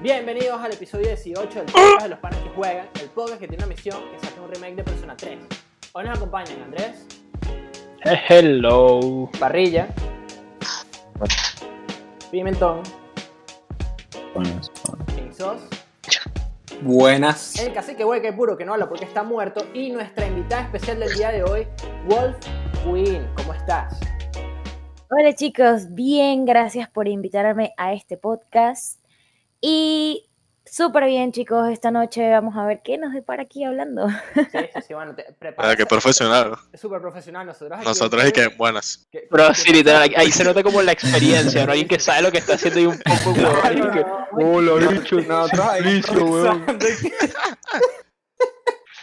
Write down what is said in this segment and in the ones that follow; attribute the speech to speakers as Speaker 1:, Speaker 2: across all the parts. Speaker 1: Bienvenidos al episodio 18 del podcast de los panes que juegan, el podcast que tiene una misión que saque un remake de Persona 3. Hoy nos acompañan Andrés,
Speaker 2: Hello.
Speaker 1: Parrilla, Pimentón,
Speaker 3: Buenas.
Speaker 1: King Sos,
Speaker 4: Buenas.
Speaker 1: el cacique hueca y puro que no habla porque está muerto y nuestra invitada especial del día de hoy, Wolf Queen. ¿Cómo estás?
Speaker 5: Hola chicos, bien, gracias por invitarme a este podcast. Y súper bien chicos, esta noche vamos a ver qué nos depara aquí hablando.
Speaker 1: Sí, sí, sí, bueno, te
Speaker 6: Ah, qué
Speaker 1: prepárate.
Speaker 6: profesional.
Speaker 1: Súper profesional nosotros. aquí-
Speaker 6: Nosotros y que buenas.
Speaker 1: que-
Speaker 2: Bro, sí, literal, ahí- ahí se nota como la experiencia, ¿no? Alguien que sabe lo que está haciendo y un poco, weón, alguien que-
Speaker 6: Oh,
Speaker 4: Hola, bicho. Nosotros ahí improvisando.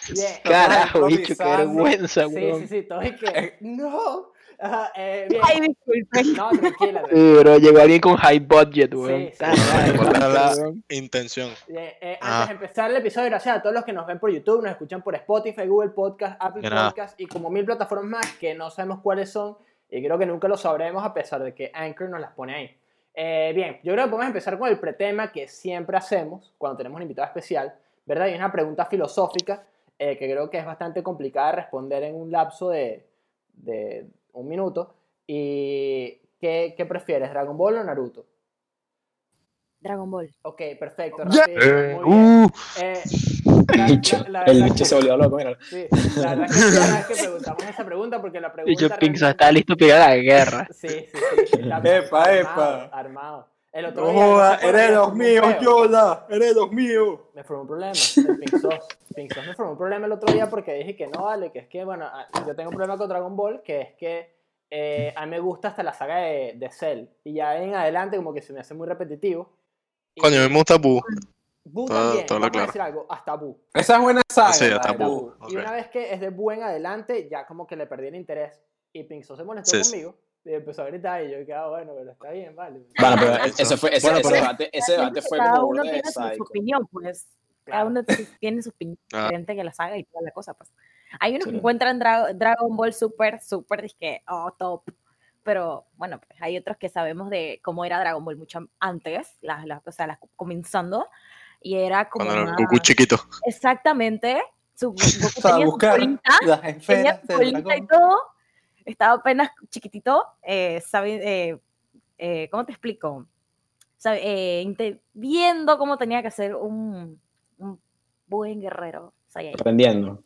Speaker 1: Bien.
Speaker 2: Carajo,
Speaker 4: Improvisando.
Speaker 2: bicho, qué vergüenza,
Speaker 1: Sí,
Speaker 2: weón.
Speaker 1: sí, sí, todo es que. No. Ajá, eh, bien.
Speaker 5: Ay, disculpen.
Speaker 1: No, tranquila. tranquila.
Speaker 2: Sí, Uh, bro, llegó alguien con high budget, weón.
Speaker 1: Sí, sí.
Speaker 2: Carajo,
Speaker 6: la
Speaker 2: weón.
Speaker 6: intención.
Speaker 1: Eh, eh,
Speaker 6: Ah.
Speaker 1: Antes de empezar el episodio, gracias a todos los que nos ven por YouTube, nos escuchan por Spotify, Google Podcast, Apple
Speaker 6: De nada.
Speaker 1: Podcast y como mil plataformas más que no sabemos cuáles son y creo que nunca lo sabremos a pesar de que Anchor nos las pone ahí. Eh, bien, yo creo que podemos empezar con el pretema que siempre hacemos cuando tenemos un invitado especial, ¿verdad? Y es una pregunta filosófica eh, que creo que es bastante complicada de responder en un lapso de, de un minuto. ¿Y qué, qué prefieres, Dragon Ball o Naruto?
Speaker 5: Dragon Ball.
Speaker 1: Ok, perfecto. Rafi, muy bien.
Speaker 6: uh.
Speaker 1: Eh, la-
Speaker 3: El bicho,
Speaker 1: la- la
Speaker 3: el
Speaker 1: verdad
Speaker 3: bicho
Speaker 1: es
Speaker 3: se volvió loco, mira.
Speaker 1: que- sí, la verdad es que la verdad es que preguntamos esa pregunta porque la pregunta.
Speaker 2: Y yo, Pizza,
Speaker 1: realmente-
Speaker 2: está listo para ir a la guerra.
Speaker 1: Sí, sí, sí. está
Speaker 4: Epa,
Speaker 1: armado,
Speaker 4: epa.
Speaker 1: Armado. El otro
Speaker 4: No
Speaker 1: día,
Speaker 4: joda,
Speaker 1: sé por
Speaker 4: eres
Speaker 1: qué,
Speaker 4: de los
Speaker 1: me formó
Speaker 4: míos,
Speaker 1: un peo.
Speaker 4: Yola. Eres de los míos.
Speaker 1: Me formó un problema. El Pink Sauce. Pink Sauce me formó un problema el otro día porque dije que no vale, que es que, bueno, ah, yo tengo un problema con Dragon Ball que es que eh, a mí me gusta hasta la saga de, de Cell. Y ya en adelante, como que se me hace muy repetitivo. Y-
Speaker 6: Coño, a mí me gusta Bu.
Speaker 1: Buu
Speaker 6: Todo-
Speaker 1: también,
Speaker 6: todo lo
Speaker 1: vamos a
Speaker 6: claro.
Speaker 1: decir algo, hasta Bu.
Speaker 4: Esa es buena saga.
Speaker 6: Sí, está
Speaker 4: la de
Speaker 6: Bu.
Speaker 1: Y
Speaker 6: ok.
Speaker 1: una vez que es de buen adelante, ya como que le perdí el interés. Y Pinkso se molestó
Speaker 6: Sí, sí.
Speaker 1: conmigo y empezó a gritar. Y yo dije, ah, bueno, pero está bien, vale.
Speaker 3: Bueno, pero ese, fue, ese,
Speaker 4: Bueno,
Speaker 3: ese
Speaker 4: pero-
Speaker 3: debate, ese debate fue
Speaker 5: Cada
Speaker 3: como
Speaker 5: uno
Speaker 3: borde de
Speaker 5: tiene su, su
Speaker 3: psycho.
Speaker 5: opinión, pues. Cada
Speaker 1: Claro.
Speaker 5: uno t- tiene su opinión
Speaker 6: Ah.
Speaker 5: diferente que la saga y toda la cosa, pues. Hay unos
Speaker 3: Sí.
Speaker 5: que encuentran Dra- Dragon Ball súper, súper, disque, oh, top. Pero bueno, pues hay otros que sabemos de cómo era Dragon Ball mucho antes, las, las, o sea, las comenzando. Y era como.
Speaker 6: Cuando era un
Speaker 5: más-
Speaker 6: cucú chiquito.
Speaker 5: Exactamente. Su, Goku
Speaker 4: O sea,
Speaker 5: tenía su
Speaker 4: buscar
Speaker 5: colita,
Speaker 4: las
Speaker 5: tenía
Speaker 4: esferas
Speaker 5: su
Speaker 4: del
Speaker 5: colita y
Speaker 4: dragón.
Speaker 5: todo. Estaba apenas chiquitito. Eh, sabe- eh, eh, ¿Cómo te explico? Sabe- eh, inte- viendo cómo tenía que ser un, un buen guerrero. O sea, y ahí
Speaker 3: Aprendiendo.
Speaker 1: Te-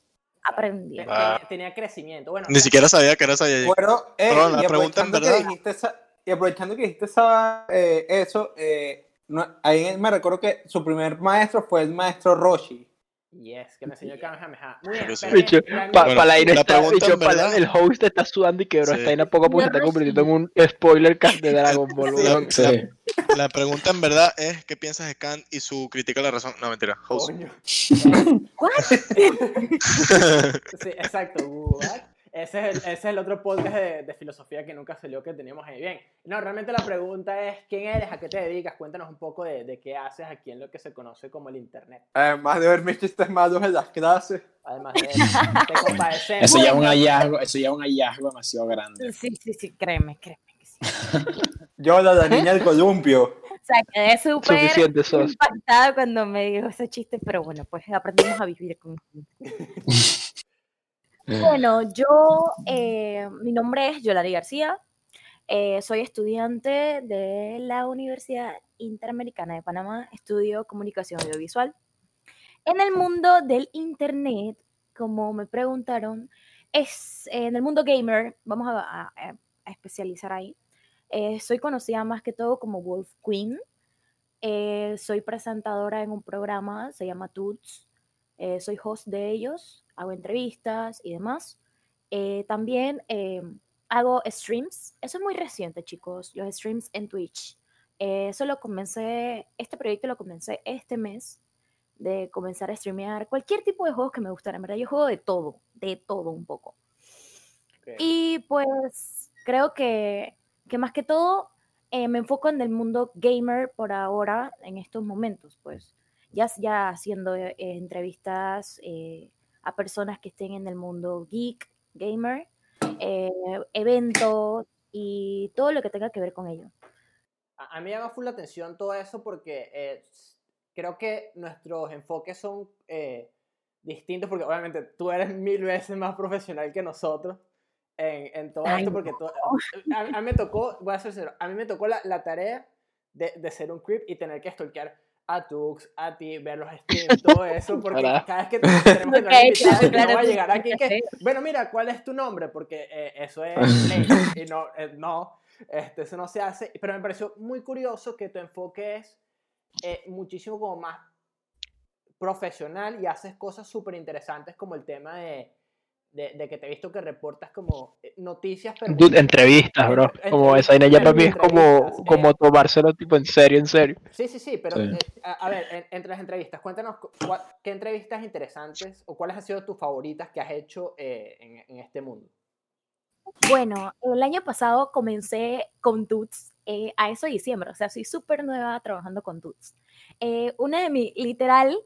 Speaker 5: aprendí.
Speaker 6: Ah.
Speaker 1: tenía, tenía crecimiento. Bueno,
Speaker 6: Ni siquiera sabía que era Saiyajin.
Speaker 4: Bueno, eh,
Speaker 6: Pero la
Speaker 4: y,
Speaker 6: pregunta en
Speaker 4: aprovechando que
Speaker 6: verdad-
Speaker 4: dijiste esa, y aprovechando que dijiste esa, eh, eso, eh, no- ahí me recuerdo que su primer maestro fue el maestro Roshi.
Speaker 1: yes, que me enseñó el Kamehameha. Muy bien,
Speaker 6: Creo que sí.
Speaker 1: pero
Speaker 2: Bicho,
Speaker 1: bien, realmente-
Speaker 2: Pa-
Speaker 6: Bueno,
Speaker 2: Palaino
Speaker 6: la
Speaker 2: está,
Speaker 6: pregunta
Speaker 2: bicho,
Speaker 6: en verdad-
Speaker 2: Palaino- el host está sudando y que, bro,
Speaker 6: Sí.
Speaker 2: está en a poco porque se está convirtiendo en un spoiler cast de Dragon Ball, weón.
Speaker 3: Sí.
Speaker 6: La pregunta en verdad es qué piensas de Kant y su crítica a la razón. No, mentira. House.
Speaker 1: Coño.
Speaker 5: ¿What?
Speaker 1: Sí, exacto. what? Ese es, el, ese es el otro podcast de, de filosofía que nunca salió que teníamos ahí. Bien, no, realmente la pregunta es: ¿quién eres? ¿A qué te dedicas? Cuéntanos un poco de, de qué haces aquí en lo que se conoce como el Internet.
Speaker 4: Además de verme chistes malos en las clases.
Speaker 1: Además de eso, te compadecemos.
Speaker 3: Eso ya es un hallazgo, eso ya es un hallazgo demasiado grande.
Speaker 5: Sí, sí, sí, créeme, créeme que sí.
Speaker 4: Yola, la niña del columpio.
Speaker 5: O sea, quedé súper
Speaker 2: Suficiente sos.
Speaker 5: impactada cuando me dijo ese chiste, pero bueno, pues aprendimos a vivir con él. Bueno, yo, eh, mi nombre es Yolari García, eh, soy estudiante de la Universidad Interamericana de Panamá, estudio comunicación audiovisual. En el mundo del Internet, como me preguntaron, es eh, en el mundo gamer, vamos a, a- a- a especializar ahí, eh, soy conocida más que todo como Wolf Queen, eh, soy presentadora en un programa, se llama Toots. eh, soy host de ellos, hago entrevistas y demás. Eh, también eh, hago streams. Eso es muy reciente, chicos, los streams en Twitch. Eh, eso lo comencé, este proyecto lo comencé este mes de comenzar a streamear cualquier tipo de juegos que me gustara. En verdad, yo juego de todo, de todo un poco.
Speaker 1: Ok.
Speaker 5: Y pues creo que, que más que todo eh, me enfoco en el mundo gamer por ahora, en estos momentos, pues ya, ya haciendo eh, eh, entrevistas eh, a personas que estén en el mundo geek, gamer, eh, eventos y todo lo que tenga que ver con ello.
Speaker 1: A, a mí me llama full la atención todo eso porque eh, creo que nuestros enfoques son eh, distintos porque obviamente tú eres mil veces más profesional que nosotros en, en todo
Speaker 5: Ay,
Speaker 1: esto porque tú- a, a mí me tocó, voy a ser sincero, a mí me tocó la, la tarea de, de ser un creep y tener que stalkear a Tux, a ti, ver los streams, todo eso, porque
Speaker 2: Ahora.
Speaker 1: cada vez que tenemos que tener
Speaker 5: Ok,
Speaker 1: invitados,
Speaker 5: claro,
Speaker 1: yo no
Speaker 5: claro,
Speaker 1: voy a
Speaker 5: tú
Speaker 1: llegar aquí que,
Speaker 5: tienes
Speaker 1: bueno, mira, ¿cuál es tu nombre? Porque eh, eso es ley y no, eh, no este, eso no se hace, pero me pareció muy curioso que tu enfoque es eh, muchísimo como más profesional y haces cosas súper interesantes como el tema de, de, de que te he visto que reportas como eh, noticias, pero...
Speaker 2: Dude, entrevistas, bro. Como esa vaina ya para mí es como, como tomárselo tipo en serio, en serio.
Speaker 1: Sí, sí, sí, pero
Speaker 3: Sí.
Speaker 1: eh, a, a ver, en- entre las entrevistas, cuéntanos cu- cua- qué entrevistas interesantes o cuáles han sido tus favoritas que has hecho eh, en, en este mundo.
Speaker 5: Bueno, el año pasado comencé con Tuts eh, a eso de diciembre, o sea, soy súper nueva trabajando con Tuts. Eh, una de mi, literal,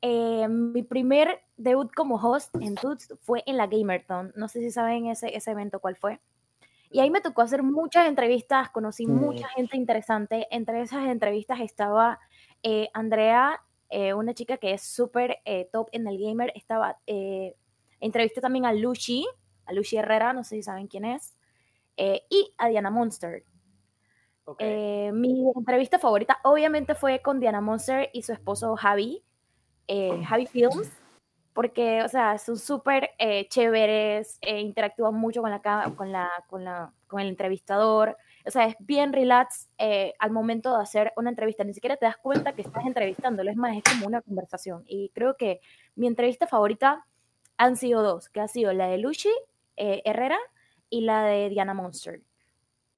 Speaker 5: eh, mi primer debut como host en Tuts fue en la Gamerton, no sé si saben ese, ese evento cuál fue. Y ahí me tocó hacer muchas entrevistas, conocí mucha gente interesante, entre esas entrevistas estaba eh, Andrea, eh, una chica que es súper eh, top en el gamer, estaba, eh, entrevisté también a Luchi, a Lucy Herrera, no sé si saben quién es, eh, y a Diana Monster.
Speaker 1: Ok.
Speaker 5: Eh, mi entrevista favorita obviamente fue con Diana Monster y su esposo Javi, eh, Javi Films, porque, o sea, son súper eh, chéveres, eh, interactúan mucho con, la, ca- con, la, con, la, con el entrevistador, o sea, es bien relax eh, al momento de hacer una entrevista, ni siquiera te das cuenta que estás entrevistándolo, es más, es como una conversación. Y creo que mi entrevista favorita han sido dos, que ha sido la de Luchi eh, Herrera y la de Diana Monster.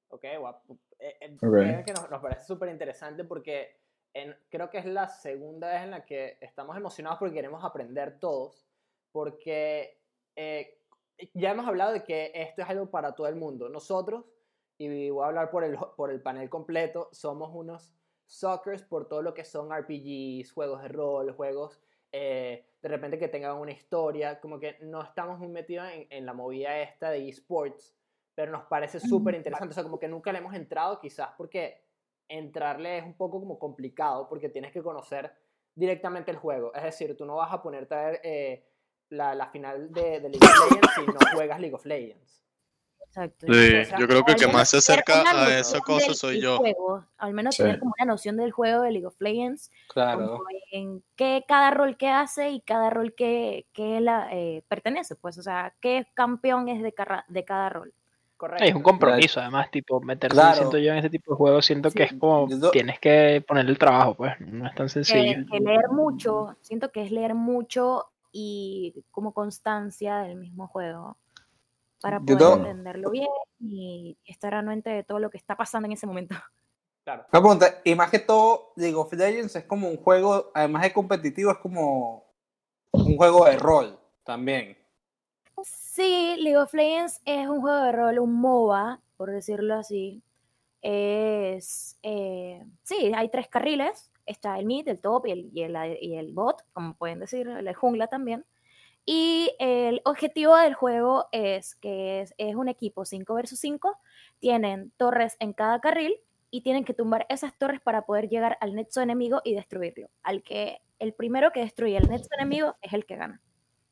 Speaker 1: Ok, guapo. Eh, eh,
Speaker 3: Ok.
Speaker 1: creo que nos, nos parece súper interesante porque en- creo que es la segunda vez en la que estamos emocionados porque queremos aprender todos, porque eh, ya hemos hablado de que esto es algo para todo el mundo. Nosotros, y voy a hablar por el, por el panel completo, somos unos suckers por todo lo que son RPGs, juegos de rol, juegos eh, de repente que tengan una historia, como que no estamos muy metidos en, en la movida esta de esports pero nos parece súper interesante. O sea, como que nunca le hemos entrado, quizás porque entrarle es un poco como complicado, porque tienes que conocer directamente el juego. Es decir, tú no vas a ponerte a ver eh, la, la final de, de League of Legends si no juegas League of Legends.
Speaker 5: Exacto.
Speaker 6: Sí,
Speaker 1: sea,
Speaker 6: yo creo que el que
Speaker 5: al
Speaker 6: más se
Speaker 5: menos tener
Speaker 6: acerca
Speaker 5: una
Speaker 6: a
Speaker 5: noción
Speaker 6: esa cosa
Speaker 5: del-
Speaker 6: soy
Speaker 5: del
Speaker 6: yo.
Speaker 5: juego, al menos
Speaker 3: Sí.
Speaker 5: tener como una noción del juego de League of Legends,
Speaker 4: Claro.
Speaker 5: como en qué cada rol que hace y cada rol que, que la, eh, pertenece, pues, o sea, qué campeón es de, carra- de cada rol.
Speaker 1: Correcto.
Speaker 2: Es un compromiso, además, tipo, meterse
Speaker 4: Claro.
Speaker 2: siento yo en este tipo de juegos, siento que es como,
Speaker 4: yo-
Speaker 2: tienes que ponerle el trabajo, pues, no es tan
Speaker 5: Que,
Speaker 2: sencillo.
Speaker 5: que leer mucho, siento que es leer mucho y como constancia del mismo juego para
Speaker 4: Yo
Speaker 5: poder
Speaker 4: to-
Speaker 5: entenderlo bien y estar anuente de todo lo que está pasando en ese momento.
Speaker 1: Claro.
Speaker 4: Una pregunta, y más que todo, League of Legends es como un juego, además de competitivo, es como un juego de rol también.
Speaker 5: Sí, League of Legends es un juego de rol, un MOBA, por decirlo así. Es, eh, sí, hay tres carriles. Está el mid, el top y el, y el- y el bot, como pueden decir, la jungla también. Y el objetivo del juego es que es, es un equipo 5 versus 5. Tienen torres en cada carril y tienen que tumbar esas torres para poder llegar al nexo enemigo y destruirlo. Al que el primero que destruye el nexo enemigo es el que gana.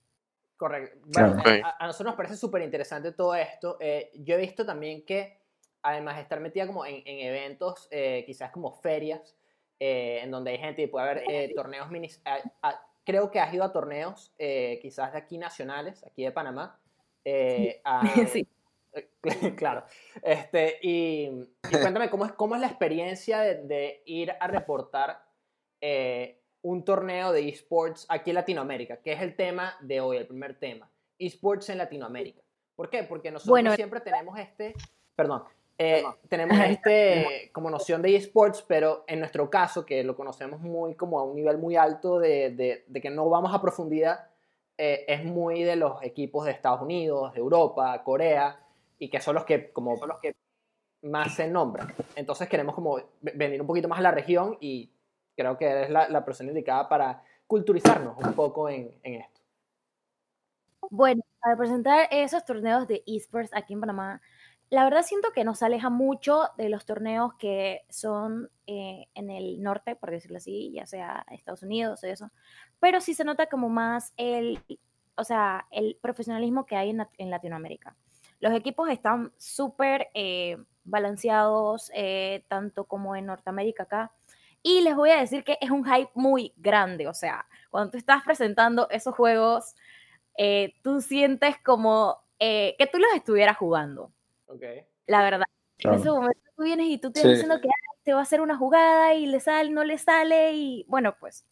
Speaker 1: Correcto. Bueno,
Speaker 6: Claro.
Speaker 1: eh, a, a nosotros nos parece súper interesante todo esto. Eh, yo he visto también que, además de estar metida como en, en eventos, eh, quizás como ferias, eh, en donde hay gente y puede haber eh, torneos minis. a- a- creo que has ido a torneos, eh, quizás de aquí nacionales, aquí de Panamá. eh, a-
Speaker 5: Sí.
Speaker 1: claro. Este, y, y cuéntame, ¿cómo es, ¿cómo es la experiencia de, de ir a reportar eh, un torneo de esports aquí en Latinoamérica? Que es el tema de hoy, el primer tema. Esports en Latinoamérica. ¿Por qué? Porque nosotros
Speaker 5: Bueno.
Speaker 1: siempre tenemos este... Perdón. eh, tenemos este como noción de esports, pero en nuestro caso, que lo conocemos muy como a un nivel muy alto de, de- de que no vamos a profundidad, eh, es muy de los equipos de Estados Unidos, de Europa, Corea, y que son los que como son los que más se nombran. Entonces queremos como ve- venir un poquito más a la región y creo que eres la, la persona indicada para culturizarnos un poco en, en esto.
Speaker 5: Bueno, para presentar esos torneos de esports aquí en Panamá, La verdad siento que nos aleja mucho de los torneos que son eh, en el norte, por decirlo así, ya sea Estados Unidos o eso, pero sí se nota como más el, o sea, el profesionalismo que hay en, Lat- en Latinoamérica. Los equipos están súper eh, balanceados, eh, tanto como en Norteamérica acá. Y les voy a decir que es un hype muy grande, o sea, cuando tú estás presentando esos juegos, eh, tú sientes como eh, que tú los estuvieras jugando,
Speaker 1: Ok.
Speaker 5: la verdad.
Speaker 3: Claro.
Speaker 5: En ese momento tú vienes y tú te estás
Speaker 4: Sí.
Speaker 5: diciendo que "Ah, te va a hacer una jugada y le sale, no le sale, y bueno, pues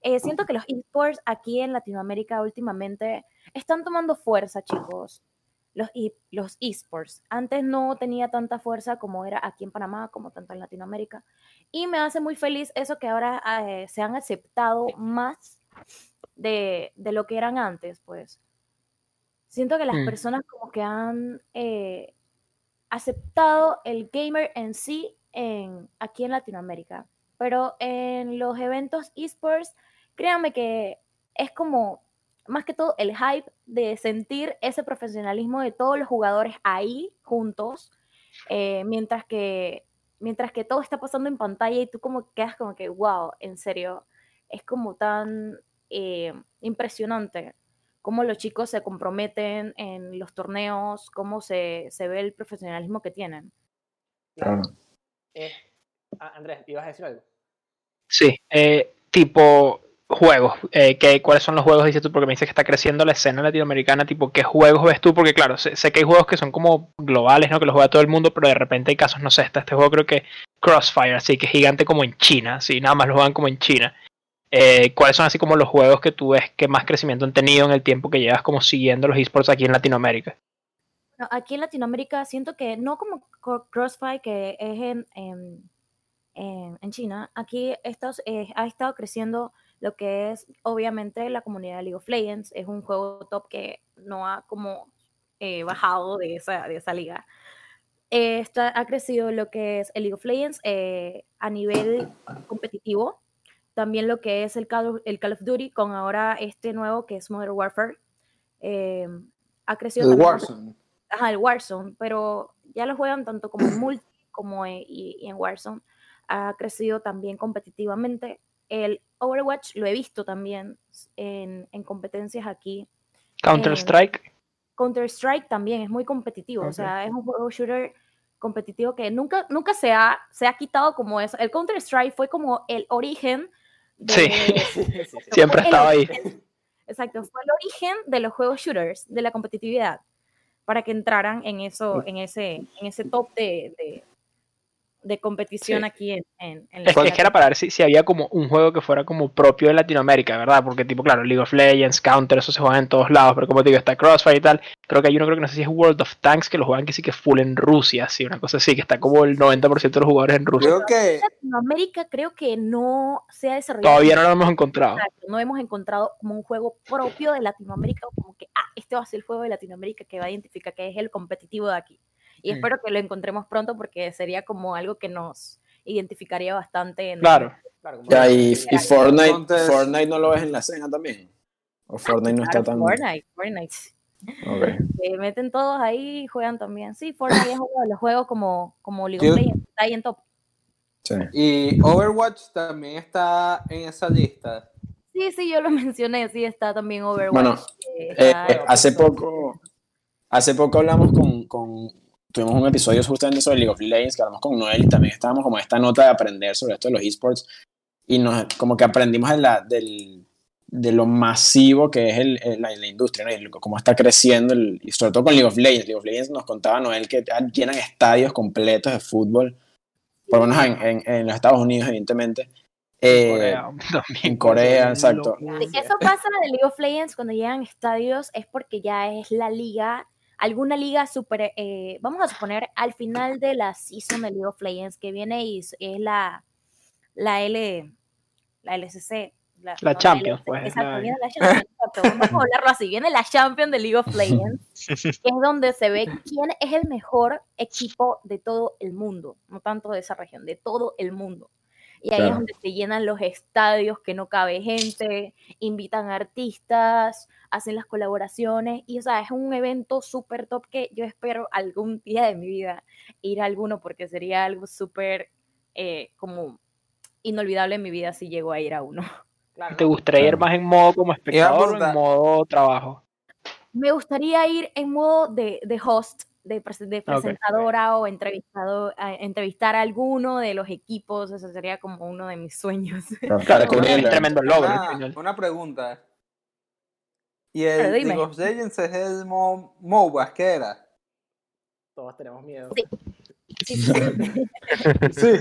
Speaker 5: eh, siento que los esports aquí en Latinoamérica últimamente están tomando fuerza, chicos. Los, e- los esports. Antes no tenía tanta fuerza como era aquí en Panamá, como tanto en Latinoamérica. Y me hace muy feliz eso que ahora eh, se han aceptado más de, de lo que eran antes, pues. Siento que las
Speaker 2: Mm.
Speaker 5: personas como que han eh, aceptado el gamer en sí en, aquí en Latinoamérica. Pero en los eventos esports, créanme que es como más que todo el hype de sentir ese profesionalismo de todos los jugadores ahí juntos, eh, mientras que mientras que todo está pasando en pantalla y tú como quedas como que, wow, en serio, es como tan eh, impresionante cómo los chicos se comprometen en los torneos, cómo se, se ve el profesionalismo que tienen.
Speaker 3: Claro.
Speaker 1: Eh, ah, Andrés, ¿ibas a decir algo?
Speaker 2: Sí, eh, tipo juegos. eh, ¿qué- ¿Cuáles son los juegos, dices tú? Porque me dices que está creciendo la escena latinoamericana. Tipo, ¿qué juegos ves tú? Porque, claro, sé, sé que hay juegos que son como globales, ¿no? Que los juega todo el mundo, pero de repente hay casos, no sé, está este juego creo que Crossfire, así que es gigante como en China, sí, nada más lo juegan como en China. Eh, ¿Cuáles son así como los juegos que tú ves que más crecimiento han tenido en el tiempo que llevas como siguiendo los esports aquí en Latinoamérica?
Speaker 5: No, aquí en Latinoamérica siento que no como co- Crossfire que es en, en, en- en China, aquí Estados- eh, ha estado creciendo lo que es obviamente la comunidad de League of Legends, es un juego top que no ha como eh, bajado de esa, de esa liga. Eh, está- ha crecido lo que es el League of Legends eh, a nivel competitivo, también lo que es el Call of, el Call of Duty con ahora este nuevo que es Modern Warfare. eh, ha crecido
Speaker 4: El
Speaker 5: también como-
Speaker 4: Warzone.
Speaker 5: ajá, el Warzone, pero ya lo juegan tanto como en multi como en, y, y en Warzone. Ha crecido también competitivamente. El Overwatch lo he visto también en, en competencias aquí.
Speaker 2: Counter-Strike.
Speaker 5: Counter-Strike también es muy competitivo, o sea, es un juego shooter competitivo que nunca, nunca se, ha, se ha quitado como eso. El Counter-Strike fue como el origen de,
Speaker 2: Sí.
Speaker 1: Sí, sí, sí.
Speaker 2: Siempre ha
Speaker 5: el
Speaker 2: estado ahí.
Speaker 5: origen- Exacto, fue el origen de los juegos shooters, de la competitividad, para que entraran en eso, en ese, en ese top de, de, de competición
Speaker 2: Sí.
Speaker 5: aquí en, en, en
Speaker 2: Es que, es que era
Speaker 5: Latinoamérica.
Speaker 2: para ver si, si había como un juego que fuera como propio de Latinoamérica, ¿verdad? Porque tipo, claro, League of Legends, Counter, eso se juega en todos lados, pero como te digo, está Crossfire y tal. Creo que hay uno, creo que no sé si es World of Tanks, que lo juegan que sí que full en Rusia, sí, una cosa así, que está como el 90% de los jugadores en Rusia.
Speaker 4: Yo creo que
Speaker 5: Latinoamérica creo que no se ha desarrollado.
Speaker 2: Todavía no lo hemos encontrado.
Speaker 5: Exacto, no hemos encontrado como un juego propio de Latinoamérica, o como que, ah, este va a ser el juego de Latinoamérica que va a identificar que es el competitivo de aquí. Y
Speaker 2: Mm.
Speaker 5: espero que lo encontremos pronto porque sería como algo que nos identificaría bastante en,
Speaker 2: Claro.
Speaker 1: Claro, como
Speaker 3: Ya,
Speaker 1: que-
Speaker 3: y,
Speaker 1: sí,
Speaker 3: y
Speaker 1: hay-
Speaker 3: Fortnite,
Speaker 4: Entonces-
Speaker 3: Fortnite no lo ves en la escena también. O Fortnite no está tan.
Speaker 5: Claro, Fortnite, Fortnite.
Speaker 3: Ok.
Speaker 5: Se meten todos ahí y juegan también. Sí, Fortnite es uno de los juegos como, como League
Speaker 4: Yo-
Speaker 5: of Legends, está ahí en top.
Speaker 3: Sí.
Speaker 4: y Overwatch también está en esa lista.
Speaker 5: Sí, sí, yo lo mencioné, sí, está también Overwatch.
Speaker 3: Bueno,
Speaker 5: eh,
Speaker 3: Eh,
Speaker 5: está-
Speaker 3: eh, hace poco, hace poco hablamos con, con- tuvimos un episodio justamente sobre League of Legends, que hablamos con Noel y también estábamos como en esta nota de aprender sobre esto de los esports y nos, como que aprendimos de, la, del, de lo masivo que es el, el- la, la industria, ¿no? Y lo- cómo está creciendo, el- y sobre todo con League of Legends. League of Legends nos contaba Noel que ah, llenan estadios completos de fútbol, por lo menos en, en- en los Estados Unidos, evidentemente. Eh,
Speaker 2: Corea, también,
Speaker 3: en Corea, exacto.
Speaker 5: Sí, Eso pasa de League of Legends cuando llegan estadios, es porque ya es la liga, alguna liga super, eh, vamos a suponer, al final de la season de League of Legends que viene y es es la, la L, la LCC. La,
Speaker 2: La
Speaker 5: no,
Speaker 2: Champions,
Speaker 5: LCC,
Speaker 2: pues,
Speaker 5: Exacto,
Speaker 2: la-
Speaker 5: viene la Champions, exacto, vamos a hablarlo así, viene la Champions de League of Legends, que es donde se ve quién es el mejor equipo de todo el mundo, no tanto de esa región, de todo el mundo. Y ahí
Speaker 3: Claro.
Speaker 5: es donde se llenan los estadios, que no cabe gente, invitan artistas, hacen las colaboraciones. Y, o sea, es un evento súper top que yo espero algún día de mi vida ir a alguno porque sería algo súper eh, como inolvidable en mi vida si llego a ir a uno.
Speaker 1: Claro,
Speaker 2: ¿Te gustaría ir más en modo como espectador o
Speaker 4: preguntar.
Speaker 2: en modo trabajo?
Speaker 5: Me gustaría ir en modo de, de host, de, pres- de presentadora o entrevistado, a- entrevistar a alguno de los equipos. Eso sería como uno de mis sueños.
Speaker 3: Para
Speaker 4: Claro,
Speaker 3: cubrir
Speaker 2: Es
Speaker 3: el
Speaker 4: Claro.
Speaker 2: tremendo logro.
Speaker 3: Ah.
Speaker 2: al
Speaker 4: Una,
Speaker 2: final.
Speaker 4: una pregunta. Y
Speaker 5: Pero
Speaker 4: el
Speaker 5: dime.
Speaker 4: League of Legends es el Mo- MOBA, ¿qué era?
Speaker 1: todos tenemos miedo.
Speaker 5: Sí, sí, sí.
Speaker 4: Sí.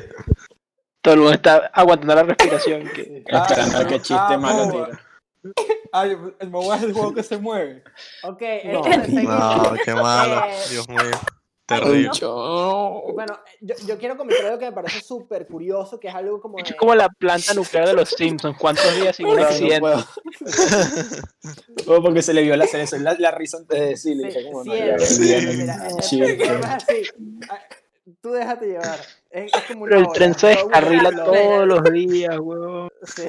Speaker 2: Todo el mundo está aguantando la respiración. que-
Speaker 3: Esperando
Speaker 4: Ah,
Speaker 3: que chiste
Speaker 4: ah,
Speaker 3: malo
Speaker 4: boba.
Speaker 3: tira.
Speaker 4: Ay, Ah, el MOBA es el juego que se mueve.
Speaker 1: Ok,
Speaker 2: No.
Speaker 1: entonces seguimos.
Speaker 6: No, qué malo.
Speaker 1: Eh,
Speaker 6: Dios mío. Terrible.
Speaker 1: Bueno, yo, yo quiero comentar algo que me parece súper curioso, que es algo como
Speaker 2: Es
Speaker 1: de...
Speaker 2: como la planta nuclear de los Simpsons. ¿Cuántos días sin un
Speaker 3: No, no
Speaker 2: accidente?
Speaker 3: puedo. No puedo porque se le vio la, se le- la, la risa antes de decirle.
Speaker 1: Sí,
Speaker 3: Dije, como, no,
Speaker 1: sí,
Speaker 3: ya,
Speaker 1: es-
Speaker 3: ya,
Speaker 1: mira, mira,
Speaker 3: ya,
Speaker 1: el
Speaker 3: chiste.
Speaker 1: tren va así. Ah, Tú déjate llevar. Es, es como una
Speaker 2: Pero el
Speaker 1: ola,
Speaker 2: tren se
Speaker 1: todo un
Speaker 2: descarrila
Speaker 1: reloj.
Speaker 2: todos los días, huevón.
Speaker 1: Sí.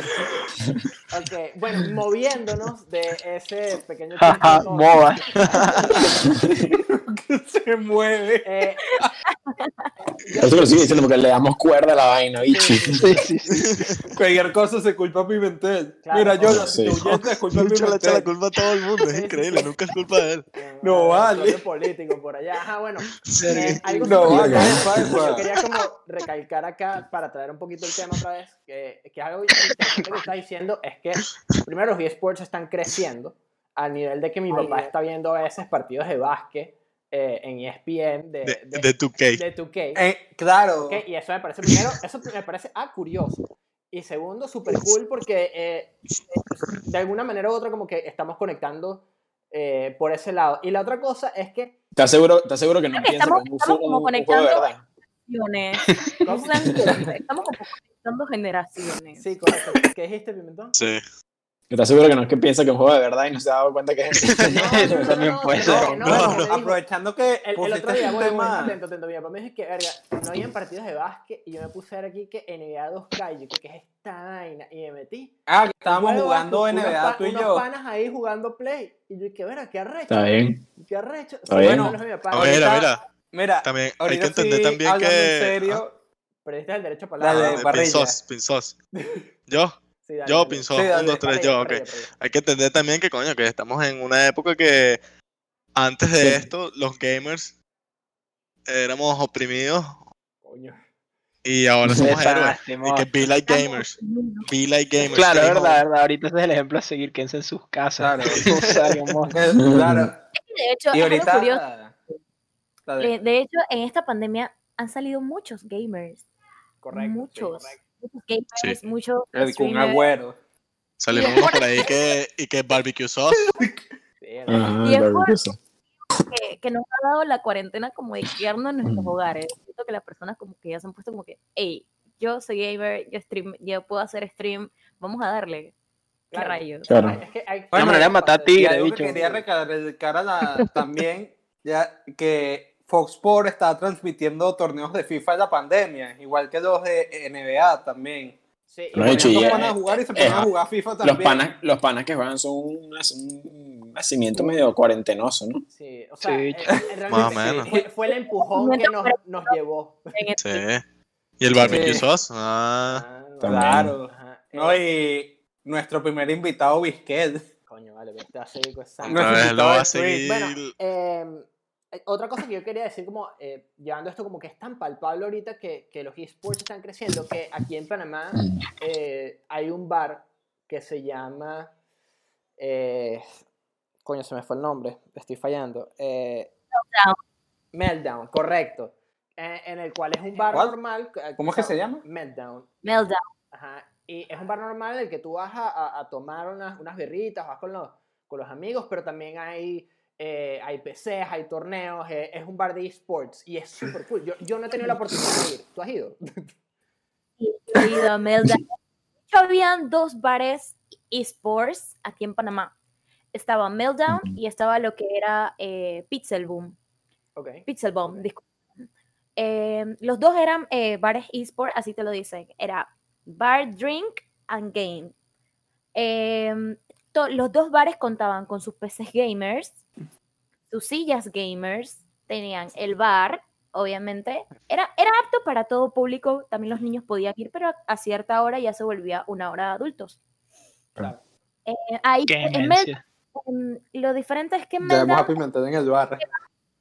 Speaker 1: Ok, bueno, moviéndonos de ese pequeño...
Speaker 2: Jaja,
Speaker 1: chiste,
Speaker 2: boba.
Speaker 4: se mueve.
Speaker 1: eh,
Speaker 3: Eso lo sigue diciendo porque le damos cuerda a la vaina, bicho.
Speaker 2: Sí, sí, sí.
Speaker 4: Cualquier cosa se culpa a Pimentel.
Speaker 1: Claro.
Speaker 4: Mira, yo si te
Speaker 3: Sí.
Speaker 4: huyes, es culpa a
Speaker 6: Lucho le echa la
Speaker 4: Pimentel.
Speaker 6: culpa a todo el mundo, es increíble, nunca es culpa de él.
Speaker 1: eh,
Speaker 4: No vale.
Speaker 1: rollo político por allá. Ajá, bueno. Eh,
Speaker 6: Sí.
Speaker 1: algo
Speaker 4: No,
Speaker 1: súper
Speaker 4: vale,
Speaker 1: importante
Speaker 4: vale, vale.
Speaker 1: que yo quería como recalcar acá para traer un poquito el tema otra vez, que, que algo interesante que estás diciendo es que primero los eSports están creciendo al nivel de que mi
Speaker 5: Ay,
Speaker 1: papá
Speaker 5: Dios.
Speaker 1: está viendo a veces partidos de básquet eh, en ESPN de,
Speaker 6: De,
Speaker 1: de,
Speaker 6: de 2K.
Speaker 1: de 2K.
Speaker 4: Eh, claro.
Speaker 1: Ok, y eso me parece, primero, eso me parece ah, curioso. Y segundo, súper cool porque eh, de alguna manera u otra como que estamos conectando eh, por ese lado. Y la otra cosa es que...
Speaker 3: ¿Estás seguro, estás seguro que no piensa
Speaker 5: estamos-
Speaker 3: como un,
Speaker 5: estamos
Speaker 3: fu-
Speaker 5: como
Speaker 3: un- un juego de
Speaker 5: conectando.
Speaker 3: verdad?
Speaker 1: ¿cómo?
Speaker 5: Estamos como conectando generaciones.
Speaker 1: Sí, correcto. ¿Qué dijiste, Pimentón?
Speaker 6: Sí.
Speaker 3: ¿Estás seguro que no es que piensa que es un juego de verdad y no se ha dado cuenta que es
Speaker 1: No, no, no,
Speaker 2: También
Speaker 1: no,
Speaker 2: puede
Speaker 1: no,
Speaker 2: ser.
Speaker 1: no,
Speaker 6: No,
Speaker 1: no,
Speaker 6: no.
Speaker 1: te digo,
Speaker 4: Aprovechando que
Speaker 1: El, el
Speaker 4: pusiste
Speaker 1: otro día,
Speaker 4: Pues este un
Speaker 1: bueno, bueno,
Speaker 4: tema-
Speaker 1: atento, atento, mi papá pues, me dice que, verga, no habían partidos de básquet y yo me puse a ver aquí que NBA 2K, yo que, ¿qué es esta vaina? Y me metí.
Speaker 4: Ah, que estábamos
Speaker 1: Juego de
Speaker 4: jugando
Speaker 1: básquet, unos
Speaker 4: NBA
Speaker 1: pa-
Speaker 4: tú y
Speaker 1: unos
Speaker 4: yo.
Speaker 1: panas ahí jugando Play. Y yo, que verga, qué arrecho,
Speaker 3: Está bien.
Speaker 1: qué arrecho.
Speaker 3: Está
Speaker 1: Sí,
Speaker 3: bien.
Speaker 1: bueno, no es mi papá,
Speaker 6: A ver, a ver, a-
Speaker 4: Mira,
Speaker 6: también hay
Speaker 4: ahorita
Speaker 6: que entender
Speaker 4: sí,
Speaker 6: también
Speaker 4: hablando en
Speaker 6: que.
Speaker 4: serio,
Speaker 1: perdiste el derecho a
Speaker 6: Ah,
Speaker 1: palabra.
Speaker 4: Dale,
Speaker 6: de
Speaker 4: parrilla.
Speaker 6: pinzos, pinzos. Yo,
Speaker 1: Sí, dale,
Speaker 6: yo,
Speaker 1: dale.
Speaker 6: pinzos.
Speaker 4: Sí, dale.
Speaker 6: un, dos, tres,
Speaker 1: Parrilla,
Speaker 6: yo, ok.
Speaker 1: parrilla, parrilla.
Speaker 6: Hay que entender también que, coño, que estamos en una época que antes de
Speaker 3: Sí.
Speaker 6: esto, los gamers éramos oprimidos
Speaker 1: Coño.
Speaker 6: y ahora somos héroes. Y
Speaker 2: Lástima.
Speaker 6: que be
Speaker 5: Ah,
Speaker 6: like gamers. Be like gamers.
Speaker 2: Claro,
Speaker 6: stay
Speaker 2: verdad,
Speaker 6: home.
Speaker 2: verdad. Ahorita ese es el ejemplo a seguir. Quédense en sus casas.
Speaker 4: Claro.
Speaker 2: No
Speaker 6: Ah.
Speaker 2: salgamos.
Speaker 4: Eh, Claro.
Speaker 5: De hecho,
Speaker 4: Y
Speaker 5: es algo curioso.
Speaker 4: ahorita. Dale.
Speaker 5: Eh, de hecho, en esta pandemia han salido muchos gamers.
Speaker 1: Correcto. sí,
Speaker 5: Muchos.
Speaker 1: correcto.
Speaker 5: Muchos gamers,
Speaker 6: Sí.
Speaker 5: muchos
Speaker 4: El Kun
Speaker 5: streamers.
Speaker 4: Agüero.
Speaker 6: Salieron unos por ahí que, y que barbecue sauce.
Speaker 1: Sí, era-
Speaker 3: Ajá,
Speaker 5: Y es
Speaker 3: claro que sí.
Speaker 5: que, que nos ha dado la cuarentena como de quedarnos en nuestros hogares. Siento que las personas como que ya se han puesto como que, hey, yo soy gamer, yo, stream, yo puedo hacer stream, vamos a darle. ¿Qué
Speaker 1: Claro.
Speaker 5: rayos?
Speaker 3: Claro.
Speaker 1: Es que hay-
Speaker 4: Bueno,
Speaker 2: Una manera de matar
Speaker 4: Y
Speaker 2: tigres,
Speaker 4: algo que
Speaker 2: bicho.
Speaker 4: quería recalcar a la- también, ya que Fox Sports está transmitiendo torneos de FIFA en la pandemia, igual que los de NBA también.
Speaker 1: Sí, y
Speaker 3: Lo
Speaker 1: bueno,
Speaker 3: he hecho
Speaker 1: esto
Speaker 3: y
Speaker 1: es
Speaker 4: Estos
Speaker 3: ya-
Speaker 1: bueno,
Speaker 4: van a jugar y se ponen
Speaker 3: eh,
Speaker 4: a jugar FIFA
Speaker 3: Los
Speaker 4: también.
Speaker 3: panas, los panas que juegan son un, un nacimiento medio cuarentenoso, ¿no?
Speaker 1: Sí, o sea,
Speaker 2: Sí,
Speaker 1: eh,
Speaker 2: chico.
Speaker 1: eh, realmente
Speaker 6: Más o
Speaker 1: sí,
Speaker 6: menos.
Speaker 1: fue, fue el empujón que nos, nos llevó.
Speaker 5: En
Speaker 6: Sí.
Speaker 5: stream.
Speaker 6: Y el barbecue
Speaker 4: Sí.
Speaker 6: sauce. Ah,
Speaker 1: no,
Speaker 3: También.
Speaker 4: Claro.
Speaker 1: ajá, eh,
Speaker 4: No, y nuestro primer invitado, Vizquel.
Speaker 1: Coño, vale, pero te vas a seguir con esa-
Speaker 4: No,
Speaker 6: otra vez lo va a
Speaker 4: necesitaba el
Speaker 1: Bueno,
Speaker 6: seguir.
Speaker 1: eh, eh, otra cosa que yo quería decir, como eh, llevando esto como que es tan palpable ahorita que, que los esports están creciendo, que aquí en Panamá eh, hay un bar que se llama... eh, coño, se me fue el nombre, estoy fallando. eh,
Speaker 5: Meltdown.
Speaker 1: Meltdown, correcto. eh, en el cual es un bar
Speaker 4: ¿Cuál?
Speaker 1: normal. eh,
Speaker 4: ¿Cómo es que
Speaker 1: o sea,
Speaker 4: se llama?
Speaker 1: Meltdown.
Speaker 5: Meltdown.
Speaker 1: Ajá. Y es un bar normal en el que tú vas a, a- a tomar unas, unas birritas, vas con los, con los amigos, pero también hay, eh, hay PCs, hay torneos, eh, es un bar de esports y es súper cool. Yo, yo no he tenido la oportunidad de ir. ¿Tú has ido?
Speaker 5: Sí, yo he ido a Meltdown. De hecho, habían dos bares esports aquí en Panamá. Estaba Meltdown y estaba lo que era eh, Pixel Boom.
Speaker 1: Ok.
Speaker 5: Pixel Em, Bomb, disculpa. Eh, los dos eran eh, bares eSport, así te lo dicen. Era Bar Drink and Game. Eh, to- los dos bares contaban con sus PCs gamers, sus sillas gamers, tenían el bar, obviamente. Era, era apto para todo público, también los niños podían ir, pero a, a cierta hora ya se volvía una hora de adultos.
Speaker 1: Claro.
Speaker 5: Eh, ahí,
Speaker 2: Qué
Speaker 5: en Mel-
Speaker 2: demencia.
Speaker 5: em, lo diferente es que en
Speaker 4: Debemos
Speaker 5: Meltdown-
Speaker 4: apimentar en el bar.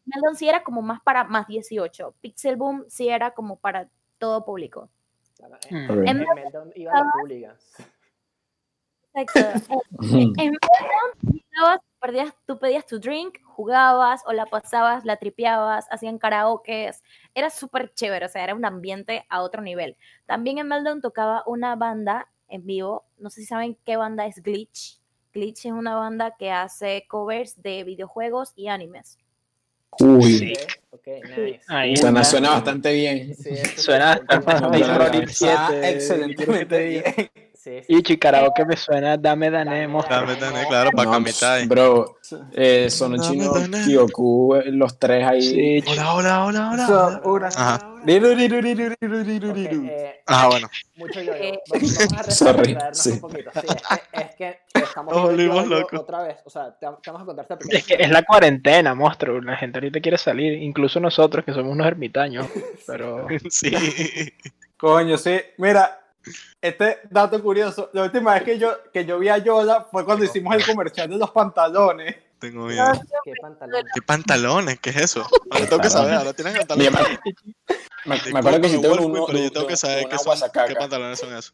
Speaker 5: Meltdown sí era como más para más 18. Pixel Boom sí era como para todo público.
Speaker 1: Claro, en- en
Speaker 2: Mm.
Speaker 5: Em-
Speaker 1: eh, Meltdown iban los hooligans.
Speaker 5: Exacto. Eh, En Meltdown, llegabas, perdías- tú pedías tu drink, jugabas o la pasabas, la tripeabas, hacían karaokes. Era súper chévere, o sea, era un ambiente a otro nivel. También en Meltdown tocaba una banda en vivo. No sé si saben qué banda es Glitch. Glitch es una banda que hace covers de videojuegos y animes.
Speaker 3: Uy,
Speaker 2: Sí.
Speaker 1: Ok, ok, nice.
Speaker 2: Ahí
Speaker 3: suena,
Speaker 2: está.
Speaker 3: suena bastante bien.
Speaker 1: Sí, eso
Speaker 2: Suena
Speaker 1: es un
Speaker 2: hasta-
Speaker 1: tema.
Speaker 2: Ahí sonó
Speaker 3: Está
Speaker 2: Deep
Speaker 4: Ah,
Speaker 2: Siete.
Speaker 4: excelentemente bien.
Speaker 1: Sí, sí.
Speaker 2: Y chicarao que me suena, dame danemos.
Speaker 6: Dame, dame, claro, para
Speaker 3: No,
Speaker 6: camitar.
Speaker 3: bro, eh, son
Speaker 6: Dame,
Speaker 3: chino,
Speaker 6: dame.
Speaker 3: Kyoku, eh, los tres ahí.
Speaker 2: Sí, ch-
Speaker 6: Hola, hola, hola, hola. Ajá.
Speaker 4: Riru, riru, riru, riru, riru,
Speaker 1: Ok,
Speaker 4: riru.
Speaker 1: eh,
Speaker 6: Ah, bueno.
Speaker 1: mucho yo.
Speaker 5: Eh,
Speaker 1: Vamos a
Speaker 3: Sorry,
Speaker 1: retrocedernos
Speaker 3: sí.
Speaker 1: un poquito. Sí, es, que, es que estamos viendo
Speaker 6: Nos volvimos
Speaker 1: el diálogo
Speaker 6: locos.
Speaker 1: otra vez. O sea, te, te vamos a contar esta primera
Speaker 2: Es que es la cuarentena, monstruo. La gente ahorita quiere salir, incluso nosotros que somos unos ermitaños. Pero
Speaker 6: Sí.
Speaker 4: Coño, sí. Mira, este dato curioso. La última vez que yo, que yo vi a Yola fue cuando hicimos el comercial de los pantalones.
Speaker 6: Tengo miedo.
Speaker 5: Ah.
Speaker 1: Qué pantalón.
Speaker 6: ¿Qué pantalones? ¿qué es eso? Ahora tengo que saber, ahora tienes
Speaker 3: Me,
Speaker 6: pantalones.
Speaker 3: me- me acuerdo que hiciste
Speaker 6: Disculpa,
Speaker 3: uno,
Speaker 6: Wolfie, pero
Speaker 3: de-
Speaker 6: yo tengo
Speaker 3: de-
Speaker 6: que saber
Speaker 3: una
Speaker 6: qué, son,
Speaker 3: guasacaca.
Speaker 6: qué pantalones son esos.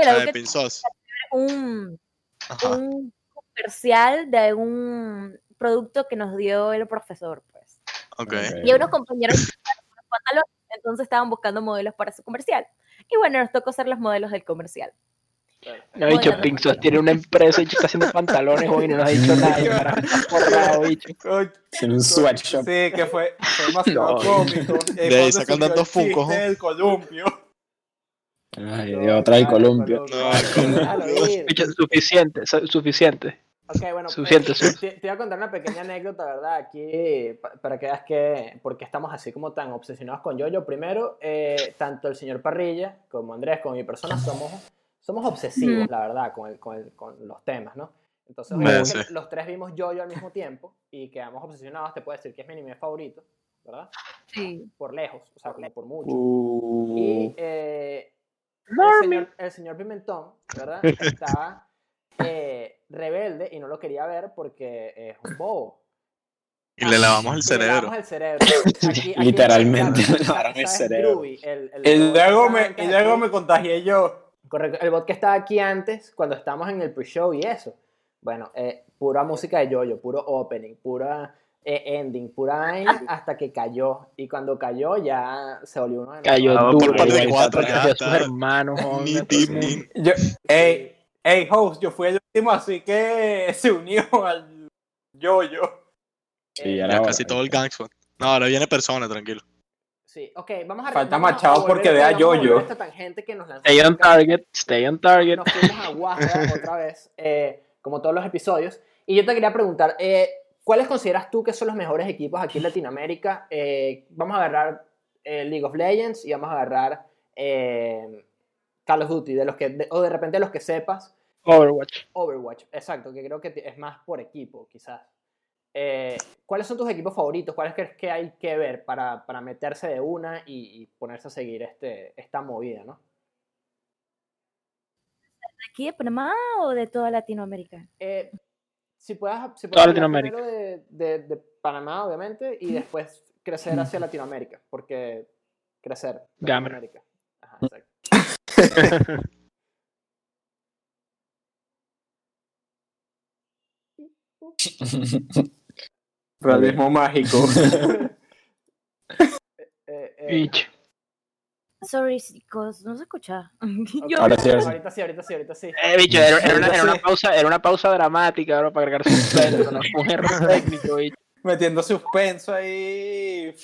Speaker 5: Era
Speaker 6: La
Speaker 5: que
Speaker 6: de Pinzos.
Speaker 5: un,
Speaker 6: Ajá.
Speaker 5: un comercial de algún producto que nos dio el profesor, pues.
Speaker 6: Ok.
Speaker 5: Y a unos compañeros que usaban unos pantalones, entonces estaban buscando modelos para su comercial. Y bueno, nos tocó ser los modelos del comercial.
Speaker 2: no ha dicho
Speaker 5: Bueno.
Speaker 2: Pinzos, tiene una empresa y está haciendo pantalones hoy, no nos ha dicho nada. el carajo está forrado, bicho.
Speaker 4: Coño,
Speaker 3: Tiene un sweatshop.
Speaker 4: Sí, que fue, fue demasiado
Speaker 2: No.
Speaker 4: cómico. Y
Speaker 6: De ahí
Speaker 4: cuando
Speaker 6: sacan
Speaker 4: surgió el
Speaker 6: tantos funcos,
Speaker 4: chiste
Speaker 6: ¿no?
Speaker 4: del columpio.
Speaker 3: Ay, de otra del columpio.
Speaker 6: No,
Speaker 1: Déjalo ir.
Speaker 2: Bicho, Suficiente, su- suficiente.
Speaker 1: Ok, bueno, pues,
Speaker 2: Suficiente, sí.
Speaker 1: te, te voy a contar una pequeña anécdota, ¿verdad? Aquí, pa- para que veas que, por qué estamos así como tan obsesionados con Yoyo. Primero, eh, tanto el señor Parrilla como Andrés, como mi persona, somos, somos obsesivos, la verdad, con, el- con, el- con los temas, ¿no? Entonces,
Speaker 2: Bueno,
Speaker 1: obviamente,
Speaker 6: sí.
Speaker 1: los tres vimos Yoyo al mismo tiempo y quedamos obsesionados. Te puedo decir que es mi anime favorito, ¿verdad?
Speaker 5: Sí.
Speaker 1: Por lejos, o sea, como por mucho.
Speaker 3: Uh,
Speaker 1: Y eh, el, señor, el señor Pimentón, ¿verdad? Estaba eh, rebelde y no lo quería ver porque es un bobo.
Speaker 6: Y le lavamos el
Speaker 1: Y le
Speaker 6: cerebro.
Speaker 1: lavamos el cerebro. Aquí- aquí-
Speaker 3: Literalmente,
Speaker 1: claro,
Speaker 3: le lavaron el
Speaker 1: ¿sabes?
Speaker 3: cerebro.
Speaker 1: Groovy, el, el,
Speaker 4: Y
Speaker 1: robot que
Speaker 4: luego
Speaker 1: estaba
Speaker 4: me,
Speaker 1: antes
Speaker 4: y luego
Speaker 1: aquí.
Speaker 4: me contagié yo.
Speaker 1: Correcto, el bot que estaba aquí antes, cuando estábamos en el pre-show y eso. Bueno, eh, pura música de yoyo, puro opening, pura eh, ending, pura vaina, hasta que cayó. Y cuando cayó ya se volvió uno de nosotros.
Speaker 2: Cayó
Speaker 3: Ah,
Speaker 2: duro,
Speaker 3: por parte de
Speaker 2: güey,
Speaker 6: cuatro,
Speaker 2: está
Speaker 6: ya
Speaker 2: atrás de
Speaker 6: está.
Speaker 2: sus hermanos. joder,
Speaker 6: Ni,
Speaker 2: todo
Speaker 6: ni,
Speaker 2: el mundo.
Speaker 6: ni-
Speaker 4: yo ey, ey, host, yo fui el último, así que se unió al yo-yo.
Speaker 3: sí,
Speaker 6: Ya casi todo el gangster. No, ahora viene persona, tranquilo.
Speaker 1: Sí, ok, vamos a
Speaker 4: Falta
Speaker 1: vamos a
Speaker 4: Machado
Speaker 1: volver-
Speaker 4: porque vea
Speaker 1: vamos a volver
Speaker 4: Yoyo.
Speaker 1: a Esta tangente que nos lanzó.
Speaker 2: Stay on target, stay on target.
Speaker 1: Nos fuimos a Guasda otra vez, eh, como todos los episodios. Y yo te quería preguntar, eh, ¿cuáles consideras tú que son los mejores equipos aquí en Latinoamérica? Eh, vamos a agarrar eh, League of Legends y vamos a agarrar eh, Call of Duty, de los que, de- o de repente los que sepas,
Speaker 2: Overwatch.
Speaker 1: Overwatch, exacto, que creo que te- es más por equipo, quizás. Eh, ¿Cuáles son tus equipos favoritos? ¿Cuáles crees que hay que ver para, para meterse de una y, y ponerse a seguir este, esta movida, no?
Speaker 5: ¿Aquí de Panamá o de toda Latinoamérica?
Speaker 1: Eh, si puedas, si
Speaker 2: Toda
Speaker 1: puedas hablar
Speaker 2: Latinoamérica.
Speaker 1: primero de, de- de Panamá, obviamente, y después crecer hacia Latinoamérica, porque crecer
Speaker 2: Gamer.
Speaker 1: Latinoamérica. Ajá, exacto.
Speaker 4: Realismo mágico.
Speaker 1: Eh, eh,
Speaker 2: Bicho.
Speaker 5: Sorry, chicos, no se escucha. Yo-
Speaker 3: Ahora sí, ahora sí.
Speaker 1: ahorita sí, ahorita sí, ahorita sí.
Speaker 2: Eh, bicho, era, era una,
Speaker 4: Ahorita
Speaker 2: era una
Speaker 4: sí.
Speaker 2: pausa, era una pausa dramática, bro, para agregar suspenso, ¿no? Fue un error técnico, bicho.
Speaker 4: Metiendo suspenso ahí.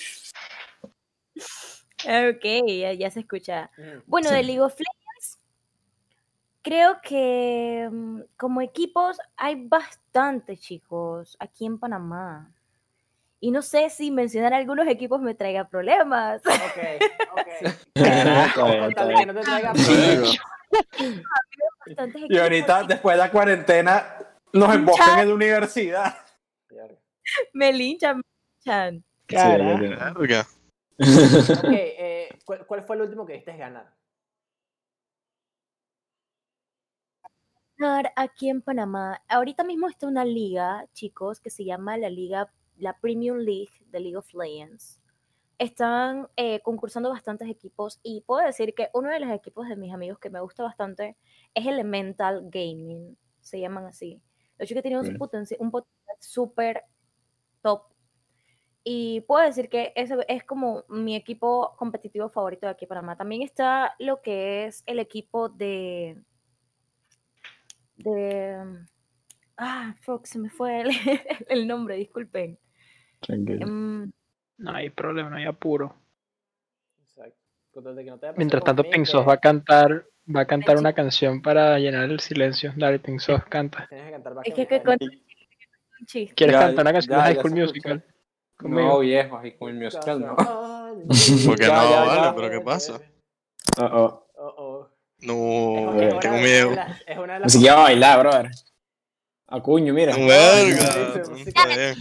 Speaker 5: Ok, ya, ya se escucha.
Speaker 1: Mm,
Speaker 5: Bueno,
Speaker 3: Sí.
Speaker 5: de League of Legends, creo que mm, como equipos hay bastante, chicos, aquí en Panamá. Y no sé si mencionar algunos equipos me traiga problemas.
Speaker 1: Ok, ok.
Speaker 3: Carajo,
Speaker 1: Con tal de que no te traiga problemas.
Speaker 3: Sí.
Speaker 5: Bastantes
Speaker 4: Y
Speaker 5: equipos
Speaker 4: ahorita,
Speaker 5: y
Speaker 4: después de la cuarentena, nos embocan en la universidad.
Speaker 5: me linchan, me linchan.
Speaker 1: Carajo.
Speaker 6: Verga.
Speaker 1: Ok, eh, ¿cuál, cuál fue el último que viste ganar?
Speaker 5: ganar aquí en Panamá. Ahorita mismo está una liga, chicos, que se llama la liga, la Premium League de League of Legends. Están eh, concursando bastantes equipos y puedo decir que uno de los equipos de mis amigos que me gusta bastante es Elemental Gaming, se llaman así. Los chicos tienen un
Speaker 3: Ok.
Speaker 5: potenci- un potencial súper top. Y puedo decir que ese es como mi equipo competitivo favorito de aquí en Panamá. También está lo que es el equipo de de... Ah, fuck, se me fue el, el nombre, disculpen.
Speaker 3: Tranquilo.
Speaker 5: Em,
Speaker 2: No hay problema, no hay apuro.
Speaker 1: Exacto. Con tal de que no te vaya a pasar
Speaker 2: Mientras
Speaker 1: como a
Speaker 2: tanto,
Speaker 1: mí,
Speaker 2: Pink
Speaker 1: que
Speaker 2: Sos va a cantar, va a cantar
Speaker 5: Pechi.
Speaker 2: una canción para llenar el silencio. Dale, Pink Sos, canta.
Speaker 1: Tienes que
Speaker 3: Ah,
Speaker 1: cantar
Speaker 5: es que,
Speaker 1: Backstreet
Speaker 5: que
Speaker 1: Boys.
Speaker 5: con un chiste.
Speaker 2: ¿Quieres
Speaker 4: Ya,
Speaker 2: cantar una canción de
Speaker 4: ya,
Speaker 2: High
Speaker 4: ya
Speaker 2: School
Speaker 4: se
Speaker 2: Musical?
Speaker 4: No,
Speaker 2: Conmigo.
Speaker 4: viejo, y con el musical no.
Speaker 6: ¿Por qué
Speaker 4: Ya,
Speaker 6: no,
Speaker 4: ya,
Speaker 6: vale?
Speaker 4: ya.
Speaker 6: ¿Pero qué pasa?
Speaker 3: Oh, oh.
Speaker 1: Oh, oh.
Speaker 6: No,
Speaker 3: Es- es
Speaker 6: tengo
Speaker 1: una-
Speaker 6: miedo.
Speaker 1: es la- Es una de
Speaker 3: Ni
Speaker 1: las.
Speaker 3: siquiera bailar, brother. A cuño, mira.
Speaker 1: sí,
Speaker 6: Verga.
Speaker 1: sí, sí,
Speaker 6: Está
Speaker 1: sí.
Speaker 6: bien.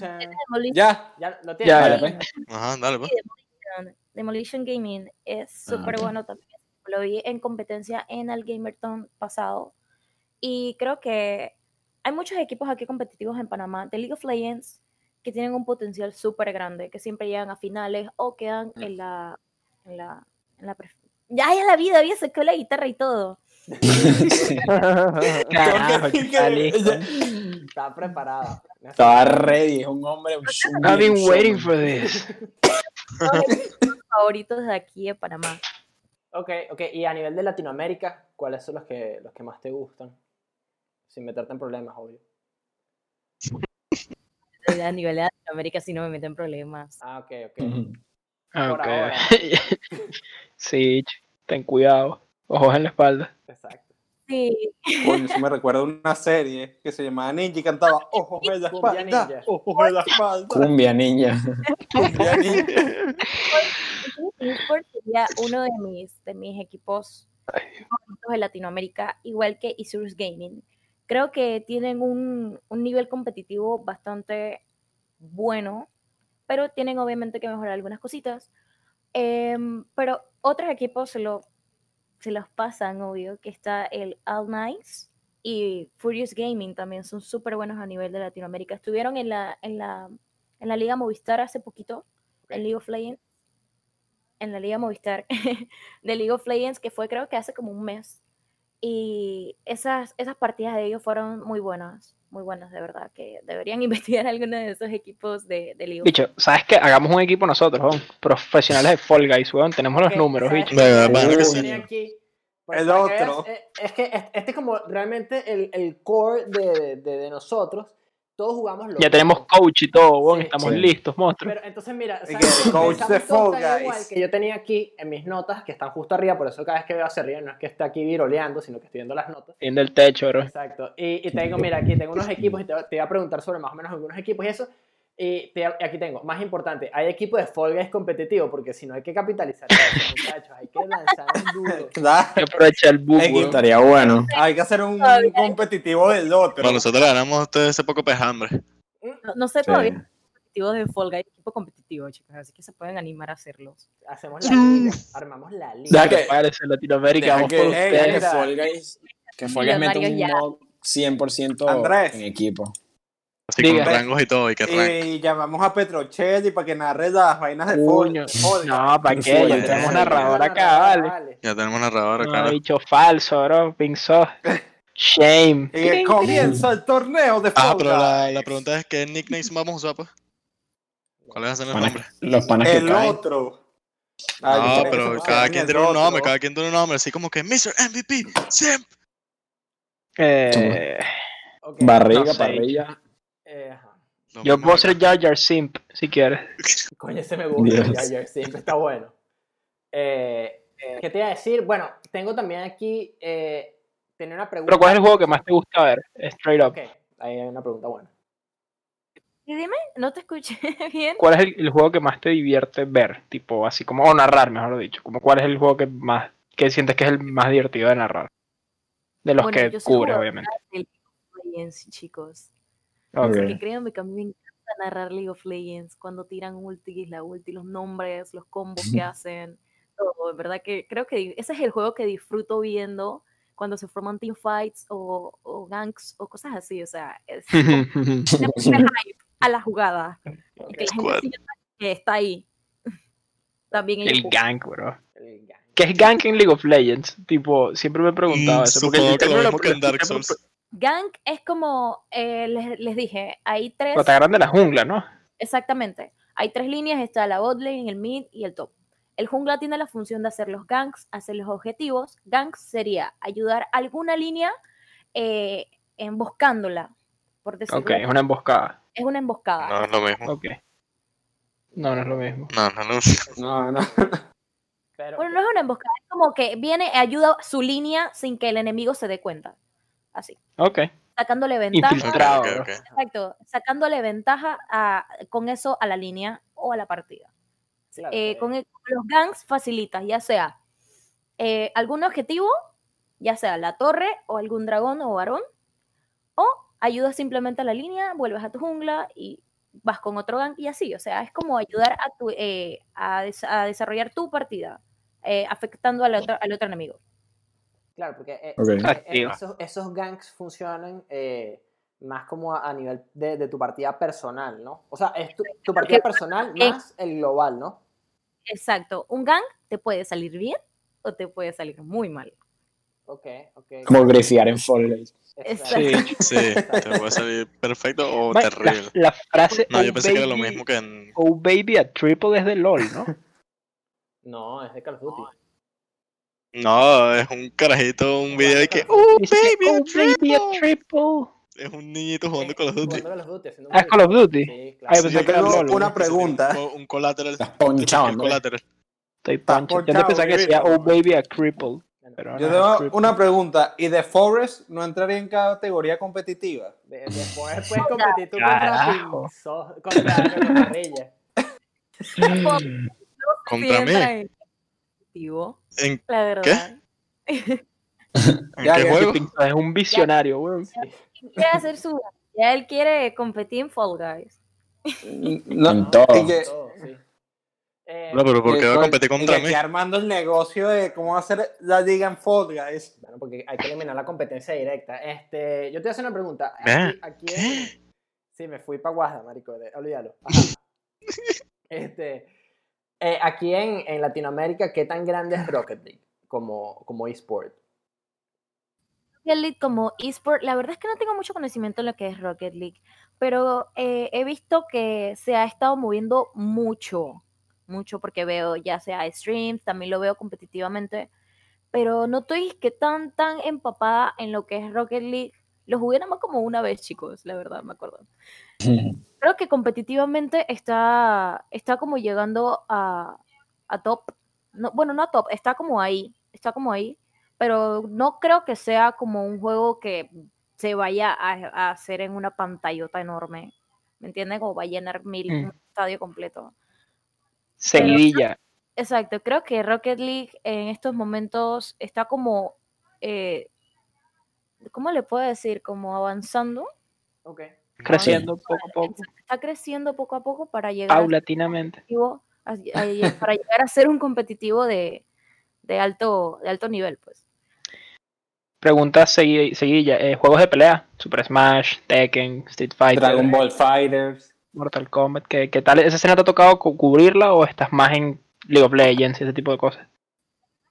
Speaker 5: Demolition,
Speaker 4: Ya,
Speaker 1: Ya lo
Speaker 2: Ya,
Speaker 1: tienes.
Speaker 2: ya,
Speaker 3: pues.
Speaker 6: Ajá, dale, pues.
Speaker 5: Demolition Gaming es
Speaker 3: Ah,
Speaker 5: súper
Speaker 3: ok.
Speaker 5: bueno también. Lo vi en competencia en el Gamerton pasado. Y creo que hay muchos equipos aquí competitivos en Panamá de League of Legends que tienen un potencial súper grande, que siempre llegan a finales o quedan
Speaker 3: Mm.
Speaker 5: en la... En la, en la pref- ya, ya la vida, había sacado la guitarra y todo.
Speaker 2: Carajo, qué talento.
Speaker 1: Está preparada.
Speaker 3: Estaba ready, es un hombre. un sh- un
Speaker 2: I've been
Speaker 3: showman.
Speaker 2: waiting for this.
Speaker 5: favoritos de aquí de Panamá.
Speaker 1: Ok, ok. Y a nivel de Latinoamérica, ¿cuáles son los que, los que más te gustan? Sin meterte en problemas, obvio.
Speaker 5: A nivel de Latinoamérica si no me meten problemas.
Speaker 1: Ah, ok, ok.
Speaker 3: Ujú.
Speaker 1: Por
Speaker 2: Ah, Ok.
Speaker 1: ahora.
Speaker 2: sí, ch- ten cuidado. Ojos en la espalda.
Speaker 1: Exacto.
Speaker 5: Sí,
Speaker 4: coño, eso me recuerda a una serie que se llamaba Ninja y cantaba Ojos de la
Speaker 1: Cumbia
Speaker 4: espalda,
Speaker 1: Ninja.
Speaker 4: Ojos de la espalda.
Speaker 3: Cumbia, niña.
Speaker 4: Cumbia Ninja.
Speaker 5: entonces, eSports sería uno de mis, de mis equipos favoritos de Latinoamérica, igual que Isurus Gaming. Creo que tienen un, un nivel competitivo bastante bueno, pero tienen obviamente que mejorar algunas cositas. Em, pero otros equipos se, lo, se los pasan, obvio, que está el All Knights y Furious Gaming también son súper buenos a nivel de Latinoamérica. Estuvieron en la, en la, en la Liga Movistar hace poquito, en League of Legends, en la Liga Movistar de League of Legends, que fue creo que hace como un mes. Y esas, esas partidas de ellos fueron muy buenas, muy buenas de verdad, que deberían investigar alguno de esos equipos de, de League of
Speaker 2: Bicho, ¿sabes qué? Hagamos un equipo nosotros, weón. Profesionales de Fall Guys, weón. Tenemos los
Speaker 1: Ok,
Speaker 2: números,
Speaker 1: ¿sabes
Speaker 2: bicho.
Speaker 1: qué?
Speaker 6: Venga,
Speaker 1: Yo
Speaker 3: para que
Speaker 1: tenía
Speaker 3: sí.
Speaker 1: aquí, para-
Speaker 4: El
Speaker 1: para que
Speaker 4: otro.
Speaker 1: veas, eh, es que es- este es como realmente el, el core de, de, de nosotros. Todos jugamos lo
Speaker 2: Ya
Speaker 1: mismo.
Speaker 2: tenemos coach y todo, weón.
Speaker 1: Sí.
Speaker 2: Estamos
Speaker 3: Sí.
Speaker 2: listos, monstruos.
Speaker 1: Pero entonces, mira,
Speaker 4: Y
Speaker 1: ¿sabes?
Speaker 4: que el coach
Speaker 1: Pensamos
Speaker 4: de
Speaker 1: todos
Speaker 4: Fall
Speaker 1: tan igual
Speaker 4: Guys.
Speaker 1: que yo tenía aquí en mis notas, que están justo arriba, por eso cada vez que veo hacia arriba no es que esté aquí viroleando, sino que estoy viendo las notas.
Speaker 2: Tiende el techo, bro.
Speaker 1: Exacto. Y, y te digo, mira, aquí tengo unos equipos y te, te iba a preguntar sobre más o menos algunos equipos y eso. Y te- aquí tengo, más importante, hay equipo de Fall Guys competitivo, porque si no hay que capitalizar, muchachos, hay que lanzar duro.
Speaker 4: Claro,
Speaker 2: Hay que aprovechar el bug,
Speaker 4: Ey,
Speaker 2: weón.
Speaker 3: Estaría bueno.
Speaker 4: Hay que hacer un
Speaker 5: Todavía hay-
Speaker 4: competitivo del otro.
Speaker 6: Bueno, nosotros le ganamos a ustedes ese poco pejambre.
Speaker 5: No, no sé
Speaker 3: Sí.
Speaker 5: todavía los competitivos de Fall Guys, equipo competitivo, chicos, así que se pueden animar a hacerlos.
Speaker 1: Hacemos la
Speaker 5: Mm.
Speaker 1: liga, armamos la liga.
Speaker 3: Ya que-
Speaker 2: Prepárese, Latinoamérica,
Speaker 3: Deja
Speaker 2: vamos
Speaker 3: que,
Speaker 2: por
Speaker 4: ey,
Speaker 3: deja que
Speaker 2: ustedes.
Speaker 4: mira.
Speaker 3: Fall Guys, que Fall Guys meta un
Speaker 5: Millonarios ya.
Speaker 3: mod 100%
Speaker 4: Andrés.
Speaker 3: en equipo.
Speaker 6: Así
Speaker 2: Diga.
Speaker 6: con rangos y todo, y que rango.
Speaker 4: Y llamamos a Petrocelli para que narre las vainas de Fall
Speaker 2: Coño.
Speaker 4: de Fall Guys.
Speaker 2: No, ¿para qué? Ya
Speaker 3: Folga.
Speaker 2: tenemos
Speaker 6: Sí.
Speaker 2: narrador acá, vale.
Speaker 6: Ya tenemos narrador
Speaker 2: No,
Speaker 6: acá.
Speaker 2: bicho falso, bro. Pink Sos. Shame.
Speaker 4: Y que comienza el torneo de
Speaker 6: Ah,
Speaker 4: Fall
Speaker 6: pero la,
Speaker 4: Guys.
Speaker 6: la pregunta es: ¿qué nicknames vamos a usar, pues? ¿Cuáles hacen los
Speaker 3: Panas-
Speaker 6: nombres?
Speaker 3: los panas que
Speaker 4: El
Speaker 3: caen.
Speaker 4: otro.
Speaker 6: No,
Speaker 4: Ah,
Speaker 1: yo creo que
Speaker 6: pero
Speaker 1: se
Speaker 6: cada
Speaker 1: puede.
Speaker 6: quien tiene un nombre, cada quien tiene un nombre, así como que Mr. MVP, Simp.
Speaker 2: Eh,
Speaker 1: Ok,
Speaker 3: Barriga,
Speaker 2: No sé.
Speaker 3: parrilla.
Speaker 1: eh, ajá.
Speaker 6: No,
Speaker 2: yo
Speaker 6: no,
Speaker 2: puedo
Speaker 6: no.
Speaker 2: ser Jar Jar Simp, si quieres.
Speaker 1: Coño, ese me gusta,
Speaker 3: Dios.
Speaker 1: Jar Jar, siempre está bueno. Eh, eh, ¿Qué te iba a decir? Bueno, tengo también aquí, eh, tenía una pregunta.
Speaker 2: Pero ¿cuál es el juego que más te gusta ver? Straight up.
Speaker 1: Ok, ahí hay una pregunta buena.
Speaker 5: Y dime, no te escuché bien.
Speaker 2: ¿Cuál es el, el juego que más te divierte ver? Tipo, así como, o narrar, mejor dicho. Como, ¿Cuál es el juego que más que sientes que es el más divertido de narrar? De los
Speaker 5: Bueno,
Speaker 2: que
Speaker 5: yo soy
Speaker 2: cubre,
Speaker 5: jugadora
Speaker 2: obviamente.
Speaker 5: del League of Legends, chicos.
Speaker 2: Ok.
Speaker 5: Así que créanme que a mí me encanta narrar League of Legends cuando tiran ultis, la ulti, los nombres, los combos que hacen, todo. En verdad que creo que ese es el juego que disfruto viendo cuando se forman teamfights o, o ganks o cosas así. O sea, es le pone hype a la jugada. Y que la gente
Speaker 6: Squad.
Speaker 5: sienta que está ahí. También ellos
Speaker 2: El
Speaker 5: juegan.
Speaker 2: gank, bro.
Speaker 1: El gank.
Speaker 2: ¿Qué es gank en League of Legends? Tipo, siempre me he preguntado
Speaker 6: Mm,
Speaker 2: eso. Porque el
Speaker 6: Supongo que lo
Speaker 2: término
Speaker 6: mismo que en Dark
Speaker 2: escuché por-
Speaker 6: Souls.
Speaker 5: Gank es como, eh, les, les dije, hay tres,
Speaker 2: Pero te agarran de la jungla, ¿no?
Speaker 5: exactamente, hay tres líneas, está la bot lane, el mid y el top. El jungla tiene la función de hacer los ganks, hacer los objetivos. Ganks sería ayudar a alguna línea eh, emboscándola, por decirlo.
Speaker 2: Ok, es una emboscada.
Speaker 5: Es una emboscada.
Speaker 6: No, es lo mismo.
Speaker 2: Ok. No, no es lo mismo.
Speaker 6: No, no, no.
Speaker 4: No, no.
Speaker 1: Pero,
Speaker 5: Bueno, no es una emboscada, es como que viene, ayuda su línea sin que el enemigo se dé cuenta. Así,
Speaker 2: Ok.
Speaker 5: sacándole ventaja.
Speaker 6: Ok,
Speaker 2: Infiltrado.
Speaker 6: ok, ok.
Speaker 5: Exacto, sacándole ventaja a- con eso a la línea o a la partida.
Speaker 1: claro,
Speaker 5: Eh,
Speaker 1: que-
Speaker 5: con, el- con los ganks facilitas, ya sea eh, algún objetivo, ya sea la torre o algún dragón o varón, o ayudas simplemente a la línea, vuelves a tu jungla y vas con otro gank y así. O sea, es como ayudar a, tu, eh, a, des- a desarrollar tu partida, eh, afectando al otro, al otro enemigo.
Speaker 1: Claro, porque eh,
Speaker 3: Ok.
Speaker 1: eh, eh,
Speaker 2: Activa.
Speaker 1: esos, esos ganks funcionan eh, más como a, a nivel de, de tu partida personal, ¿no? O sea, es tu, tu partida
Speaker 5: Porque-
Speaker 1: personal
Speaker 5: eh,
Speaker 1: más el global, ¿no?
Speaker 5: Exacto, un gank te puede salir bien o te puede salir muy mal.
Speaker 1: Ok, ok.
Speaker 3: Como grifiar en Fortnite.
Speaker 5: Exacto.
Speaker 6: Sí, te puede salir perfecto o
Speaker 2: Ma- La,
Speaker 6: terrible.
Speaker 2: la frase.
Speaker 6: No,
Speaker 2: "Oh,
Speaker 6: yo pensé que era lo
Speaker 2: baby-
Speaker 6: mismo que en.
Speaker 2: Oh baby, a triple es de LOL, ¿no?
Speaker 1: No, es de Call of Duty.
Speaker 6: No, es un carajito, un video de que. ¡Uh,
Speaker 2: Dice,
Speaker 6: baby!
Speaker 2: "Oh,
Speaker 6: a
Speaker 2: baby, a
Speaker 6: triple".
Speaker 2: triple.
Speaker 6: Es un niñito jugando con los Duty.
Speaker 1: Jugando Call of Duty, haciendo
Speaker 2: Ah, es Call of Duty.
Speaker 1: Sí,
Speaker 2: Ay,
Speaker 1: claro.
Speaker 2: pues,
Speaker 6: Yo
Speaker 2: acá
Speaker 6: tengo
Speaker 2: LOL,
Speaker 4: una
Speaker 2: ¿no?
Speaker 4: pregunta.
Speaker 6: Un, co- un collateral.
Speaker 2: Ah,
Speaker 3: Estás
Speaker 6: Yo
Speaker 3: ponchado,
Speaker 6: tengo el
Speaker 3: ¿no?
Speaker 6: collateral.
Speaker 2: Estoy
Speaker 4: Estás
Speaker 2: poncho. Yo
Speaker 4: ponchado,
Speaker 2: pensaba que
Speaker 6: baby.
Speaker 2: decía Oh baby, a cripple.
Speaker 1: Bueno,
Speaker 2: Pero
Speaker 4: Yo
Speaker 2: no,
Speaker 4: tengo
Speaker 2: cripple.
Speaker 4: una pregunta. ¿Y The Forest no entraría en categoría competitiva?
Speaker 1: de- después puedes competir tú contra Team
Speaker 2: Carajo.
Speaker 1: Sos- contra la parrilla.
Speaker 6: Contra mí.
Speaker 5: entra en competitivo,
Speaker 6: ¿En
Speaker 5: la verdad.
Speaker 6: en
Speaker 4: Ya,
Speaker 6: qué
Speaker 4: ya,
Speaker 6: juego?
Speaker 2: Es un visionario, weón.
Speaker 5: Quiere hacer su. Ya él quiere competir en Fall Guys.
Speaker 4: No.
Speaker 3: En todo.
Speaker 4: Y que-
Speaker 1: Todo, sí. Eh,
Speaker 6: No, pero Mm, ¿por qué va a
Speaker 4: Estoy-
Speaker 6: competir contra
Speaker 4: y que
Speaker 6: mí?
Speaker 4: aquí armando el negocio de cómo hacer la liga en Fall Guys.
Speaker 1: Bueno, porque hay que eliminar la competencia directa. Este, yo te voy a hacer una pregunta.
Speaker 6: Ah,
Speaker 1: Aquí, aquí en-
Speaker 6: ¿qué?
Speaker 1: Sí, me fui para Guasda, marico. de- olvídalo. Ajá. este, eh, aquí en, en Latinoamérica, ¿qué tan grande es Rocket League como, como eSport?
Speaker 5: Rocket League como eSport, la verdad es que no tengo mucho conocimiento en lo que es Rocket League, pero eh, he visto que se ha estado moviendo mucho, mucho porque veo ya sea streams, también lo veo competitivamente, pero no estoy que tan, tan empapada en lo que es Rocket League. Lo jugué nada más como una vez, chicos, la verdad, me acuerdo. creo que competitivamente está, está como llegando a, a top. No, bueno, no a top, está como ahí, está como ahí, pero no creo que sea como un juego que se vaya a, a hacer en una pantallota enorme. ¿Me entiendes? Como va a llenar mil,
Speaker 2: Mm.
Speaker 5: un estadio completo.
Speaker 2: Seguidilla.
Speaker 5: Exacto, creo que Rocket League en estos momentos está como, eh, ¿cómo le puedo decir? Como avanzando.
Speaker 1: Ok.
Speaker 2: Creciendo poco a poco.
Speaker 5: Está creciendo poco a poco para llegar a
Speaker 2: Paulatinamente.
Speaker 5: competitivo, a- a- para llegar a ser un competitivo de, de alto, de alto nivel, pues.
Speaker 2: Pregunta segui- seguidilla. eh, juegos de pelea. Super Smash, Tekken, Street Fighter,
Speaker 4: Dragon Ball Fighters.
Speaker 2: Mortal Kombat. ¿Qué, qué tal? ¿Esa escena te ha tocado cu- cubrirla o estás más en League of Legends y ese tipo de cosas?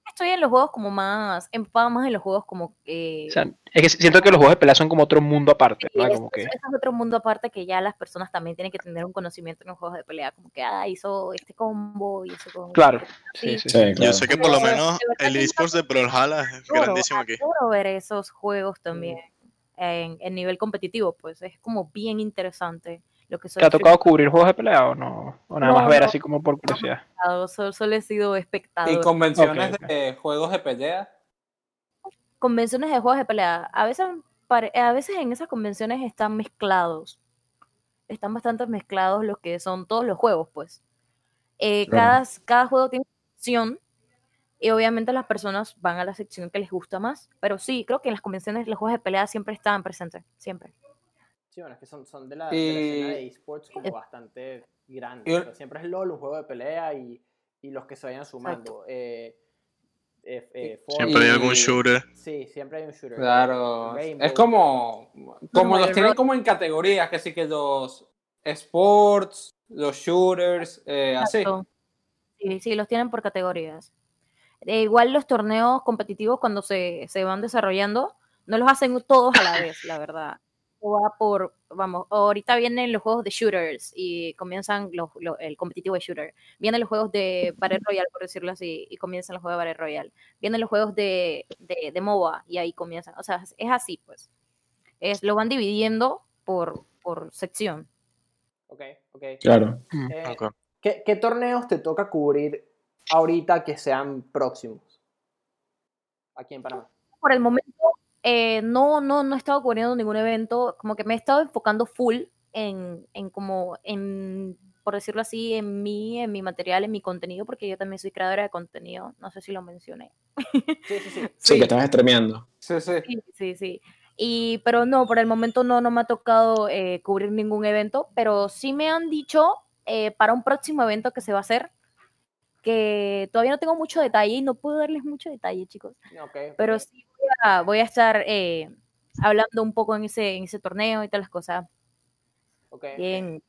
Speaker 5: Estoy en los juegos como más, empapada más en los juegos como que...
Speaker 2: O sea, es que siento que los juegos de pelea son como otro mundo aparte.
Speaker 5: Sí,
Speaker 2: ¿no?
Speaker 5: es-
Speaker 2: Como que...
Speaker 5: es- ese es otro mundo aparte que ya las personas también tienen que tener un conocimiento en los juegos de pelea, como que, ah, hizo este combo y ese combo.
Speaker 2: Claro.
Speaker 5: Sí,
Speaker 3: Sí,
Speaker 2: Sí, sí. sí.
Speaker 3: claro.
Speaker 6: Yo sé que por lo
Speaker 5: Pero,
Speaker 6: menos
Speaker 5: de verdad
Speaker 6: el
Speaker 5: que no-
Speaker 6: eSports de Brawlhalla es
Speaker 5: Adoro,
Speaker 6: grandísimo aquí.
Speaker 5: adoro ver esos juegos también en, en nivel competitivo, pues es como bien interesante lo que soy
Speaker 2: ¿Te ha tocado cubrir juegos de pelea o no? O nada
Speaker 5: No,
Speaker 2: más ver
Speaker 5: no.
Speaker 2: así como por curiosidad.
Speaker 5: solo, solo he sido espectador.
Speaker 4: Y convenciones
Speaker 2: Ok, ok.
Speaker 4: de juegos de pelea.
Speaker 5: convenciones de juegos de pelea. A veces, pare- a veces en esas convenciones están mezclados. están bastante mezclados los que son todos los juegos, pues. Eh,
Speaker 3: Claro.
Speaker 5: cada, cada juego tiene una sección y obviamente las personas van a la sección que les gusta más, pero sí, creo que en las convenciones los juegos de pelea siempre están presentes, siempre.
Speaker 1: Sí, bueno, es que son, son de, la, de la escena
Speaker 4: Y-
Speaker 1: de esports como
Speaker 5: Eh.
Speaker 1: bastante grande.
Speaker 4: Y-
Speaker 1: O sea, siempre es LOL, un juego de pelea y, y los que se vayan sumando. Eh, eh, eh,
Speaker 6: Siempre hay
Speaker 1: Fortnite,
Speaker 6: algún shooter.
Speaker 1: Sí, siempre hay un shooter.
Speaker 4: Claro.
Speaker 1: Rainbow.
Speaker 4: Es como. Como
Speaker 5: Como
Speaker 4: los
Speaker 5: el
Speaker 4: tienen
Speaker 5: rock.
Speaker 4: como en categorías, que sí que los sports, los shooters, eh, así.
Speaker 5: Exacto. Sí, sí, los tienen por categorías. Eh, igual los torneos competitivos cuando se, se van desarrollando, no los hacen todos a la vez, la verdad. O va por, vamos, ahorita vienen los juegos de shooters y comienzan los, lo- el competitivo de shooter. Vienen los juegos de Battle Royale, por decirlo así, y comienzan los juegos de Battle Royale. Vienen los juegos de, de, de MOBA y ahí comienzan. O sea, es- es así, pues. Es, lo van dividiendo por, por sección.
Speaker 1: Ok, ok.
Speaker 3: Claro.
Speaker 2: Mm,
Speaker 1: Eh,
Speaker 6: Ok.
Speaker 1: ¿qué, qué torneos te toca cubrir ahorita que sean próximos? Aquí en Panamá.
Speaker 5: por el momento eh, no, no, no he estado cubriendo ningún evento, como que me he estado enfocando full en, en como en, por decirlo así, en mí, en mi material, en mi contenido, porque yo también soy creadora de contenido, no sé si lo mencioné.
Speaker 1: Sí, sí, sí.
Speaker 3: Sí, que estabas estremeando.
Speaker 4: Sí, sí.
Speaker 5: Sí, sí, sí. Y, pero no, por el momento no, no me ha tocado eh, cubrir ningún evento, pero sí me han dicho eh, para un próximo evento que se va a hacer, que todavía no tengo mucho detalle y no puedo darles mucho detalle, chicos.
Speaker 1: Ok,
Speaker 5: pero
Speaker 1: ok.
Speaker 5: sí voy a, voy a estar eh, hablando un poco en ese, en ese torneo y todas las cosas
Speaker 1: Ok,
Speaker 5: bien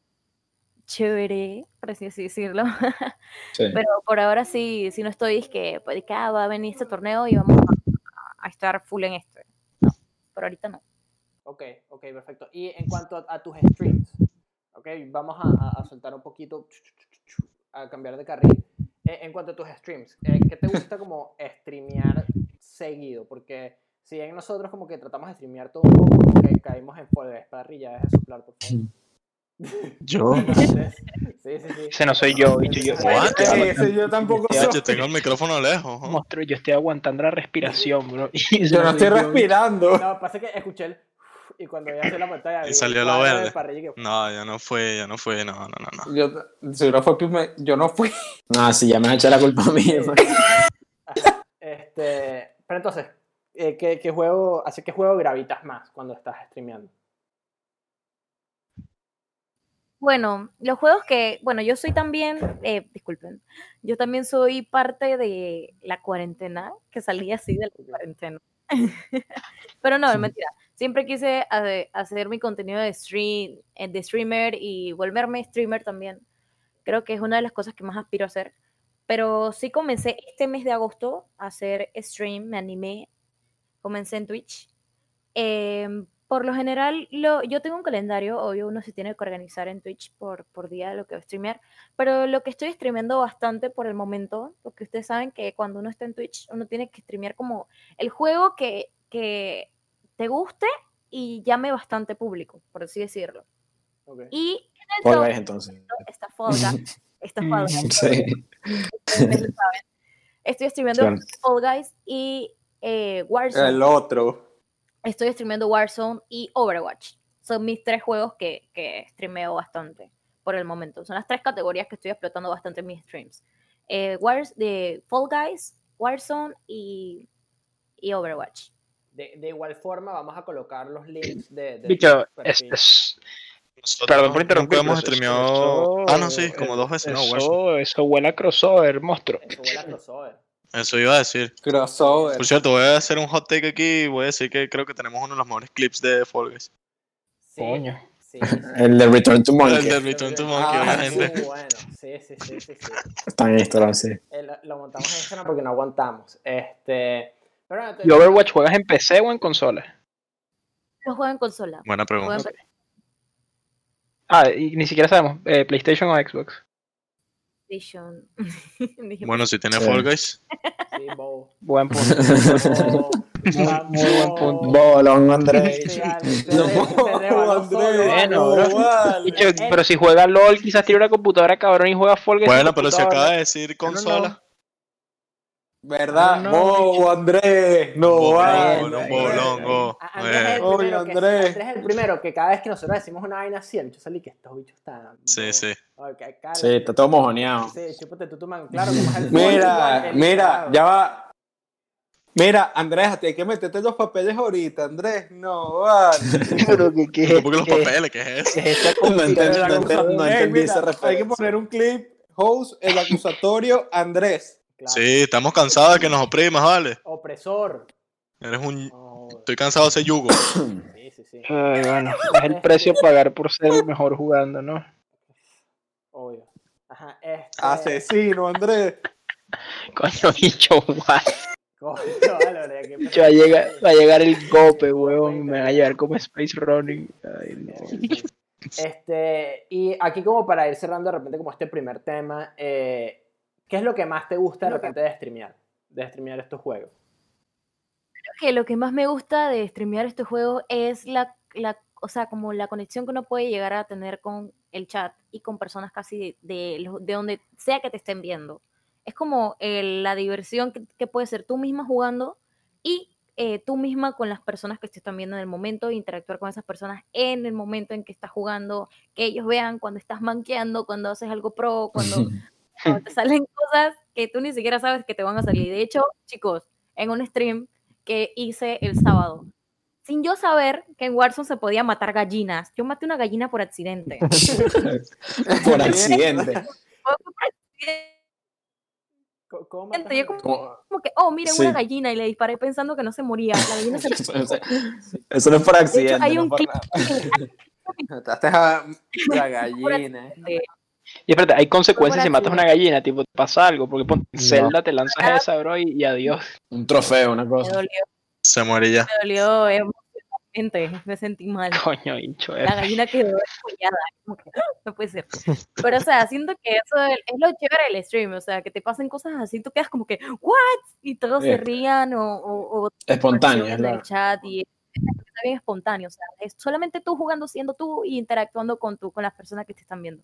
Speaker 5: chévere, por así así decirlo.
Speaker 3: Sí.
Speaker 5: Pero por ahora sí, si no estoy, es que pues, de que, ah, va a venir este torneo y vamos a- a, estar full en este. No, por ahorita no.
Speaker 1: ok, ok, perfecto. Y en cuanto a, a tus streams, ok, vamos a, a- a soltar un poquito, a cambiar de carril. Eh, en cuanto a tus streams, eh, ¿qué te gusta como streamear seguido? Porque si bien nosotros como que tratamos de streamear todo un poco, como que caímos en fuego de esparrilla, deja de soplar, por favor.
Speaker 6: Yo.
Speaker 1: Entonces, sí, sí, sí.
Speaker 2: Ese no soy yo, bicho. Yo,
Speaker 1: What?
Speaker 2: yo estoy
Speaker 4: Sí,
Speaker 2: aguantando-
Speaker 4: sí, yo tampoco
Speaker 3: Ya,
Speaker 4: soy-
Speaker 6: Yo tengo el micrófono lejos. ¿no?
Speaker 2: monstruo, yo estoy aguantando la respiración, bro.
Speaker 4: Yo no estoy
Speaker 2: respirando.
Speaker 4: respirando.
Speaker 1: No, pasa que escuché el... Y cuando ya se la pantalla...
Speaker 6: Y
Speaker 1: vi el
Speaker 6: salió la
Speaker 1: cuadro de
Speaker 6: verde.
Speaker 1: esparrilla y que-
Speaker 6: No, yo no fui, yo no fui, no, no, no, no.
Speaker 4: Yo, si no fue Pime, yo no fui.
Speaker 3: Ah, sí, ya me has echado la culpa a mí. hermano.
Speaker 1: Este, pero entonces, eh, ¿qué, qué juego, hacia qué juego gravitas más cuando estás streameando?
Speaker 5: Bueno, los juegos que, bueno, yo soy también, eh, disculpen, yo también soy parte de la cuarentena, que salí así de la cuarentena. Pero no, es mentira. Siempre quise hace- hacer mi contenido de, stream, eh, de streamer y volverme streamer también. Creo que es una de las cosas que más aspiro a hacer. Pero sí comencé este mes de agosto a hacer stream, me animé, comencé en Twitch. Em, por lo general, lo, yo tengo un calendario, obvio uno se tiene que organizar en Twitch por, por día de lo que va a streamear, pero lo que estoy streameando bastante por el momento, porque ustedes saben que cuando uno está en Twitch, uno tiene que streamear como el juego que, que te guste y llame bastante público, por así decirlo.
Speaker 1: Ok.
Speaker 5: Y en el
Speaker 3: Por
Speaker 5: top
Speaker 3: vez entonces.
Speaker 5: está Fall Guys, está Fall Guys,
Speaker 3: Sí,
Speaker 5: ustedes lo saben. Estoy streameando
Speaker 3: claro.
Speaker 5: Fall Guys y eh, Warzone.
Speaker 4: El otro.
Speaker 5: Estoy streameando Warzone y Overwatch. Son mis tres juegos que, que streameo bastante por el momento. Son las tres categorías que estoy explotando bastante en mis streams. Eh, Wars, de Fall Guys, Warzone y, y Overwatch.
Speaker 1: De, de igual forma, vamos a colocar los links de... de
Speaker 2: Bicho,
Speaker 4: Pues
Speaker 2: este
Speaker 1: tu perfil.
Speaker 2: es, es-
Speaker 6: Nosotros
Speaker 2: Perdón por interrumpir.
Speaker 6: nunca hemos
Speaker 2: pero eso-
Speaker 6: streameado.
Speaker 2: eso-
Speaker 6: Ah, no, sí, como dos veces,
Speaker 2: Eso,
Speaker 6: no, Warzone.
Speaker 2: eso huele a crossover, monstruo.
Speaker 1: Eso huele a crossover.
Speaker 6: Eso iba a decir.
Speaker 4: Crossover.
Speaker 6: Por cierto, voy a hacer un hot take aquí y voy a decir que creo que tenemos uno de los mejores clips de Fall Guys.
Speaker 1: Sí,
Speaker 2: Coño.
Speaker 1: sí, sí.
Speaker 3: El de Return to
Speaker 6: El de
Speaker 3: Monkey.
Speaker 6: Return to Monkey,
Speaker 4: Ah,
Speaker 6: obviamente.
Speaker 1: Muy bueno, sí, sí, sí, sí, sí.
Speaker 3: Está en Instagram, sí.
Speaker 1: Eh, lo, lo montamos en Instagram porque no aguantamos. Este, pero bueno,
Speaker 2: ¿Y Overwatch juegas en PC o en consola?
Speaker 5: Los juego en consola.
Speaker 6: Buena
Speaker 5: Juego en
Speaker 6: pregunta.
Speaker 5: PC.
Speaker 2: Ah, y ni siquiera sabemos, eh, PlayStation o Xbox.
Speaker 5: PlayStation. Dije,
Speaker 6: Bueno, si tiene
Speaker 3: Sí.
Speaker 6: Fall Guys.
Speaker 1: sí, Bow.
Speaker 2: Buen punto.
Speaker 1: Bow,
Speaker 2: muy buen punto.
Speaker 3: Bolón,
Speaker 1: Sí,
Speaker 3: Andrés.
Speaker 1: vale,
Speaker 3: No,
Speaker 1: se- se rebaló solo.
Speaker 4: Andrés,
Speaker 2: Bueno,
Speaker 4: no,
Speaker 2: bro.
Speaker 4: vale.
Speaker 2: Bicho, pero si juega LOL, quizás tiene una computadora cabrón y juega Fall Guys en
Speaker 6: Bueno, pero si
Speaker 2: computadora.
Speaker 6: acaba de decir
Speaker 2: No, no, no.
Speaker 6: consola.
Speaker 4: ¿Verdad?
Speaker 2: No,
Speaker 4: ¡Oh, Andrés! ¡No
Speaker 6: Un
Speaker 4: vale.
Speaker 6: bolongo, un bolongo.
Speaker 1: A- Andrés es, el
Speaker 4: Oye,
Speaker 1: primero que,
Speaker 4: Andrés.
Speaker 1: Andrés es el primero que cada vez que nosotros decimos una vaina así, el bicho sale y que estos bichos están.
Speaker 6: Sí, sí.
Speaker 1: Ok, cara.
Speaker 3: Sí, está todo mojoneado.
Speaker 1: Sí, chúpate tú, tu mango. Claro, como es el
Speaker 4: Mira,
Speaker 1: fútbol,
Speaker 4: mira,
Speaker 1: el-
Speaker 4: ya va. Mira, Andrés, te hay que meterte los papeles ahorita, Andrés. No, vale.
Speaker 2: Pero que qué es
Speaker 6: ¿Por qué los
Speaker 2: qué-
Speaker 6: papeles? ¿Qué es eso?
Speaker 2: qué es esta
Speaker 3: No entendí,
Speaker 2: cosa?
Speaker 3: no entendí, no
Speaker 4: Ey,
Speaker 3: entendí
Speaker 4: mira,
Speaker 3: esa
Speaker 4: hay que
Speaker 3: referencia.
Speaker 4: poner un clip, host, el acusatorio, Andrés.
Speaker 1: Claro.
Speaker 6: Sí, estamos cansados de que nos oprimas, vale.
Speaker 1: Opresor.
Speaker 6: Eres un.
Speaker 1: No,
Speaker 6: Estoy cansado de ese yugo.
Speaker 1: sí, sí, sí.
Speaker 2: Ay, bueno, es el precio a pagar por ser el mejor jugando, ¿no?
Speaker 1: Obvio. Ajá, este.
Speaker 4: Ah, Asesino, Andrés.
Speaker 2: Coño, bicho, guay.
Speaker 1: Coño, vale, vale, qué
Speaker 2: Bicho, va a llegar, va a llegar el golpe, huevón. y Me va a llevar como Space Running. Ay, no.
Speaker 1: Este, y aquí como para ir cerrando de repente como este primer tema, eh, ¿qué es lo que más te gusta de repente de streamear? De streamear estos juegos.
Speaker 5: que lo que más me gusta de streamear estos juegos es la, la- o sea, como la conexión que uno puede llegar a tener con el chat y con personas casi de, de, lo- de donde sea que te estén viendo. Es como eh, la diversión que, que puede ser tú misma jugando y eh, tú misma con las personas que te están viendo en el momento, interactuar con esas personas en el momento en que estás jugando, que ellos vean cuando estás manqueando, cuando haces algo pro, cuando cuando te salen cosas que tú ni siquiera sabes que te van a salir. De hecho, chicos, en un stream que hice el sábado, sin yo saber que en Warzone se podía matar gallinas, yo maté una gallina por accidente.
Speaker 3: Por accidente.
Speaker 1: Co- ¿Cómo
Speaker 5: Gente,
Speaker 1: matas
Speaker 5: yo
Speaker 1: a-
Speaker 5: como-
Speaker 3: Como-
Speaker 5: Como que, oh, mira,
Speaker 3: Sí.
Speaker 5: una gallina y le disparé pensando que no se moría. La gallina se
Speaker 3: Eso eso no es por
Speaker 5: De hecho,
Speaker 3: accidente.
Speaker 5: hay
Speaker 3: no
Speaker 5: un
Speaker 3: por
Speaker 5: clip
Speaker 3: nada.
Speaker 4: Mataste a la gallina.
Speaker 5: de-
Speaker 2: Y espérate, hay consecuencias si matas
Speaker 5: accidente.
Speaker 2: una gallina, tipo, te pasa algo, porque ponte
Speaker 3: No.
Speaker 2: Zelda, te lanzas esa, bro, y, y adiós.
Speaker 3: Un trofeo, una
Speaker 5: me
Speaker 3: cosa.
Speaker 5: dolió,
Speaker 6: Se muere ya.
Speaker 5: me dolió emocionalmente, me sentí mal.
Speaker 2: Coño, eh. hincho,
Speaker 5: La gallina quedó descollada. como que, ¡ah! No puede ser. Pero, o sea, siento que eso es es lo chévere del stream. O sea, que te pasen cosas así, tú quedas como que, ¿what? Y todos se
Speaker 3: Eh.
Speaker 5: rían o, o, o
Speaker 3: Espontáneo,
Speaker 5: reaccionan
Speaker 3: es
Speaker 5: en
Speaker 3: la-
Speaker 5: el chat. Y está bien espontáneo. O sea, es solamente tú jugando, siendo tú y interactuando con, tú, con las personas que te están viendo.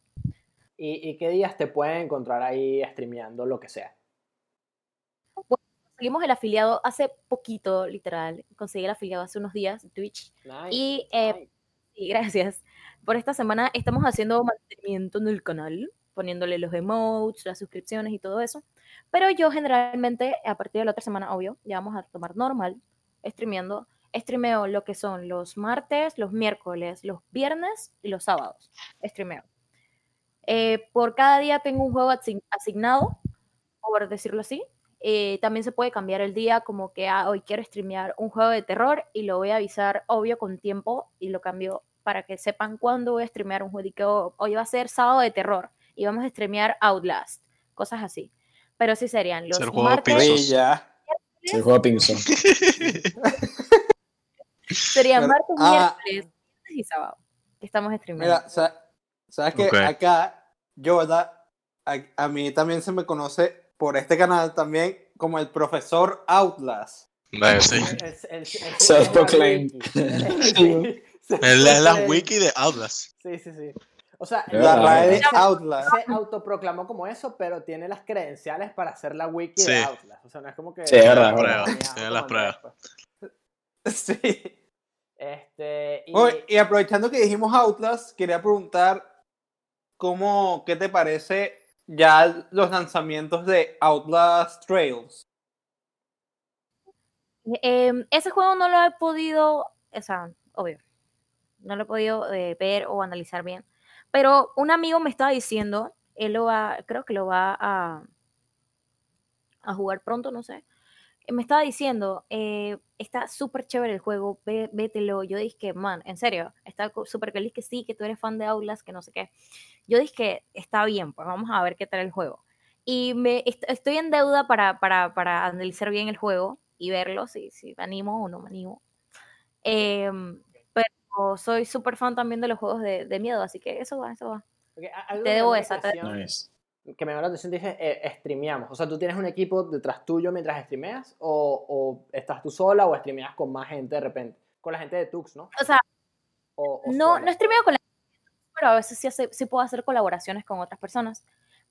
Speaker 1: ¿Y, y qué días te pueden encontrar ahí streameando lo que sea?
Speaker 5: Conseguimos el afiliado hace poquito, literal. Conseguí el afiliado hace unos días, Twitch. Y, eh,
Speaker 1: nice.
Speaker 5: Sí, gracias. Por esta semana estamos haciendo mantenimiento en el canal, poniéndole los emotes, las suscripciones y todo eso. Pero yo generalmente, a partir de la otra semana, obvio, ya vamos a tomar normal, streameando. Streameo lo que son los martes, los miércoles, los viernes y los sábados. Streameo. Eh, por cada día tengo un juego asign- asignado, por decirlo así. Eh, también se puede cambiar el día, como que ah, hoy quiero streamear un juego de terror y lo voy a avisar, obvio, con tiempo y lo cambio para que sepan cuándo voy a streamear un juego. Y que oh, hoy va a ser sábado de terror y vamos a streamear Outlast, cosas así. Pero sí serían los
Speaker 6: el juego
Speaker 5: martes,
Speaker 6: Pinzón.
Speaker 4: Sí, ya.
Speaker 3: Sí, el juego Pinzón.
Speaker 5: serían
Speaker 4: Pero-
Speaker 5: martes,
Speaker 4: ah.
Speaker 5: miércoles viernes y sábado. que Estamos streameando.
Speaker 4: Mira, sa- sabes que
Speaker 6: Ok.
Speaker 4: acá, yo, ¿verdad? A, a mí también se me conoce por este canal también como el profesor Outlast.
Speaker 6: Dale, sí.
Speaker 1: El- el- el- el-
Speaker 3: Self-proclaimed.
Speaker 1: Sí.
Speaker 6: Es la, es la
Speaker 1: Este-
Speaker 6: wiki de Atlas.
Speaker 1: Sí, sí, sí. O sea,
Speaker 3: Ya,
Speaker 4: La
Speaker 3: ya,
Speaker 4: RAE
Speaker 3: ya.
Speaker 4: de Outlast.
Speaker 1: se autoproclamó como eso, pero tiene las credenciales para hacer la wiki de
Speaker 6: Sí.
Speaker 1: Outlast. O sea, no es como que.
Speaker 3: Sí, es verdad,
Speaker 6: Tiene las
Speaker 1: Mira,
Speaker 6: pruebas, tiene
Speaker 1: como
Speaker 6: las
Speaker 1: no,
Speaker 6: pruebas.
Speaker 1: pues.
Speaker 4: Sí.
Speaker 1: Este. Y,
Speaker 4: Oye, y aprovechando que dijimos Outlast, quería preguntar cómo, qué te parece ya los lanzamientos de Outlast Trails.
Speaker 5: Em, ese juego no lo he podido, o sea, obvio, no lo he podido eh, ver o analizar bien. Pero un amigo me estaba diciendo, él lo va, creo que lo va a, a jugar pronto, no sé. Eh, Me estaba diciendo, eh, está súper chévere el juego, ve- vételo. Yo dije, man, en serio, está co- súper feliz que sí, que tú eres fan de Aulas, que no sé qué. Yo dije, está bien, pues vamos a ver qué tal el juego. Y me est- estoy en deuda para, para, para analizar bien el juego y verlo, si, si me animo o no me animo. Em, pero soy súper fan también de los juegos de, de miedo, así que eso va, eso va.
Speaker 1: ok, a- algo
Speaker 5: te
Speaker 1: que me
Speaker 5: debo
Speaker 1: llamó la
Speaker 5: esa, te-
Speaker 1: atención-
Speaker 3: Nice.
Speaker 1: Que me llamó la atención, dije, eh, streameamos. O sea, ¿tú tienes un equipo detrás tuyo mientras streameas? ¿O, o estás tú sola o streameas con más gente de repente? Con la gente de Tux, ¿no?
Speaker 5: O sea,
Speaker 1: O, o
Speaker 5: no,
Speaker 1: sola.
Speaker 5: no streameo con la pero a veces sí, hace- sí puedo hacer colaboraciones con otras personas.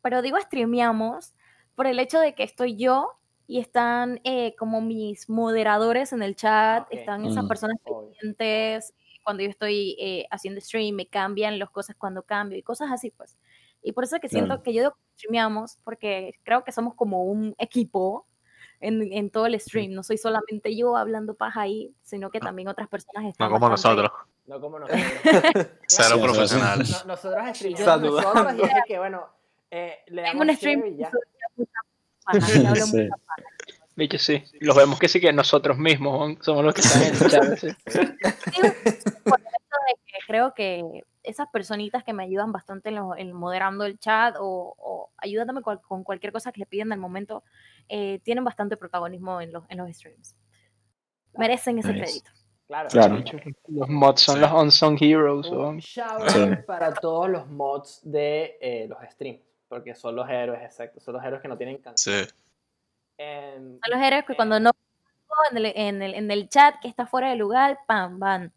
Speaker 5: Pero digo streameamos por el hecho de que estoy yo y están eh, como mis moderadores en el chat,
Speaker 1: Ok.
Speaker 5: están esas
Speaker 3: Mm.
Speaker 5: personas
Speaker 1: Obvio.
Speaker 5: pendientes, cuando yo estoy eh, haciendo stream, me cambian las cosas cuando cambio y cosas así, pues. Y por eso es que siento
Speaker 3: Claro.
Speaker 5: que yo digo que streameamos, porque creo que somos como un equipo en, en todo el stream. No soy solamente yo hablando paja ahí, sino que también otras personas están.
Speaker 7: No como
Speaker 5: bastante-
Speaker 7: nosotros,
Speaker 1: No como nosotros.
Speaker 7: cero
Speaker 3: Sí,
Speaker 7: profesionales.
Speaker 1: No- nosotros streameamos
Speaker 4: Saludando.
Speaker 1: nosotros y es de que, bueno, eh, le
Speaker 5: Tengo
Speaker 1: damos
Speaker 5: un
Speaker 1: share
Speaker 5: stream.
Speaker 1: y ya.
Speaker 5: soy una puta paja, y hablo
Speaker 3: Sí.
Speaker 5: mucha paja.
Speaker 2: Bicho, sí. Los vemos que sí que nosotros mismos weón, somos los que están en el chat. sí.
Speaker 5: esto de que creo que esas personitas que me ayudan bastante en, lo- en moderando el chat o, o ayudándome cual- con cualquier cosa que le piden al momento, eh, tienen bastante protagonismo en los, en los streams. Merecen ese
Speaker 3: Nice.
Speaker 5: crédito.
Speaker 1: Claro.
Speaker 3: Claro.
Speaker 2: Los mods son los unsung heroes.
Speaker 1: Un
Speaker 2: weón.
Speaker 1: shout out
Speaker 3: Sí.
Speaker 1: para todos los mods de eh, los streams. Porque son los héroes, exacto. Son los héroes que no tienen canción.
Speaker 6: Sí.
Speaker 1: Em,
Speaker 5: Son los héroes que cuando no en el, en el- en el chat que está fuera de lugar, pam, van.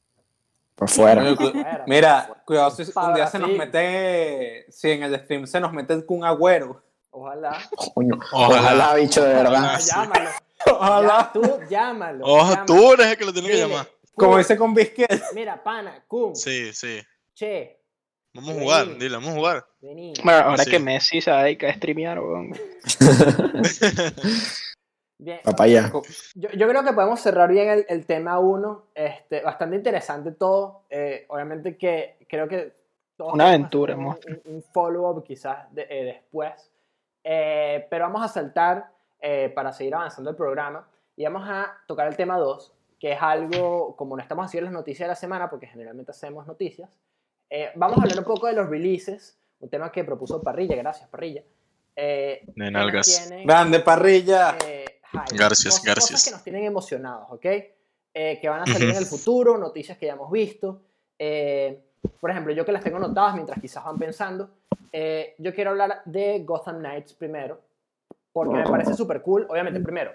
Speaker 3: Por fuera.
Speaker 4: Coño, cu-
Speaker 1: Fuera.
Speaker 4: Mira, cuidado si un
Speaker 1: Pa'
Speaker 4: día se nos
Speaker 1: Brasil.
Speaker 4: mete, si en el stream se nos mete un agüero.
Speaker 1: Ojalá.
Speaker 3: Coño. Ojalá, bicho, de verdad.
Speaker 1: Llámalo.
Speaker 4: Ojalá.
Speaker 1: Ya, tú llámalo.
Speaker 6: Ojo,
Speaker 1: llámalo.
Speaker 6: tú eres el que lo tiene que
Speaker 1: Dile,
Speaker 6: llamar.
Speaker 4: Como
Speaker 1: "Kun,
Speaker 4: dice con Bisquet.
Speaker 1: Mira, pana, cum,
Speaker 6: Sí, sí.
Speaker 1: che,
Speaker 6: Vamos a
Speaker 1: Sí.
Speaker 6: jugar, dile, vamos a jugar.
Speaker 1: vení.
Speaker 2: Bueno, ahora
Speaker 6: Sí.
Speaker 2: que Messi se va a dedicar a streamear, weón.
Speaker 1: Bien.
Speaker 4: Ah,
Speaker 3: Papaya.
Speaker 1: Yo, yo creo que podemos cerrar bien el, el tema 1. Este, bastante interesante todo. Eh, obviamente que creo que... todos
Speaker 2: Una
Speaker 1: podemos
Speaker 2: aventura,
Speaker 1: hacer
Speaker 2: monstruo.
Speaker 1: Un, un- un follow-up quizás de- eh, después. Eh, pero vamos a saltar eh, para seguir avanzando el programa y vamos a tocar el tema 2, que es algo, como no estamos haciendo las noticias de la semana, porque generalmente hacemos noticias, eh, vamos a hablar un poco de los releases, un tema que propuso Parrilla, gracias Parrilla. Eh,
Speaker 6: De
Speaker 1: que nos
Speaker 6: nalgas.
Speaker 1: tiene-
Speaker 4: Grande parrilla.
Speaker 1: eh, hype.
Speaker 6: Garcias,
Speaker 1: cosas, cosas
Speaker 6: garcias.
Speaker 1: que nos tienen emocionados, ¿ok? Eh, que van a salir
Speaker 6: Ujú.
Speaker 1: en el futuro, noticias que ya hemos visto. Eh, por ejemplo, yo que las tengo anotadas mientras quizás van pensando, eh, yo quiero hablar de Gotham Knights primero, porque me parece súper cool. Obviamente, primero,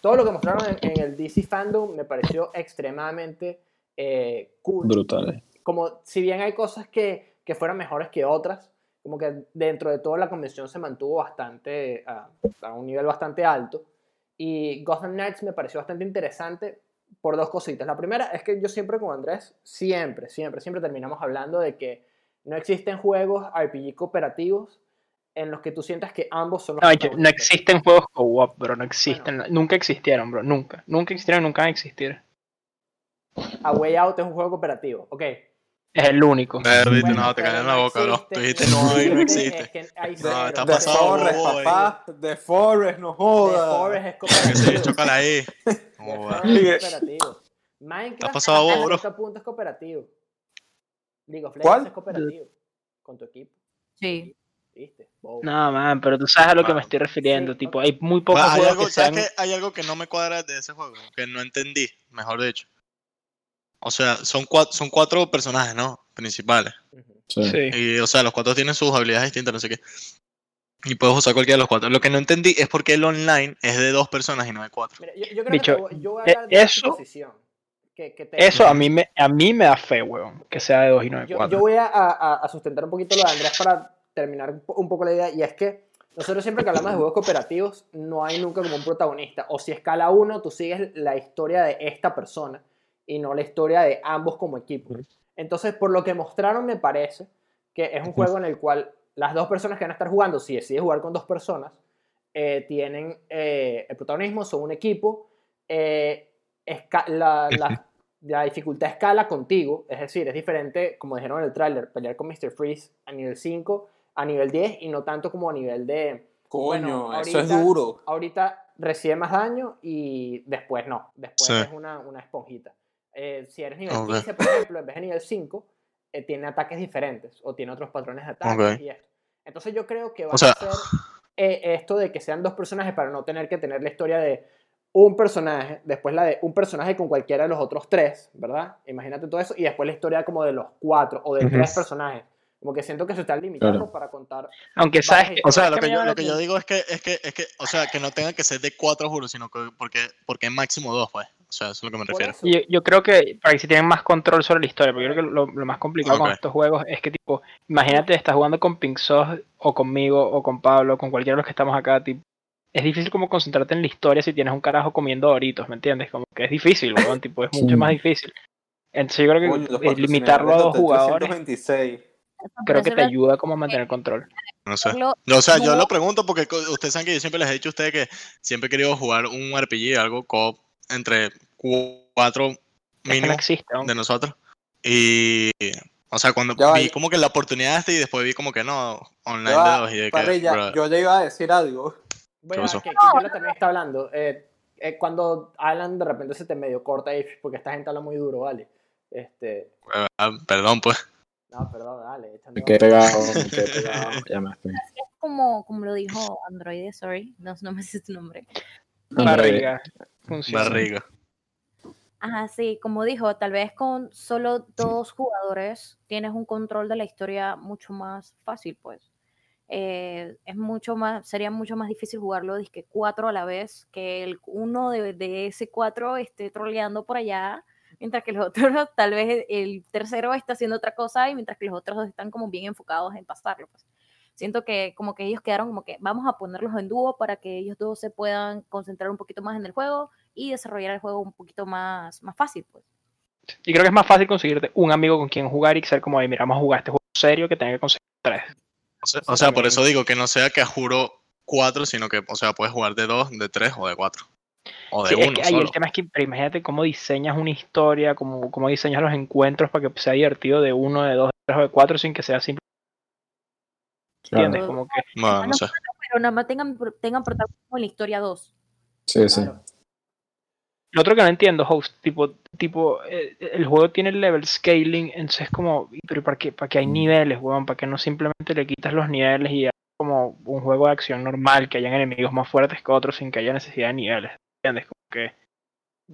Speaker 1: todo lo que mostraron en, en el DC Fandom me pareció extremadamente eh, cool
Speaker 3: Brutal.
Speaker 1: como si bien hay cosas que, que fueron mejores que otras, como que dentro de todo la convención se mantuvo bastante a, a un nivel bastante alto. Y Gotham Knights me pareció bastante interesante por dos cositas. La primera es que yo siempre con Andrés, siempre, siempre, siempre terminamos hablando de que no existen juegos RPG cooperativos en los que tú sientas que ambos son los
Speaker 2: No, yo- no
Speaker 1: protagonistas.
Speaker 2: existen juegos co-op, bro. No existen. Nunca existieron, bro. Nunca. Nunca existieron, nunca van a existir.
Speaker 1: A Way Out es un juego cooperativo, ok.
Speaker 2: Es el único.
Speaker 6: Perdiste,
Speaker 1: Bueno,
Speaker 6: no, te
Speaker 1: pero
Speaker 6: caes en la boca, bro.
Speaker 1: existe,
Speaker 6: Tú dijiste no hay, no existe.
Speaker 1: es que hay
Speaker 6: No, está
Speaker 1: cero.
Speaker 4: The
Speaker 6: pasado, eh.
Speaker 4: Forest,
Speaker 6: boy.
Speaker 4: papá. The Forest, no jodas.
Speaker 1: The
Speaker 6: eh,
Speaker 1: Forest es
Speaker 6: Que sí,
Speaker 1: cooperativo.
Speaker 6: chócala ahí.
Speaker 1: The
Speaker 6: No jodas.
Speaker 1: Forest es cooperativo. Minecraft
Speaker 6: Está pasado a
Speaker 1: hasta
Speaker 6: vos, bro.
Speaker 1: cierto punto es cooperativo. League of
Speaker 4: ¿Cuál?
Speaker 1: Legends es cooperativo. Con tu equipo,
Speaker 5: Sí.
Speaker 1: ¿viste? Bobo.
Speaker 2: No, man, pero tú sabes a lo que
Speaker 6: Man.
Speaker 2: me estoy refiriendo.
Speaker 1: Sí.
Speaker 2: Tipo, hay muy pocos
Speaker 6: hay,
Speaker 2: juegos
Speaker 6: algo,
Speaker 2: que sean.
Speaker 6: ¿sabes qué? hay algo que no me cuadra de ese juego, que no entendí, mejor dicho. O sea, son cuatro, son cuatro personajes, ¿no? Principales.
Speaker 1: Ujú.
Speaker 3: Sí.
Speaker 2: Sí.
Speaker 6: Y, o sea, los cuatro tienen sus habilidades distintas, no sé qué. Y puedes usar cualquiera de los cuatro. Lo que no entendí es por qué el online es de dos personas y no de cuatro.
Speaker 1: Mira, yo, yo creo
Speaker 2: Bicho,
Speaker 1: que voy- yo voy a
Speaker 2: eh,
Speaker 1: hablar de
Speaker 2: eso-
Speaker 1: mi posición. Que, que te-
Speaker 2: Eso a mí me, a mí me da fe, weón. Que sea de 2 y no de
Speaker 1: yo,
Speaker 2: 4.
Speaker 1: yo voy a, a- a sustentar un poquito lo de Andrés para terminar un po- un poco la idea. Y es que nosotros siempre que hablamos de juegos cooperativos, no hay nunca como un protagonista. O si escala uno, tú sigues la historia de esta persona y no la historia de ambos como equipo. Entonces, por lo que mostraron, me parece que es un juego en el cual las dos personas que van a estar jugando, si decides jugar con dos personas, eh, tienen eh, el protagonismo, son un equipo. eh, esca- la, la- la dificultad escala contigo, es decir, es diferente, como dijeron en el tráiler, pelear con Mr. Freeze a nivel 5, a nivel 10 y no tanto como a nivel de
Speaker 4: Coño,
Speaker 1: Bueno,
Speaker 4: eso es
Speaker 1: ahorita-
Speaker 4: duro.
Speaker 1: ahorita recibe más daño y después no, después
Speaker 6: Sí.
Speaker 1: es una, una esponjita. Eh, si eres nivel
Speaker 6: Ok.
Speaker 1: 15, por ejemplo, en vez de nivel 5, eh, tiene ataques diferentes o tiene otros patrones de ataques
Speaker 6: Ok.
Speaker 1: y esto. Entonces yo creo que va
Speaker 6: O sea-
Speaker 1: a ser eh, esto de que sean dos personajes para no tener que tener la historia de un personaje, después la de un personaje con cualquiera de los otros tres, ¿verdad? Imagínate todo eso y después la historia como de los cuatro o de
Speaker 2: Ujú.
Speaker 1: tres personajes. Como que siento que se está limitando
Speaker 3: Claro.
Speaker 1: para contar.
Speaker 2: Aunque sabes
Speaker 1: Vamos,
Speaker 2: que.
Speaker 6: O sea,
Speaker 2: ¿sabes
Speaker 6: lo
Speaker 2: qué
Speaker 6: que
Speaker 2: me
Speaker 6: yo,
Speaker 2: llama la
Speaker 6: lo que yo
Speaker 2: atención?
Speaker 6: digo es que, es que, es que, o sea, que no tenga que ser de cuatro juros, sino que porque, porque máximo dos, pues. O sea, eso es lo que me
Speaker 1: Por
Speaker 6: refiero.
Speaker 1: eso,
Speaker 2: Yo, yo creo que para que se tienen más control sobre la historia, porque yo creo que lo, lo más complicado con
Speaker 6: Ok.
Speaker 2: estos juegos es que, tipo, imagínate, estás jugando con Pink Sauce, o conmigo, o con Pablo, o con cualquiera de los que estamos acá, tipo, es difícil como concentrarte en la historia si tienes un carajo comiendo doritos, ¿me entiendes? Como que es difícil, weón, tipo, es mucho
Speaker 3: Sí.
Speaker 2: más difícil. Entonces yo creo que
Speaker 4: Coño, los
Speaker 2: eh, limitarlo a dos jugadores
Speaker 4: 326.
Speaker 2: creo que te
Speaker 5: Pero eso
Speaker 2: ayuda como a mantener control.
Speaker 6: No sé.
Speaker 5: lo-
Speaker 6: No, O sea, yo
Speaker 5: No.
Speaker 6: lo pregunto porque co- ustedes saben que yo siempre les he dicho a ustedes que siempre he querido jugar un RPG, algo co entre cu- cuatro
Speaker 2: Es que no
Speaker 6: mínimo
Speaker 2: existe, ¿no?
Speaker 6: de nosotros. Y, o sea, cuando
Speaker 4: Ya va,
Speaker 6: vi
Speaker 4: ya-
Speaker 6: como que la oportunidad esta y después vi como que no, online
Speaker 4: Ya va,
Speaker 6: de dos y de que,
Speaker 4: ah, Parrilla,
Speaker 6: bro,
Speaker 4: yo le iba a decir algo.
Speaker 1: Bueno,
Speaker 6: pasó?
Speaker 1: que, que Yola también está hablando. Eh, eh, cuando Alan de repente se te medio corta ahí, porque esta gente habla muy duro, ¿vale? Este,
Speaker 6: eh, ah, perdón, pues.
Speaker 1: no, perdón, dale. echando-
Speaker 3: Me quedé pegado, me quedé pegado. Ya me estoy.
Speaker 5: como, como lo dijo Android, sorry, no, no me sé tu nombre.
Speaker 2: Barriga. Funciona.
Speaker 6: Barriga.
Speaker 5: Ajá, sí, como dijo, tal vez con solo dos jugadores tienes un control de la historia mucho más fácil, pues. Eh, es mucho más, sería mucho más difícil jugarlo disque cuatro a la vez, que el uno de, de ese cuatro esté troleando por allá, mientras que los otros, tal vez el tercero está haciendo otra cosa y mientras que los otros dos están como bien enfocados en pasarlo, pues. Siento que como que ellos quedaron como que vamos a ponerlos en dúo para que ellos dos se puedan concentrar un poquito más en el juego y desarrollar el juego un poquito más, más fácil, pues.
Speaker 2: Y creo que es más fácil conseguirte un amigo con quien jugar y ser como, "Ey, mira, vamos a jugar este juego serio que tenga que conseguir tres.
Speaker 6: O sea, o sea, por eso digo que no sea que juro cuatro, sino que, o sea, puedes jugar de dos, de tres o de cuatro. O de
Speaker 2: Sí, es
Speaker 6: uno
Speaker 2: que ahí
Speaker 6: solo.
Speaker 2: el tema es que pero imagínate cómo diseñas una historia, cómo, cómo diseñas los encuentros para que sea divertido de uno, de dos, de tres o de cuatro sin que sea simple.
Speaker 3: Claro.
Speaker 2: ¿Entiendes? Como que
Speaker 6: Bueno, no sé.
Speaker 5: Pero nada más tengan, pro- tengan protagonismo en la historia 2.
Speaker 3: Sí, sí.
Speaker 1: Claro.
Speaker 2: Lo otro que no entiendo, host, tipo, tipo, eh, el juego tiene level scaling, entonces es como, "¿Y pero ¿para qué, para qué hay niveles, weón? ¿Para qué no simplemente le quitas los niveles y es como un juego de acción normal, que hayan enemigos más fuertes que otros sin que haya necesidad de niveles? ¿Entiendes? Como que,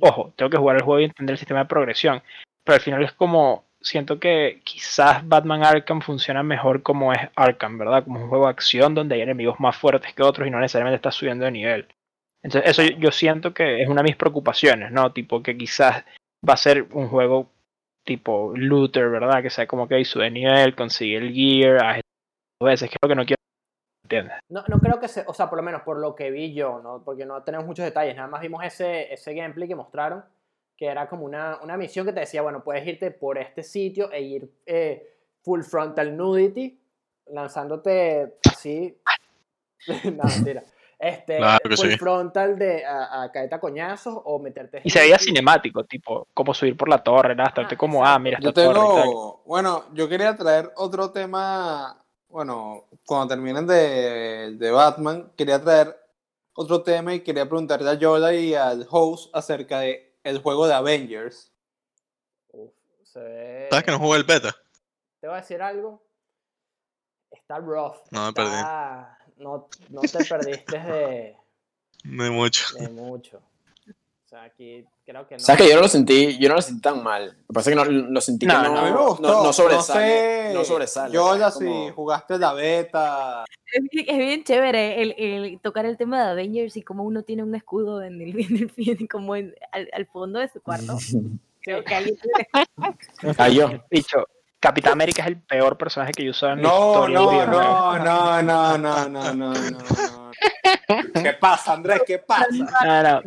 Speaker 2: ojo, tengo que jugar el juego y entender el sistema de progresión, pero al final es como, siento que quizás Batman Arkham funciona mejor como es Arkham, ¿verdad? Como un juego de acción donde hay enemigos más fuertes que otros y no necesariamente estás subiendo de nivel. Entonces, eso yo, yo siento que es una de mis preocupaciones, ¿no? Tipo, que quizás va a ser un juego tipo looter, ¿verdad? Que sea como que sube de nivel, consigue el gear, haz esto dos veces, que es lo que no quiero. ¿Entiendes?
Speaker 1: No, no creo que se, o sea, por lo menos por lo que vi yo, ¿no? porque no tenemos muchos detalles, nada más vimos ese, ese gameplay que mostraron, que era como una, una misión que te decía, bueno, puedes irte por este sitio e ir eh, full frontal nudity, lanzándote así. no, mentira. Este,
Speaker 6: Claro que
Speaker 1: full
Speaker 6: sí.
Speaker 1: frontal de a, a caerte a coñazos o meterte.
Speaker 2: Y se veía
Speaker 1: sneaky.
Speaker 2: cinemático, tipo, como subir por la torre, ¿verdad? Bastante
Speaker 1: Ah,
Speaker 2: como, ah,
Speaker 1: exacto.
Speaker 2: mira,
Speaker 4: Yo
Speaker 2: esta torre y tal.
Speaker 4: tengo, bueno, yo quería traer otro tema, bueno, cuando terminen de, de Batman, quería traer otro tema y quería preguntarle a Yola y al host acerca de el juego de Avengers.
Speaker 1: Uf, se ve-
Speaker 6: ¿Sabes que no jugué el beta?
Speaker 1: Te voy a decir algo. Está rough.
Speaker 6: No me
Speaker 1: está- No, no te perdiste de.
Speaker 6: De mucho.
Speaker 1: De mucho. O sea, aquí creo que no.
Speaker 3: Sabes que yo no lo sentí, yo no lo sentí tan mal. Lo que pasa es que no lo sentí
Speaker 2: No,
Speaker 3: que no,
Speaker 2: no, a
Speaker 4: mí me
Speaker 3: no-
Speaker 4: gustó,
Speaker 3: no sobresale.
Speaker 4: sé,
Speaker 3: No, sobresale.
Speaker 4: Yola,
Speaker 3: es como-
Speaker 4: si jugaste la beta.
Speaker 5: Es bien, es bien chévere el, el tocar el tema de Avengers y cómo uno tiene un escudo en el, en el pie, como en- al, al fondo de su cuarto. Creo que alguien tiene un escudo.
Speaker 7: Ah,
Speaker 3: Cayó.
Speaker 2: Dicho, Capitán América es el peor personaje que yo he usado en la
Speaker 4: No,
Speaker 2: historia.
Speaker 4: no,
Speaker 2: del videojuego.
Speaker 4: no, no, no, no, no, no, no, no. ¿Qué pasa, Andrés? ¿Qué pasa?
Speaker 2: No, no.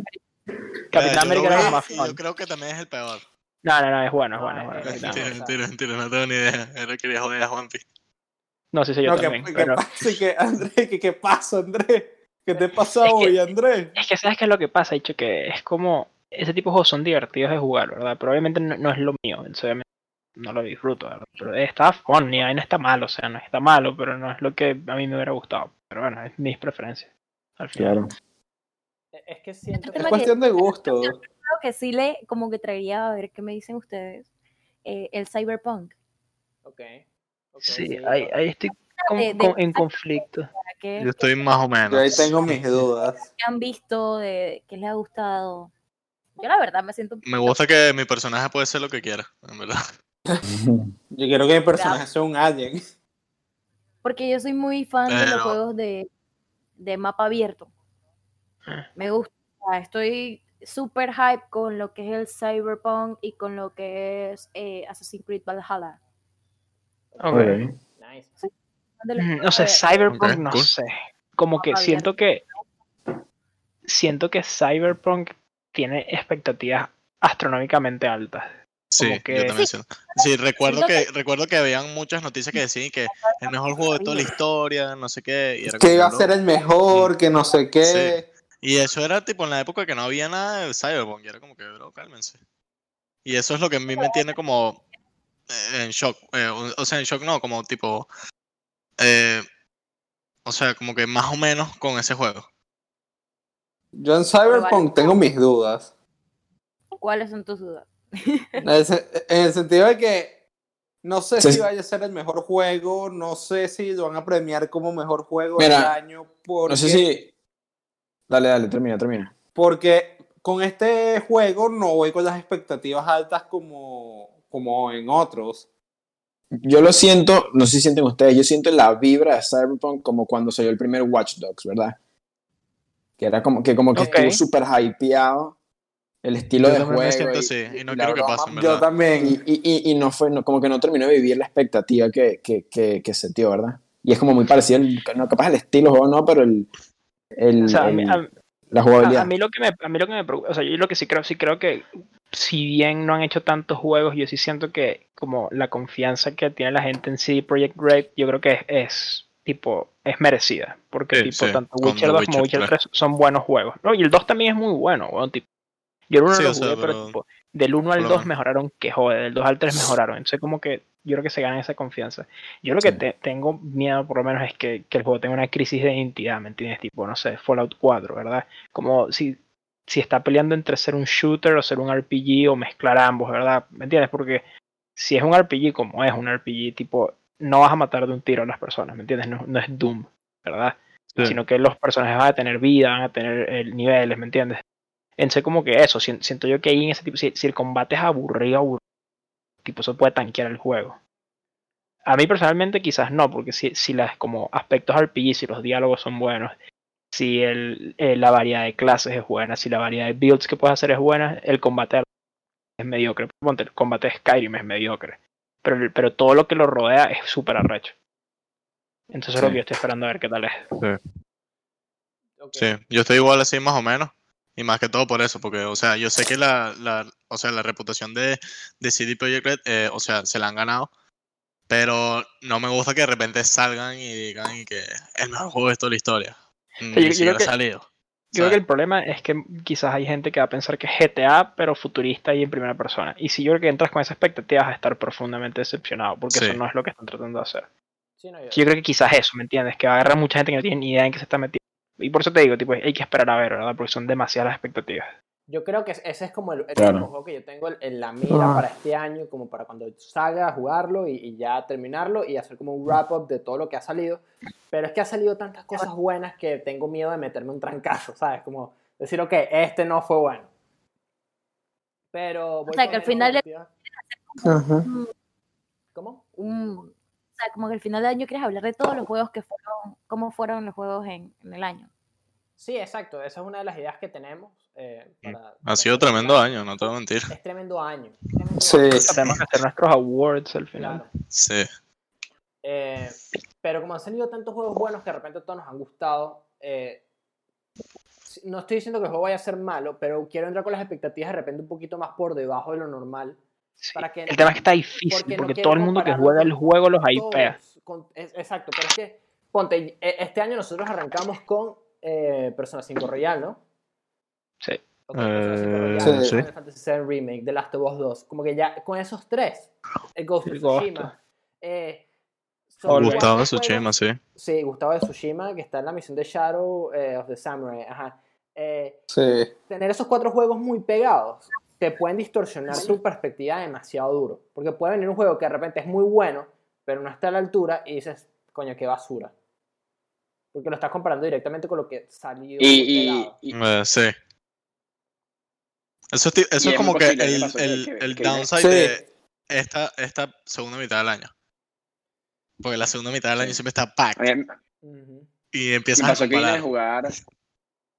Speaker 2: Capitán
Speaker 6: Mira,
Speaker 2: América
Speaker 6: yo lo
Speaker 2: era
Speaker 6: veo
Speaker 2: lo más
Speaker 6: y
Speaker 2: fun.
Speaker 6: Yo creo Ah, que también es el peor.
Speaker 2: No, no, no, es bueno, es
Speaker 1: No,
Speaker 2: bueno. es
Speaker 1: eh,
Speaker 2: bueno,
Speaker 1: eh,
Speaker 2: Capitán
Speaker 1: sí.
Speaker 6: Mentira,
Speaker 2: América.
Speaker 6: mentira, mentira, no tengo ni idea. Era que quería joder a Juanpi.
Speaker 2: No sé si yo
Speaker 4: No,
Speaker 2: también.
Speaker 4: ¿qué, qué
Speaker 2: pero-
Speaker 4: pasa? ¿Qué, Andrés? ¿Qué, qué pasa, Andrés? ¿Qué te pasa hoy, Andrés?
Speaker 2: Es que sabes que es lo que pasa, dicho que es como ese tipo de juegos son divertidos de jugar, ¿verdad? Pero obviamente no, no es lo mío, entonces obviamente no lo disfruto, ¿verdad? Pero está funny, ahí no está mal, o sea, no está malo, pero no es lo que a mí me hubiera gustado. Pero bueno, es mis preferencias. Al final.
Speaker 3: Claro.
Speaker 1: Eh, Es que siento que.
Speaker 5: Es
Speaker 4: Es cuestión de gusto.
Speaker 5: Creo que sí le, como que traería, a ver qué me dicen ustedes, eh, el cyberpunk.
Speaker 1: Ok. ok,
Speaker 2: Sí, ahí,
Speaker 1: no.
Speaker 2: ahí estoy con-
Speaker 5: de- de-
Speaker 2: con- en conflicto.
Speaker 5: Para que,
Speaker 6: Yo estoy más o
Speaker 4: Yo ahí
Speaker 6: menos.
Speaker 4: tengo mis dudas.
Speaker 5: que han visto, de qué les ha gustado. Yo la verdad me siento un
Speaker 6: Me gusta que mi personaje puede ser lo que quiera, en verdad.
Speaker 4: Yo quiero que mi personaje sea un alien.
Speaker 5: Porque yo soy muy fan de
Speaker 6: Pero-
Speaker 5: los juegos de, de mapa abierto.
Speaker 2: Ah.
Speaker 5: Me gusta. Estoy súper hype con lo que es el Cyberpunk y con lo que es eh, Assassin's Creed Valhalla.
Speaker 2: Ok.
Speaker 3: Ok.
Speaker 1: Nice.
Speaker 5: Son de los
Speaker 2: Mm, No
Speaker 5: juegos
Speaker 2: sé,
Speaker 5: de-
Speaker 2: Cyberpunk,
Speaker 6: Ok,
Speaker 2: no
Speaker 6: cool.
Speaker 2: sé. Como que
Speaker 5: Mapa
Speaker 2: siento que siento que Cyberpunk tiene expectativas astronómicamente altas.
Speaker 6: Sí,
Speaker 2: como que-
Speaker 6: yo también siento. Sí, recuerdo
Speaker 5: Siento
Speaker 6: que, recuerdo que habían muchas noticias que decían que el mejor juego de toda la historia, no sé qué. Y, era
Speaker 4: Que iba a
Speaker 6: como,
Speaker 4: ser
Speaker 6: ¿no?
Speaker 4: el mejor, que no sé qué.
Speaker 6: y eso era tipo en la época que no había nada de Cyberpunk. Y era como que, bro, cálmense. Y eso es lo que a mí me tiene como eh, en shock. eh, o- o sea, en shock no, como tipo. eh, o sea, como que más o menos con ese juego.
Speaker 4: Yo en Cyberpunk tengo mis dudas.
Speaker 5: ¿Cuáles son tus dudas?
Speaker 4: En el, sen- en el sentido de que no sé
Speaker 3: Sí.
Speaker 4: si vaya a ser el mejor juego, no sé si lo van a premiar como mejor juego del
Speaker 3: Mira,
Speaker 4: año, porque,
Speaker 3: No sé si. Dale, dale, termina, termina.
Speaker 4: porque con este juego no voy con las expectativas altas como, como en otros.
Speaker 3: Yo lo siento, no sé si sienten ustedes, yo siento la vibra de Cyberpunk como cuando salió el primer Watch Dogs, ¿verdad? Que era como que, como que
Speaker 2: Ok.
Speaker 3: estuvo súper hypeado el estilo
Speaker 6: Yo
Speaker 3: de
Speaker 6: también me
Speaker 3: juego.
Speaker 6: siento
Speaker 3: y-
Speaker 6: así, y no
Speaker 3: la
Speaker 6: quiero que
Speaker 3: broma,
Speaker 6: pase, en
Speaker 4: Yo
Speaker 6: verdad.
Speaker 4: también.
Speaker 3: Y, y- y- y no fue, no- como que no terminó de vivir la expectativa que, que, que, que se dio, ¿verdad? Y es como muy parecido, el- no capaz el estilo o no, pero el, el-
Speaker 2: O sea, a mí-
Speaker 3: el-
Speaker 2: a-
Speaker 3: la
Speaker 2: A,
Speaker 3: jugabilidad.
Speaker 2: a mí lo que me, a mí lo que me preocupa, o sea, yo lo que sí creo, sí creo que si bien no han hecho tantos juegos, yo sí siento que como la confianza que tiene la gente en CD Projekt Red, yo creo que es, es, tipo, es merecida, porque
Speaker 6: Sí,
Speaker 2: tipo
Speaker 6: sí,
Speaker 2: tanto
Speaker 6: con
Speaker 2: Witcher
Speaker 6: The
Speaker 2: 2 como
Speaker 6: Witcher
Speaker 2: Witcher
Speaker 6: 3.
Speaker 2: 3 son buenos juegos, ¿no? Y el 2 también es muy bueno, weón, tipo. Yo el 1
Speaker 6: Sí,
Speaker 2: no
Speaker 6: o
Speaker 2: lo
Speaker 6: sea,
Speaker 2: jugué, pero
Speaker 6: pero-
Speaker 2: tipo, del 1 al
Speaker 6: pero
Speaker 2: 2
Speaker 6: bueno.
Speaker 2: mejoraron que jode, del 2 al 3 mejoraron, entonces como que yo creo que se gana esa confianza. Yo lo que
Speaker 3: Sí.
Speaker 2: te- tengo miedo, por lo menos, es que, que el juego tenga una crisis de identidad, ¿me entiendes? Tipo, no sé, Fallout 4, ¿verdad? Como si, si está peleando entre ser un shooter o ser un RPG o mezclar ambos, ¿verdad? ¿Me entiendes? Porque si es un RPG como es un RPG, tipo, no vas a matar de un tiro a las personas, ¿me entiendes? No, no es Doom, ¿verdad?
Speaker 6: Sí.
Speaker 2: Sino que los personajes van a tener vida, van a tener eh, niveles, ¿me entiendes? Entonces, como que eso, si- siento yo que ahí en ese tipo, si, si el combate es aburrido, aburrido, tipo, eso puede tanquear el juego. A mí personalmente quizás no, porque si, si las como aspectos RPG, si los diálogos son buenos, si el, eh, la variedad de clases es buena, si la variedad de builds que puedes hacer es buena, el combate es mediocre. Ponte, el combate de Skyrim es mediocre. Pero, el- pero todo lo que lo rodea es súper arrecho. Entonces es lo
Speaker 3: Sí.
Speaker 2: que yo estoy esperando a ver qué tal es.
Speaker 1: Ok.
Speaker 6: Sí, yo estoy igual así más o menos. Y más que todo por eso, porque, o sea, yo sé que la, la, o sea, la reputación de, de CD Projekt Red, eh, o sea, se la han ganado. Pero no me gusta que de repente salgan y digan y que el mejor juego de toda la historia. Mm, Ni
Speaker 2: yo- yo
Speaker 6: siquiera
Speaker 2: creo que-
Speaker 6: ha salido.
Speaker 2: Yo creo que
Speaker 6: ¿sabes?
Speaker 2: el problema es que quizás hay gente que va a pensar que es GTA, pero futurista y en primera persona. Y si yo creo que entras con esa expectativa vas a estar profundamente decepcionado, porque
Speaker 6: Sí.
Speaker 2: eso no es lo que están tratando de hacer.
Speaker 1: Sí, no, yo-
Speaker 2: Yo creo que quizás eso, ¿me entiendes? Que va a agarrar mucha gente que no tiene ni idea en qué se está metiendo. Y por eso te digo, tipo, hay que esperar a ver, ¿verdad? Porque son demasiadas las expectativas.
Speaker 1: Yo creo que ese es como el, el
Speaker 3: Claro.
Speaker 1: único juego que yo tengo en- en la mira para este año, como para cuando salga a jugarlo y, y ya terminarlo y hacer como un wrap-up de todo lo que ha salido. Pero es que ha salido tantas cosas buenas que tengo miedo de meterme un trancazo, ¿sabes? Como decir, ok, este no fue bueno. Pero... voy
Speaker 5: sea,
Speaker 1: con
Speaker 5: que al
Speaker 1: menos
Speaker 5: final le-
Speaker 1: expectativa. ¿Cómo?
Speaker 5: un- Mm, o sea, como que al final del año quieres hablar de todos los juegos que fueron, cómo fueron los juegos en, en el año.
Speaker 1: Sí, exacto. Esa es una de las ideas que tenemos. eh, para-
Speaker 6: Mm. Ha
Speaker 1: para
Speaker 6: sido
Speaker 1: este
Speaker 6: tremendo
Speaker 1: año.
Speaker 6: año, no te voy a mentir.
Speaker 1: Es tremendo año. tremendo
Speaker 4: Sí.
Speaker 1: año,
Speaker 2: Tenemos que hacer nuestros awards al final.
Speaker 1: claro.
Speaker 6: Sí,
Speaker 1: Eh, pero como han salido tantos juegos buenos que de repente todos nos han gustado, eh, si- no estoy diciendo que el juego vaya a ser malo, pero quiero entrar con las expectativas de repente un poquito más por debajo de lo normal.
Speaker 2: Sí.
Speaker 1: Para que-
Speaker 2: El tema es que está difícil,
Speaker 1: porque
Speaker 2: porque,
Speaker 1: no quiero
Speaker 2: todo el mundo que
Speaker 1: compararlo
Speaker 2: juega el
Speaker 1: con
Speaker 2: juego los hypea.
Speaker 1: Todos con- es- exacto, pero es que, ponte, e- este año nosotros arrancamos con eh, Persona 5 Royal, ¿no?
Speaker 2: Sí.
Speaker 1: Ok, Persona 5 Royal,
Speaker 4: Eh, sí.
Speaker 1: Final Fantasy VII Remake, The Last of Us 2, como que ya con esos tres, el Ghost of
Speaker 2: El Ghost.
Speaker 1: Tsushima, eh, son
Speaker 2: All
Speaker 1: cuatro
Speaker 6: Gustavo
Speaker 1: juegos-
Speaker 6: Tsushima, sí.
Speaker 1: Sí, Gustavo de Tsushima, que está en la misión de Shadow eh, of the Samurai. Ajá. Eh,
Speaker 4: Sí.
Speaker 1: tener esos cuatro juegos muy pegados te pueden distorsionar tu perspectiva demasiado duro. Porque puede venir un juego que de repente es muy bueno, pero no está a la altura y dices, coño, qué basura. Porque lo estás comparando directamente con lo que salió
Speaker 3: Y,
Speaker 1: pegado.
Speaker 3: y- y-
Speaker 6: Eh, sí. Eso es, ti- eso
Speaker 3: es
Speaker 6: es como
Speaker 3: muy
Speaker 6: que
Speaker 3: posible, a mí me
Speaker 6: el,
Speaker 3: pasó que-
Speaker 6: el-
Speaker 3: que-
Speaker 6: el
Speaker 3: que-
Speaker 6: downside
Speaker 4: sí.
Speaker 6: de esta, esta segunda mitad del año. Porque la segunda mitad del año
Speaker 3: Sí.
Speaker 6: siempre está packed.
Speaker 3: a mí-
Speaker 1: Ujú.
Speaker 6: Y
Speaker 3: Me
Speaker 6: empiezas a
Speaker 3: pasó que vine a
Speaker 6: comparar.
Speaker 3: jugar.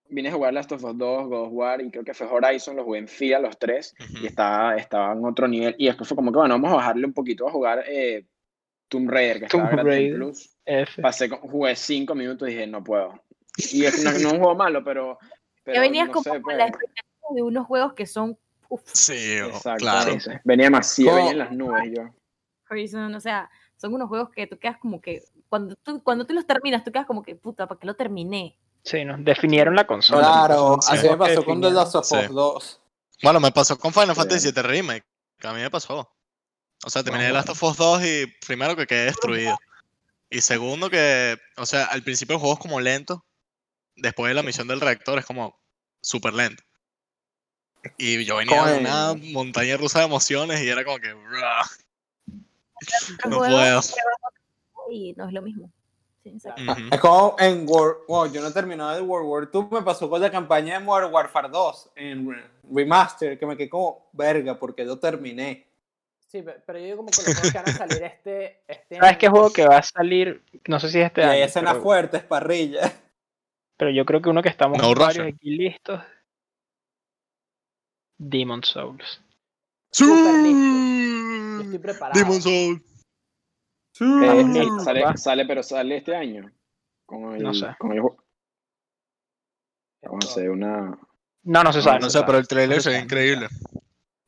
Speaker 3: Vine a jugar Last of Us 2, God of War, y creo que fue Horizon, los jugué en FIA los tres,
Speaker 6: Ujú.
Speaker 3: y estaba, estaba en otro nivel. Y después fue como que, bueno, vamos a bajarle un poquito a jugar eh, Tomb Raider, que estaba
Speaker 2: Tomb
Speaker 3: gratis en
Speaker 2: Raider.
Speaker 3: Plus.
Speaker 2: F.
Speaker 3: Pasé, con- jugué cinco minutos y dije, no puedo. Y es, no, no es un juego malo, pero
Speaker 5: Ya
Speaker 7: pero
Speaker 5: venías
Speaker 7: no
Speaker 5: como
Speaker 7: sé,
Speaker 5: con
Speaker 7: pues.
Speaker 5: la expectativa de unos juegos que son uf,
Speaker 6: Sí, o- claro.
Speaker 7: Exactamente. Venía demasiado,
Speaker 4: ¿Cómo?
Speaker 7: venía en las nubes yo.
Speaker 5: Horizon, o sea, son unos juegos que tú quedas como que cuando tú cuando tú los terminas, tú quedas como que puta, ¿para qué lo terminé?
Speaker 2: Sí, ¿no? Definieron la consola.
Speaker 4: Claro,
Speaker 6: Sí.
Speaker 4: así me pasó con The Last of Us
Speaker 6: Sí.
Speaker 4: 2.
Speaker 6: Bueno, me pasó con Final
Speaker 7: Sí.
Speaker 6: Fantasy VII Remake. que A mí me pasó. O sea, terminé
Speaker 3: Wow.
Speaker 6: Last of Us 2 y primero que quedé destruido. Y segundo que, o sea, al principio el juego es como lento. Después de la misión del reactor es como súper lento. Y yo venía de
Speaker 4: Coño.
Speaker 6: una montaña rusa de emociones y era como que... "Bruh".
Speaker 5: Otros
Speaker 6: No
Speaker 5: juegos
Speaker 6: puedo.
Speaker 5: pruebas Y no es lo mismo. Sí, exacto.
Speaker 6: Ujú.
Speaker 4: Es como en World wow, yo no he terminado el World War 2, me pasó con la campaña de Modern Warfare 2 en Re- Remaster, que me quedé como verga porque lo terminé.
Speaker 1: Sí, pe- pero yo digo como con los juegos que van a salir este, este
Speaker 2: ¿Sabes qué
Speaker 1: año.
Speaker 2: juego que va a salir? No sé si es
Speaker 4: Y
Speaker 2: este
Speaker 4: hay
Speaker 2: año.
Speaker 4: escenas
Speaker 2: pero-
Speaker 4: fuertes, parrillas.
Speaker 2: Pero yo creo que uno que estamos
Speaker 6: No
Speaker 2: varios
Speaker 6: Russia.
Speaker 2: aquí listos. Demon Souls.
Speaker 1: Súper Yo
Speaker 6: Sí.
Speaker 1: estoy preparado.
Speaker 6: Demon Soul.
Speaker 7: Eh,
Speaker 2: Sí.
Speaker 7: sal- sale, sale, pero sale este año. Con el,
Speaker 2: No sé.
Speaker 7: Con el, ju-
Speaker 1: Esto-
Speaker 7: no sé, una.
Speaker 2: No, no se sabe.
Speaker 6: No sé, pero el
Speaker 2: eh,
Speaker 6: trailer
Speaker 2: No se
Speaker 6: se ve
Speaker 2: sabe.
Speaker 6: increíble.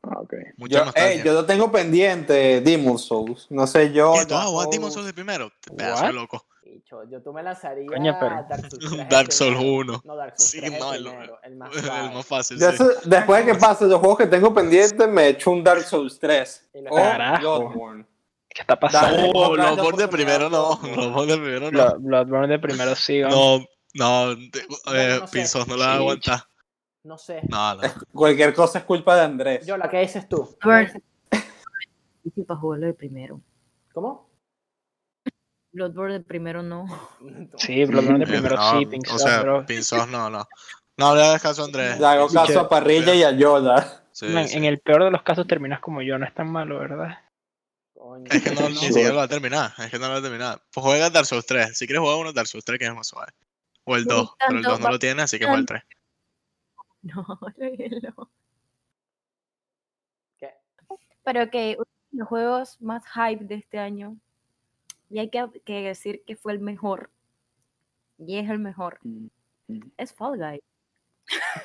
Speaker 7: Ah, ok.
Speaker 6: Mucha
Speaker 4: Yo,
Speaker 6: nostalgia.
Speaker 4: eh, yo lo tengo pendiente, Demon Souls. No sé, yo.
Speaker 6: Esto, ah, what, Demon
Speaker 4: Souls.
Speaker 6: Souls de primero. Te pedazo
Speaker 2: What?
Speaker 6: de loco.
Speaker 1: Bicho, yo tú me lanzaría
Speaker 2: Coño, pero-
Speaker 1: Dark Souls 3 el
Speaker 6: Dark Souls
Speaker 1: primero.
Speaker 6: 1.
Speaker 1: No, Dark Souls
Speaker 6: Sí,
Speaker 1: 3 el
Speaker 6: malo.
Speaker 1: primero, el más
Speaker 6: El
Speaker 1: suave.
Speaker 6: más fácil.
Speaker 4: Ya
Speaker 6: sí.
Speaker 4: eso- después de que pase los juegos que tengo pendientes, me echo un Dark Souls 3.
Speaker 1: Y lo-
Speaker 4: O
Speaker 2: Carajo.
Speaker 4: Bloodborne.
Speaker 2: ¿Qué está pasando?
Speaker 4: Dale.
Speaker 6: Oh,
Speaker 4: Dale,
Speaker 6: los bots de
Speaker 4: oportunidad,
Speaker 6: primero no.
Speaker 4: por favor.
Speaker 6: Los bots de primero no.
Speaker 2: Blood- Bloodborne de primero sí, vamos.
Speaker 6: No, no. te- eh,
Speaker 1: no sé.
Speaker 6: Pinzos no la
Speaker 2: Sí,
Speaker 6: aguanta.
Speaker 1: No sé.
Speaker 6: No, no.
Speaker 4: Cualquier cosa es culpa de Andrés.
Speaker 1: Yo, la que dices tú.
Speaker 5: Bloodborne. Para jugarlo de primero.
Speaker 1: ¿Cómo?
Speaker 5: Bloodborne de primero no.
Speaker 2: Sí, Bloodborne de
Speaker 7: Eh,
Speaker 2: primero
Speaker 6: Mm, no,
Speaker 2: sí, Pink
Speaker 6: O
Speaker 2: Souls,
Speaker 6: sea,
Speaker 2: bro.
Speaker 6: Pinzos no, no. No, le das caso a Andrés.
Speaker 4: Le hago
Speaker 6: Sí,
Speaker 4: caso a Parrilla y a Yoda.
Speaker 6: sí,
Speaker 2: Man,
Speaker 6: sí.
Speaker 2: En el peor de los casos terminas como yo, no es tan malo, ¿verdad?
Speaker 1: Coño.
Speaker 6: Es que no, ni
Speaker 7: Sí.
Speaker 6: siquiera lo va a terminar. Es que no lo va a terminar. Pues juega Dark Souls 3. Si quieres jugar uno, Dark Souls 3, que es más suave. O el
Speaker 5: Por
Speaker 6: 2. Pero el
Speaker 5: tanto,
Speaker 6: 2 no
Speaker 5: va-
Speaker 6: lo tiene, así que juega el 3.
Speaker 5: No, léelo.
Speaker 1: ¿Qué?
Speaker 5: Pero que uno de los juegos más hype de este año, y hay que, que decir que fue el mejor, y es el mejor,
Speaker 7: Mm, mm.
Speaker 5: es Fall Guys.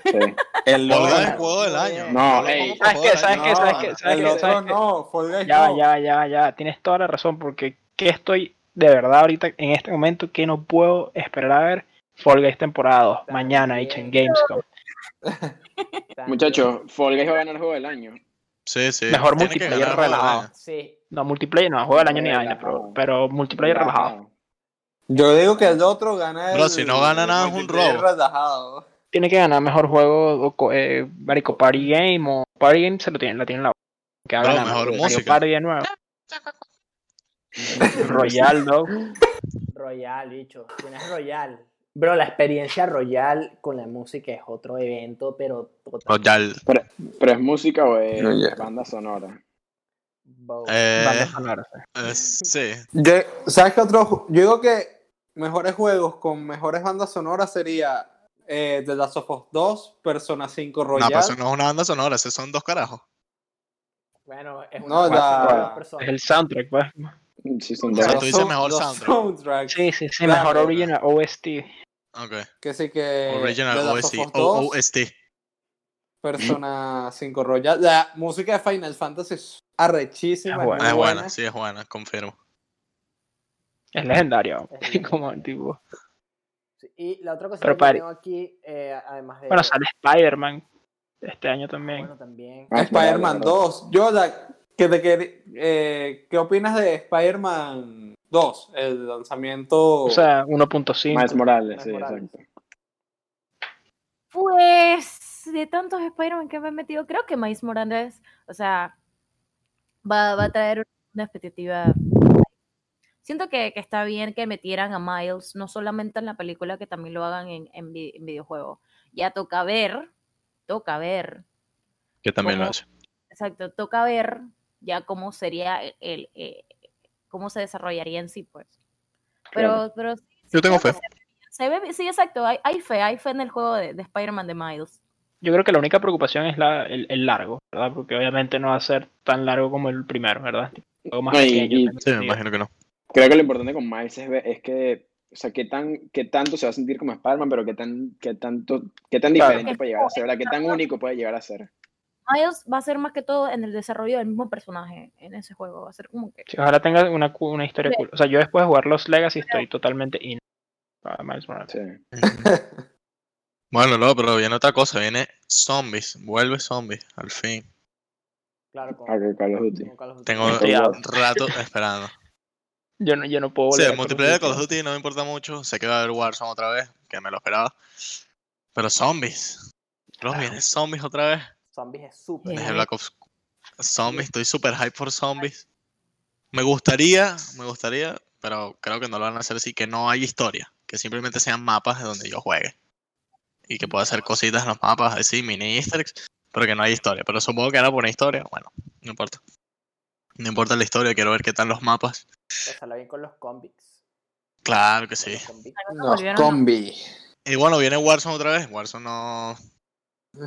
Speaker 7: Sí.
Speaker 4: El
Speaker 6: Fall Guys
Speaker 4: otro-
Speaker 6: es juego del año.
Speaker 7: No,
Speaker 6: lo
Speaker 7: ey.
Speaker 6: pongo para
Speaker 2: ¿Sabes
Speaker 6: juego
Speaker 2: qué?
Speaker 6: del
Speaker 2: ¿Sabes
Speaker 6: año.
Speaker 2: qué?
Speaker 4: no,
Speaker 2: ¿Sabes qué? ¿Sabes
Speaker 4: el
Speaker 2: qué?
Speaker 4: otro
Speaker 2: ¿sabes qué?
Speaker 4: no, Fall Guys
Speaker 2: Ya, va,
Speaker 4: no.
Speaker 2: ya, va, ya, va, ya. va, Tienes toda la razón, porque ¿qué estoy de verdad ahorita en este momento que no puedo esperar a ver? Fall Guys temporada 2, mañana hecho en Gamescom.
Speaker 1: También.
Speaker 7: Muchachos, Fall Guys va a ganar el juego del año.
Speaker 6: Sí, sí.
Speaker 2: Mejor
Speaker 6: tiene que
Speaker 2: multiplayer
Speaker 6: ganar juego del
Speaker 2: relajado.
Speaker 6: año.
Speaker 1: Sí.
Speaker 2: No, multiplayer no, juego del año ni
Speaker 7: Relajado.
Speaker 2: vaina, pero, pero multiplayer relajado.
Speaker 4: Yo digo que el otro gana el.
Speaker 6: Bro, si no gana nada es un
Speaker 4: multiplayer
Speaker 6: robo.
Speaker 4: relajado.
Speaker 2: Tiene que ganar mejor juego, o co- eh, marico, Party Game o Party Game se lo tiene, la tiene en la que ha
Speaker 6: No,
Speaker 2: ganado,
Speaker 6: mejor
Speaker 2: marico,
Speaker 6: música.
Speaker 2: Party de nuevo. Royal Dog.
Speaker 1: Royal, bicho. Tienes Royal. Bro, la experiencia Royal con la música es otro evento, pero total.
Speaker 6: Royal.
Speaker 7: ¿Pero es música o es
Speaker 4: No, ya.
Speaker 7: banda sonora?
Speaker 1: Bow.
Speaker 6: Eh,
Speaker 2: Banda sonora, sí.
Speaker 6: eh, sí.
Speaker 4: Yo- ¿Sabes qué otro? ju- Yo digo que mejores juegos con mejores bandas sonoras sería eh, The Last of Us 2, Persona 5
Speaker 6: No,
Speaker 4: Royal.
Speaker 6: pero eso no es una banda sonora, esos son dos carajos.
Speaker 1: Bueno, es una
Speaker 4: No, la-
Speaker 1: de las
Speaker 2: Es
Speaker 1: personas.
Speaker 2: el soundtrack, pues.
Speaker 7: Sí, son
Speaker 6: O sea,
Speaker 7: dos.
Speaker 6: tú
Speaker 4: Los
Speaker 6: dices
Speaker 4: sound-
Speaker 6: mejor
Speaker 4: los
Speaker 6: soundtrack.
Speaker 4: soundtracks,
Speaker 2: Sí, sí, sí,
Speaker 4: Claro.
Speaker 2: mejor original OST.
Speaker 6: Ok.
Speaker 4: Que sí que.
Speaker 6: Original
Speaker 4: The Last
Speaker 6: OST.
Speaker 4: of Us 2,
Speaker 6: O- OST.
Speaker 4: Persona 5 Royal. La música de Final Fantasy es arrechísima.
Speaker 2: Es buena,
Speaker 6: Ah,
Speaker 4: muy
Speaker 6: es
Speaker 4: buena.
Speaker 6: buena, sí, es buena, confirmo.
Speaker 2: Es legendario.
Speaker 1: Es legendario.
Speaker 2: Como antiguo.
Speaker 1: Sí, Y la otra cosa
Speaker 2: Pero
Speaker 1: que
Speaker 2: pare-
Speaker 1: tengo aquí, eh, además de.
Speaker 2: Bueno, sale Spider-Man este año también.
Speaker 1: Bueno, también.
Speaker 7: Ah,
Speaker 4: Spider-Man
Speaker 7: claro,
Speaker 4: 2. Yo, la- que te quer- eh, ¿qué opinas de Spider-Man 2? El lanzamiento.
Speaker 2: O sea,
Speaker 7: Miles
Speaker 2: 1.5.
Speaker 7: Morales,
Speaker 1: Miles
Speaker 7: sí,
Speaker 1: Morales.
Speaker 7: exacto.
Speaker 5: Pues de tantos Spider-Man que me he metido, creo que Miles Morales, o sea, va, va a traer una expectativa. Siento que, que está bien que metieran a Miles, no solamente en la película, que también lo hagan en, en, vi- en videojuego. Ya toca ver, toca ver,
Speaker 6: Que
Speaker 5: también lo ¿Cómo?
Speaker 6: hace.
Speaker 5: exacto, toca ver ya cómo sería el, el, eh, cómo se desarrollaría en sí, pues. Pero, pero sí,
Speaker 6: Yo tengo
Speaker 5: creo
Speaker 6: fe.
Speaker 5: que se ve bien. sí, exacto, hay, hay fe, hay fe en el juego de, de Spider-Man de Miles.
Speaker 2: Yo creo que la única preocupación es la, el, el largo, ¿verdad? Porque obviamente no va a ser tan largo como el primero, ¿verdad? Algo más
Speaker 7: No, y-
Speaker 2: pequeño.
Speaker 7: y-
Speaker 2: tengo
Speaker 6: Sí, me
Speaker 2: entendido.
Speaker 6: imagino que no.
Speaker 7: Creo que lo importante con Miles es, ve- es que o sea, qué, tan, qué tanto se va a sentir como Spider-Man, pero qué tan, qué tanto, qué tan
Speaker 3: Claro.
Speaker 7: diferente puede llegar a ser, ¿verdad? Qué tan único puede llegar a ser.
Speaker 5: Miles va a ser más que todo en el desarrollo del mismo personaje en ese juego. Va a ser como que.
Speaker 2: Sí, ojalá tenga una, cu- una historia cool. O sea, yo después de jugar los Legacy estoy totalmente in. para Miles Morales.
Speaker 7: Sí.
Speaker 6: Bueno, no, pero viene otra cosa, viene zombies, vuelve zombies, al fin.
Speaker 1: Claro, con,
Speaker 7: Ah, que Call of Duty.
Speaker 1: con Call of Duty.
Speaker 6: Tengo
Speaker 7: Estoy out.
Speaker 6: rato esperando.
Speaker 2: Yo no, yo no puedo
Speaker 6: Sí,
Speaker 2: volver. a
Speaker 6: el
Speaker 2: Call of
Speaker 6: multiplayer de
Speaker 2: Duty.
Speaker 6: Call of Duty no me importa mucho. Sé que va a haber Warzone otra vez, que me lo esperaba. Pero zombies.
Speaker 7: Ah.
Speaker 6: Los vienen zombies otra vez.
Speaker 1: Zombies es súper.
Speaker 5: Bien.
Speaker 6: Desde Black Ops. Zombies, estoy super hype por zombies. Me gustaría, me gustaría, pero creo que no lo van a hacer así, que no hay historia. Que simplemente sean mapas de donde yo juegue. Y que pueda hacer cositas en los mapas, así, mini easter eggs, pero que no hay historia. Pero supongo que ahora por historia, bueno, no importa. No importa la historia, quiero ver qué tal los mapas.
Speaker 1: Pásala bien con los convicts.
Speaker 6: Claro que sí.
Speaker 1: Los convicts.
Speaker 5: Bueno,
Speaker 4: Los
Speaker 5: volvieron a-
Speaker 4: combi.
Speaker 6: Y bueno, viene Warzone otra vez. Warzone no.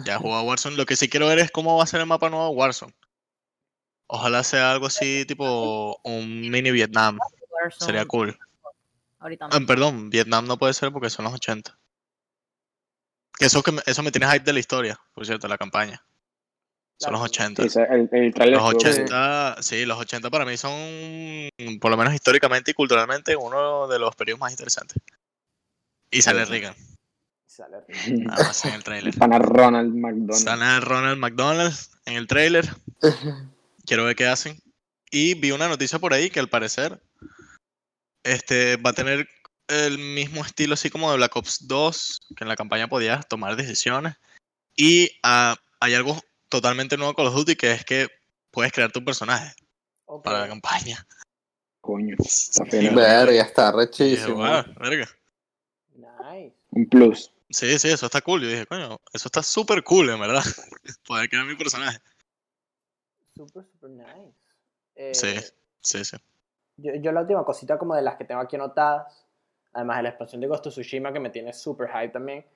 Speaker 6: Ya jugó a Warzone. Lo que sí quiero ver es cómo va a ser el mapa nuevo de Warzone. Ojalá sea algo así, tipo un mini Vietnam.
Speaker 5: Warzone,
Speaker 6: Sería cool.
Speaker 5: Ahorita
Speaker 6: Ah, perdón, Vietnam no puede ser porque son los 80. Eso, que me, eso me tiene hype de la historia, por cierto, la campaña. Son los
Speaker 1: Claro.
Speaker 6: 80.
Speaker 7: Sí, o sea, el, el trailer
Speaker 6: Los
Speaker 7: estuvo-
Speaker 6: 80, sí, los 80 para mí son, por lo menos históricamente y culturalmente, uno de los periodos más interesantes. Y sale Reagan,
Speaker 1: Sale.
Speaker 6: nada más en el trailer.
Speaker 7: Pana Ronald McDonald.
Speaker 6: Sana Ronald McDonald en el trailer. Quiero ver qué hacen. Y vi una noticia por ahí que al parecer este, va a tener el mismo estilo así como de Black Ops 2, que en la campaña podías tomar decisiones. Y ah, hay algo totalmente nuevo con los Duty que es que puedes crear tu personaje
Speaker 1: Ok.
Speaker 6: para la campaña.
Speaker 7: Coño. Está
Speaker 6: Sí,
Speaker 7: fino.
Speaker 4: Verga, está
Speaker 6: Y dije,
Speaker 4: rechísimo.
Speaker 6: "Wow, verga".
Speaker 1: Nice.
Speaker 7: Un plus.
Speaker 6: Sí, sí, eso está cool. Yo dije, coño, eso está súper cool, en verdad. Poder crear mi personaje.
Speaker 1: Super, super nice. Eh,
Speaker 6: Sí, sí, sí.
Speaker 1: Yo, yo la última cosita como de las que tengo aquí anotadas, además de la expansión de Ghost of Tsushima que me tiene super hype también.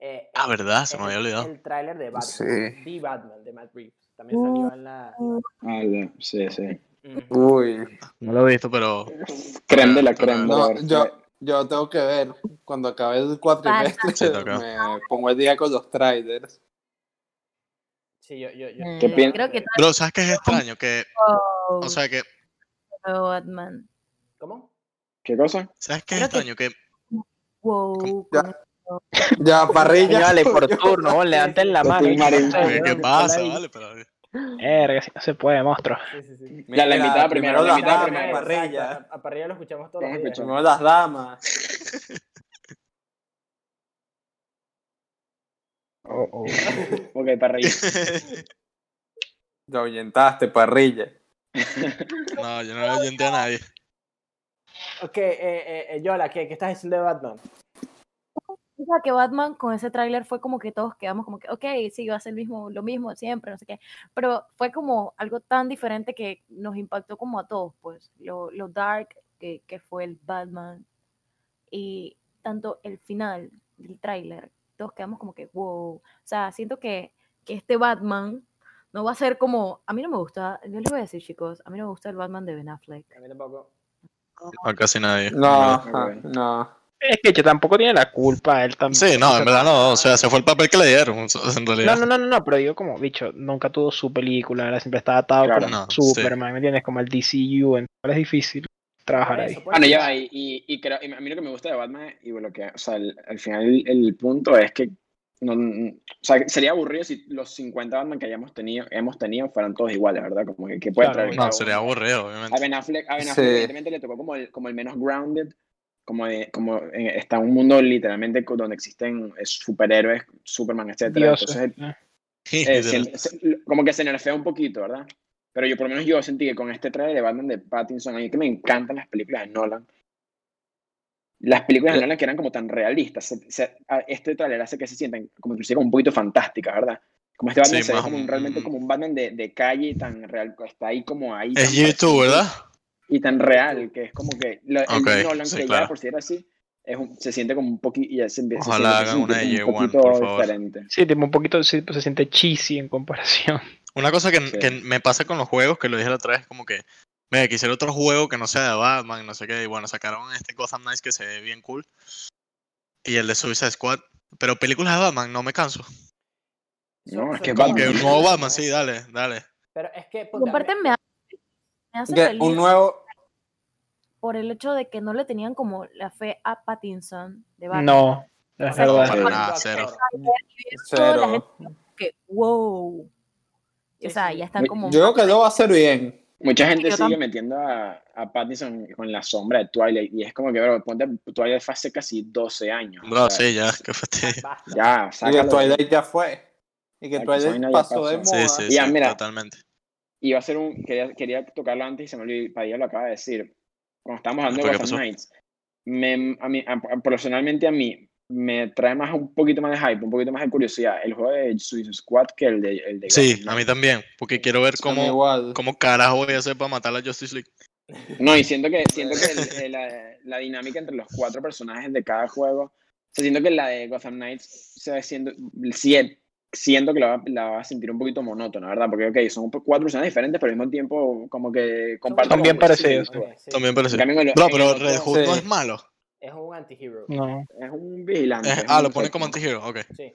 Speaker 1: eh,
Speaker 6: Ah,
Speaker 1: es-
Speaker 6: verdad, se
Speaker 1: es
Speaker 6: me había
Speaker 1: el-
Speaker 6: olvidado.
Speaker 1: El tráiler de Batman.
Speaker 4: Sí.
Speaker 1: The Batman de Matt Reeves. También salió en la... mm,
Speaker 7: Ah, ya, sí, sí.
Speaker 4: Mm.
Speaker 1: Ujú.
Speaker 4: Uy.
Speaker 6: No lo he visto, pero
Speaker 7: Creme de la
Speaker 6: Toca ver.
Speaker 7: creme.
Speaker 4: No,
Speaker 7: brother.
Speaker 4: yo, yo tengo que ver. Cuando acabe el cuatrimestre,
Speaker 6: Sí, toca.
Speaker 4: me pongo el día con los trailers.
Speaker 1: Sí, yo, yo, yo.
Speaker 5: Eh,
Speaker 7: ¿Qué piensas?
Speaker 5: Creo que
Speaker 6: Pero, ¿sabes qué es extraño? Que,
Speaker 5: todo
Speaker 6: o sea, que,
Speaker 5: Batman.
Speaker 1: ¿Cómo?
Speaker 7: ¿Qué cosa?
Speaker 6: ¿sabes qué es
Speaker 5: Creo que-
Speaker 6: extraño? Que,
Speaker 5: Wow.
Speaker 4: Ya.
Speaker 5: con-
Speaker 4: Ya, parrilla.
Speaker 2: Coño, vale, por
Speaker 4: coño.
Speaker 2: turno, vos, levanten la
Speaker 7: Yo
Speaker 2: mano.
Speaker 7: soy Mario.
Speaker 1: Ah,
Speaker 2: Ay,
Speaker 6: ¿qué, qué
Speaker 2: weón,
Speaker 6: pasa?
Speaker 2: hola,
Speaker 6: Vale, pero...
Speaker 2: Verga, si no se puede, monstruo.
Speaker 1: Sí, sí, sí.
Speaker 7: La, la invitada primero, la
Speaker 4: las
Speaker 7: invitada
Speaker 1: Ah,
Speaker 7: primero.
Speaker 4: damas,
Speaker 1: exacto,
Speaker 4: parrilla.
Speaker 1: A, a parrilla lo escuchamos todos los
Speaker 7: Vamos a
Speaker 1: días.
Speaker 7: escuchar.
Speaker 4: Primero las damas.
Speaker 7: Ok, parrilla.
Speaker 4: Lo ahuyentaste, parrilla.
Speaker 6: No, yo no le ayunté a nadie.
Speaker 1: Ok, eh, eh, eh, Yola, ¿qué, ¿qué estás diciendo de Batman?
Speaker 5: O sea, que Batman con ese tráiler fue como que todos quedamos como que, ok, sí, va a ser el mismo, lo mismo siempre, no sé qué. Pero fue como algo tan diferente que nos impactó como a todos, pues, lo, lo dark que, que fue el Batman y tanto el final del tráiler, todos quedamos como que, wow. O sea, siento que, que este Batman no va a ser como, a mí no me gusta, yo les voy a decir, chicos, a mí no me gusta el Batman de Ben Affleck.
Speaker 1: A mí tampoco.
Speaker 6: A casi nadie.
Speaker 4: No,
Speaker 6: en
Speaker 4: ajá, no.
Speaker 2: Es que yo tampoco tiene la culpa, él
Speaker 6: verdad.
Speaker 2: también.
Speaker 6: Sí, no, en verdad no. O sea, se fue el papel que le dieron, en
Speaker 2: No,
Speaker 6: realidad.
Speaker 2: no, no, no, no, pero digo como, bicho, nunca tuvo su película, ¿verdad? siempre estaba atado
Speaker 7: Claro,
Speaker 2: con
Speaker 6: no,
Speaker 2: Superman, ¿me entiendes? Como el DCU, entonces es difícil trabajar
Speaker 1: Por
Speaker 2: ahí.
Speaker 1: eso, por
Speaker 7: Bueno,
Speaker 1: eso.
Speaker 7: ya va, y, y, y creo- y a mí lo que me gusta de Batman, y lo que, o sea, el- al final el, el punto es que no, o sea, sería aburrido si los 50 Batman que hayamos tenido, hemos tenido fueran todos iguales, ¿verdad? Como que, que puede
Speaker 2: Claro,
Speaker 7: traer
Speaker 2: no,
Speaker 7: cada
Speaker 6: No, sería
Speaker 7: uno?
Speaker 6: aburrido,
Speaker 7: A
Speaker 6: obviamente.
Speaker 7: Ben Affleck, a Ben
Speaker 4: Sí.
Speaker 7: Affleck evidentemente le tocó como el, como el menos grounded, como, de- como eh, está un mundo literalmente co- donde existen eh, superhéroes, Superman, etc.
Speaker 2: Dios.
Speaker 7: Entonces
Speaker 2: eh.
Speaker 7: eh,
Speaker 6: Literal.
Speaker 7: siempre- se- como que se nerfea un poquito, ¿verdad? Pero yo por lo menos yo sentí que con este trailer de Batman de Pattinson, a mí que me encantan las películas de Nolan. Las películas de Nolan que eran como tan realistas. se- se- a- este trailer hace que se sientan como inclusive como un poquito fantásticas, ¿verdad? Como este Batman
Speaker 6: Sí,
Speaker 7: se ve
Speaker 6: más
Speaker 7: como un-
Speaker 6: un- mm.
Speaker 7: realmente como un Batman de, de calle tan real, que está ahí como ahí.
Speaker 6: Es
Speaker 7: tan
Speaker 6: YouTube,
Speaker 7: presente
Speaker 6: ¿verdad?
Speaker 7: Y tan real, que es como que lo- el
Speaker 6: Ok,
Speaker 7: Nolan
Speaker 6: sí,
Speaker 7: que
Speaker 6: claro.
Speaker 7: ya por si era así, es un- se siente como un poquito, ya se empieza
Speaker 6: Ojalá
Speaker 7: se siente
Speaker 6: hagan una de
Speaker 7: un
Speaker 6: J1,
Speaker 7: poquito
Speaker 6: por favor.
Speaker 7: diferente.
Speaker 2: Sí, tipo un poquito, sí, pues, se siente cheesy en comparación.
Speaker 6: Una cosa que,
Speaker 7: Sí.
Speaker 6: que me pasa con los juegos, que lo dije la otra vez, como que Mira, quisiera otro juego que no sea de Batman, no sé qué. Y bueno, sacaron este Gotham Knights que se ve bien cool. Y el de Suicide Squad. Pero películas de Batman, no me canso.
Speaker 7: No, es que
Speaker 6: Como
Speaker 7: Batman.
Speaker 6: que un nuevo Batman, sí, dale, dale.
Speaker 1: Pero es que. ponte, a
Speaker 5: Comparte
Speaker 1: mí-
Speaker 5: me, ha- me hace
Speaker 4: Que
Speaker 5: feliz
Speaker 4: un nuevo.
Speaker 5: por el hecho de que no le tenían como la fe a Pattinson de Batman.
Speaker 2: No,
Speaker 1: Para
Speaker 2: es verdad.
Speaker 6: Para
Speaker 1: nada,
Speaker 6: nada,
Speaker 1: cero.
Speaker 6: cero.
Speaker 5: Toda la
Speaker 4: Cero.
Speaker 5: que, wow. O
Speaker 1: Sí,
Speaker 5: sea,
Speaker 1: sí.
Speaker 5: ya están como.
Speaker 4: Yo creo que lo va a hacer bien.
Speaker 7: Mucha gente
Speaker 5: Yo
Speaker 7: sigue
Speaker 5: tam-
Speaker 7: metiendo a, a Pattinson con la sombra de Twilight. Y es como que, bro, ponte Twilight fue hace casi 12 años.
Speaker 6: Bro,
Speaker 7: o sea,
Speaker 6: sí, ya, qué fastidio.
Speaker 1: Basta.
Speaker 7: Ya,
Speaker 4: Y que
Speaker 7: sácalo.
Speaker 4: Twilight ya fue. Y que
Speaker 7: Aquí
Speaker 4: Twilight
Speaker 7: soy nadie
Speaker 4: pasó
Speaker 7: pasó.
Speaker 4: de
Speaker 6: Sí,
Speaker 4: moda.
Speaker 6: sí,
Speaker 7: Ya,
Speaker 6: sí,
Speaker 7: mira.
Speaker 6: totalmente.
Speaker 7: Iba a ser un. Quería, quería tocarlo antes y se me olvidó. Padilla lo acaba de decir. Cuando estábamos hablando de
Speaker 6: ¿Pero qué
Speaker 7: Gotham
Speaker 6: pasó?
Speaker 7: Knights, me, a mí, a- personalmente a mí, me trae más un poquito más de hype, un poquito más de curiosidad el juego de Suicide Squad que el de, el de Gotham
Speaker 6: Sí, a mí
Speaker 7: Knights.
Speaker 6: también, porque quiero ver
Speaker 4: A mí
Speaker 6: cómo,
Speaker 4: igual.
Speaker 6: cómo carajo voy a hacer para matar a la Justice League.
Speaker 7: No, y siento que, siento que el- el- la, la dinámica entre los cuatro personajes de cada juego, o sea, siento que la de Gotham Knights se va siendo, si- siento que la, va- la va a sentir un poquito monótona, ¿verdad? Porque, ok, son cuatro personajes diferentes, pero al mismo tiempo como que comparten
Speaker 2: Son bien
Speaker 7: como muchas
Speaker 2: parecidos,
Speaker 7: similitudes.
Speaker 1: Sí,
Speaker 6: También parece.
Speaker 7: En cambio, en el-
Speaker 6: Bro,
Speaker 7: en el
Speaker 6: pero
Speaker 7: otro
Speaker 6: Red Hood no
Speaker 4: Sí.
Speaker 6: es malo.
Speaker 1: Es un antihero.
Speaker 2: No.
Speaker 7: Es un vigilante.
Speaker 6: Es-
Speaker 7: es
Speaker 6: ah,
Speaker 7: un
Speaker 6: lo pone como
Speaker 7: efecto.
Speaker 6: antihero. Ok,
Speaker 1: Sí.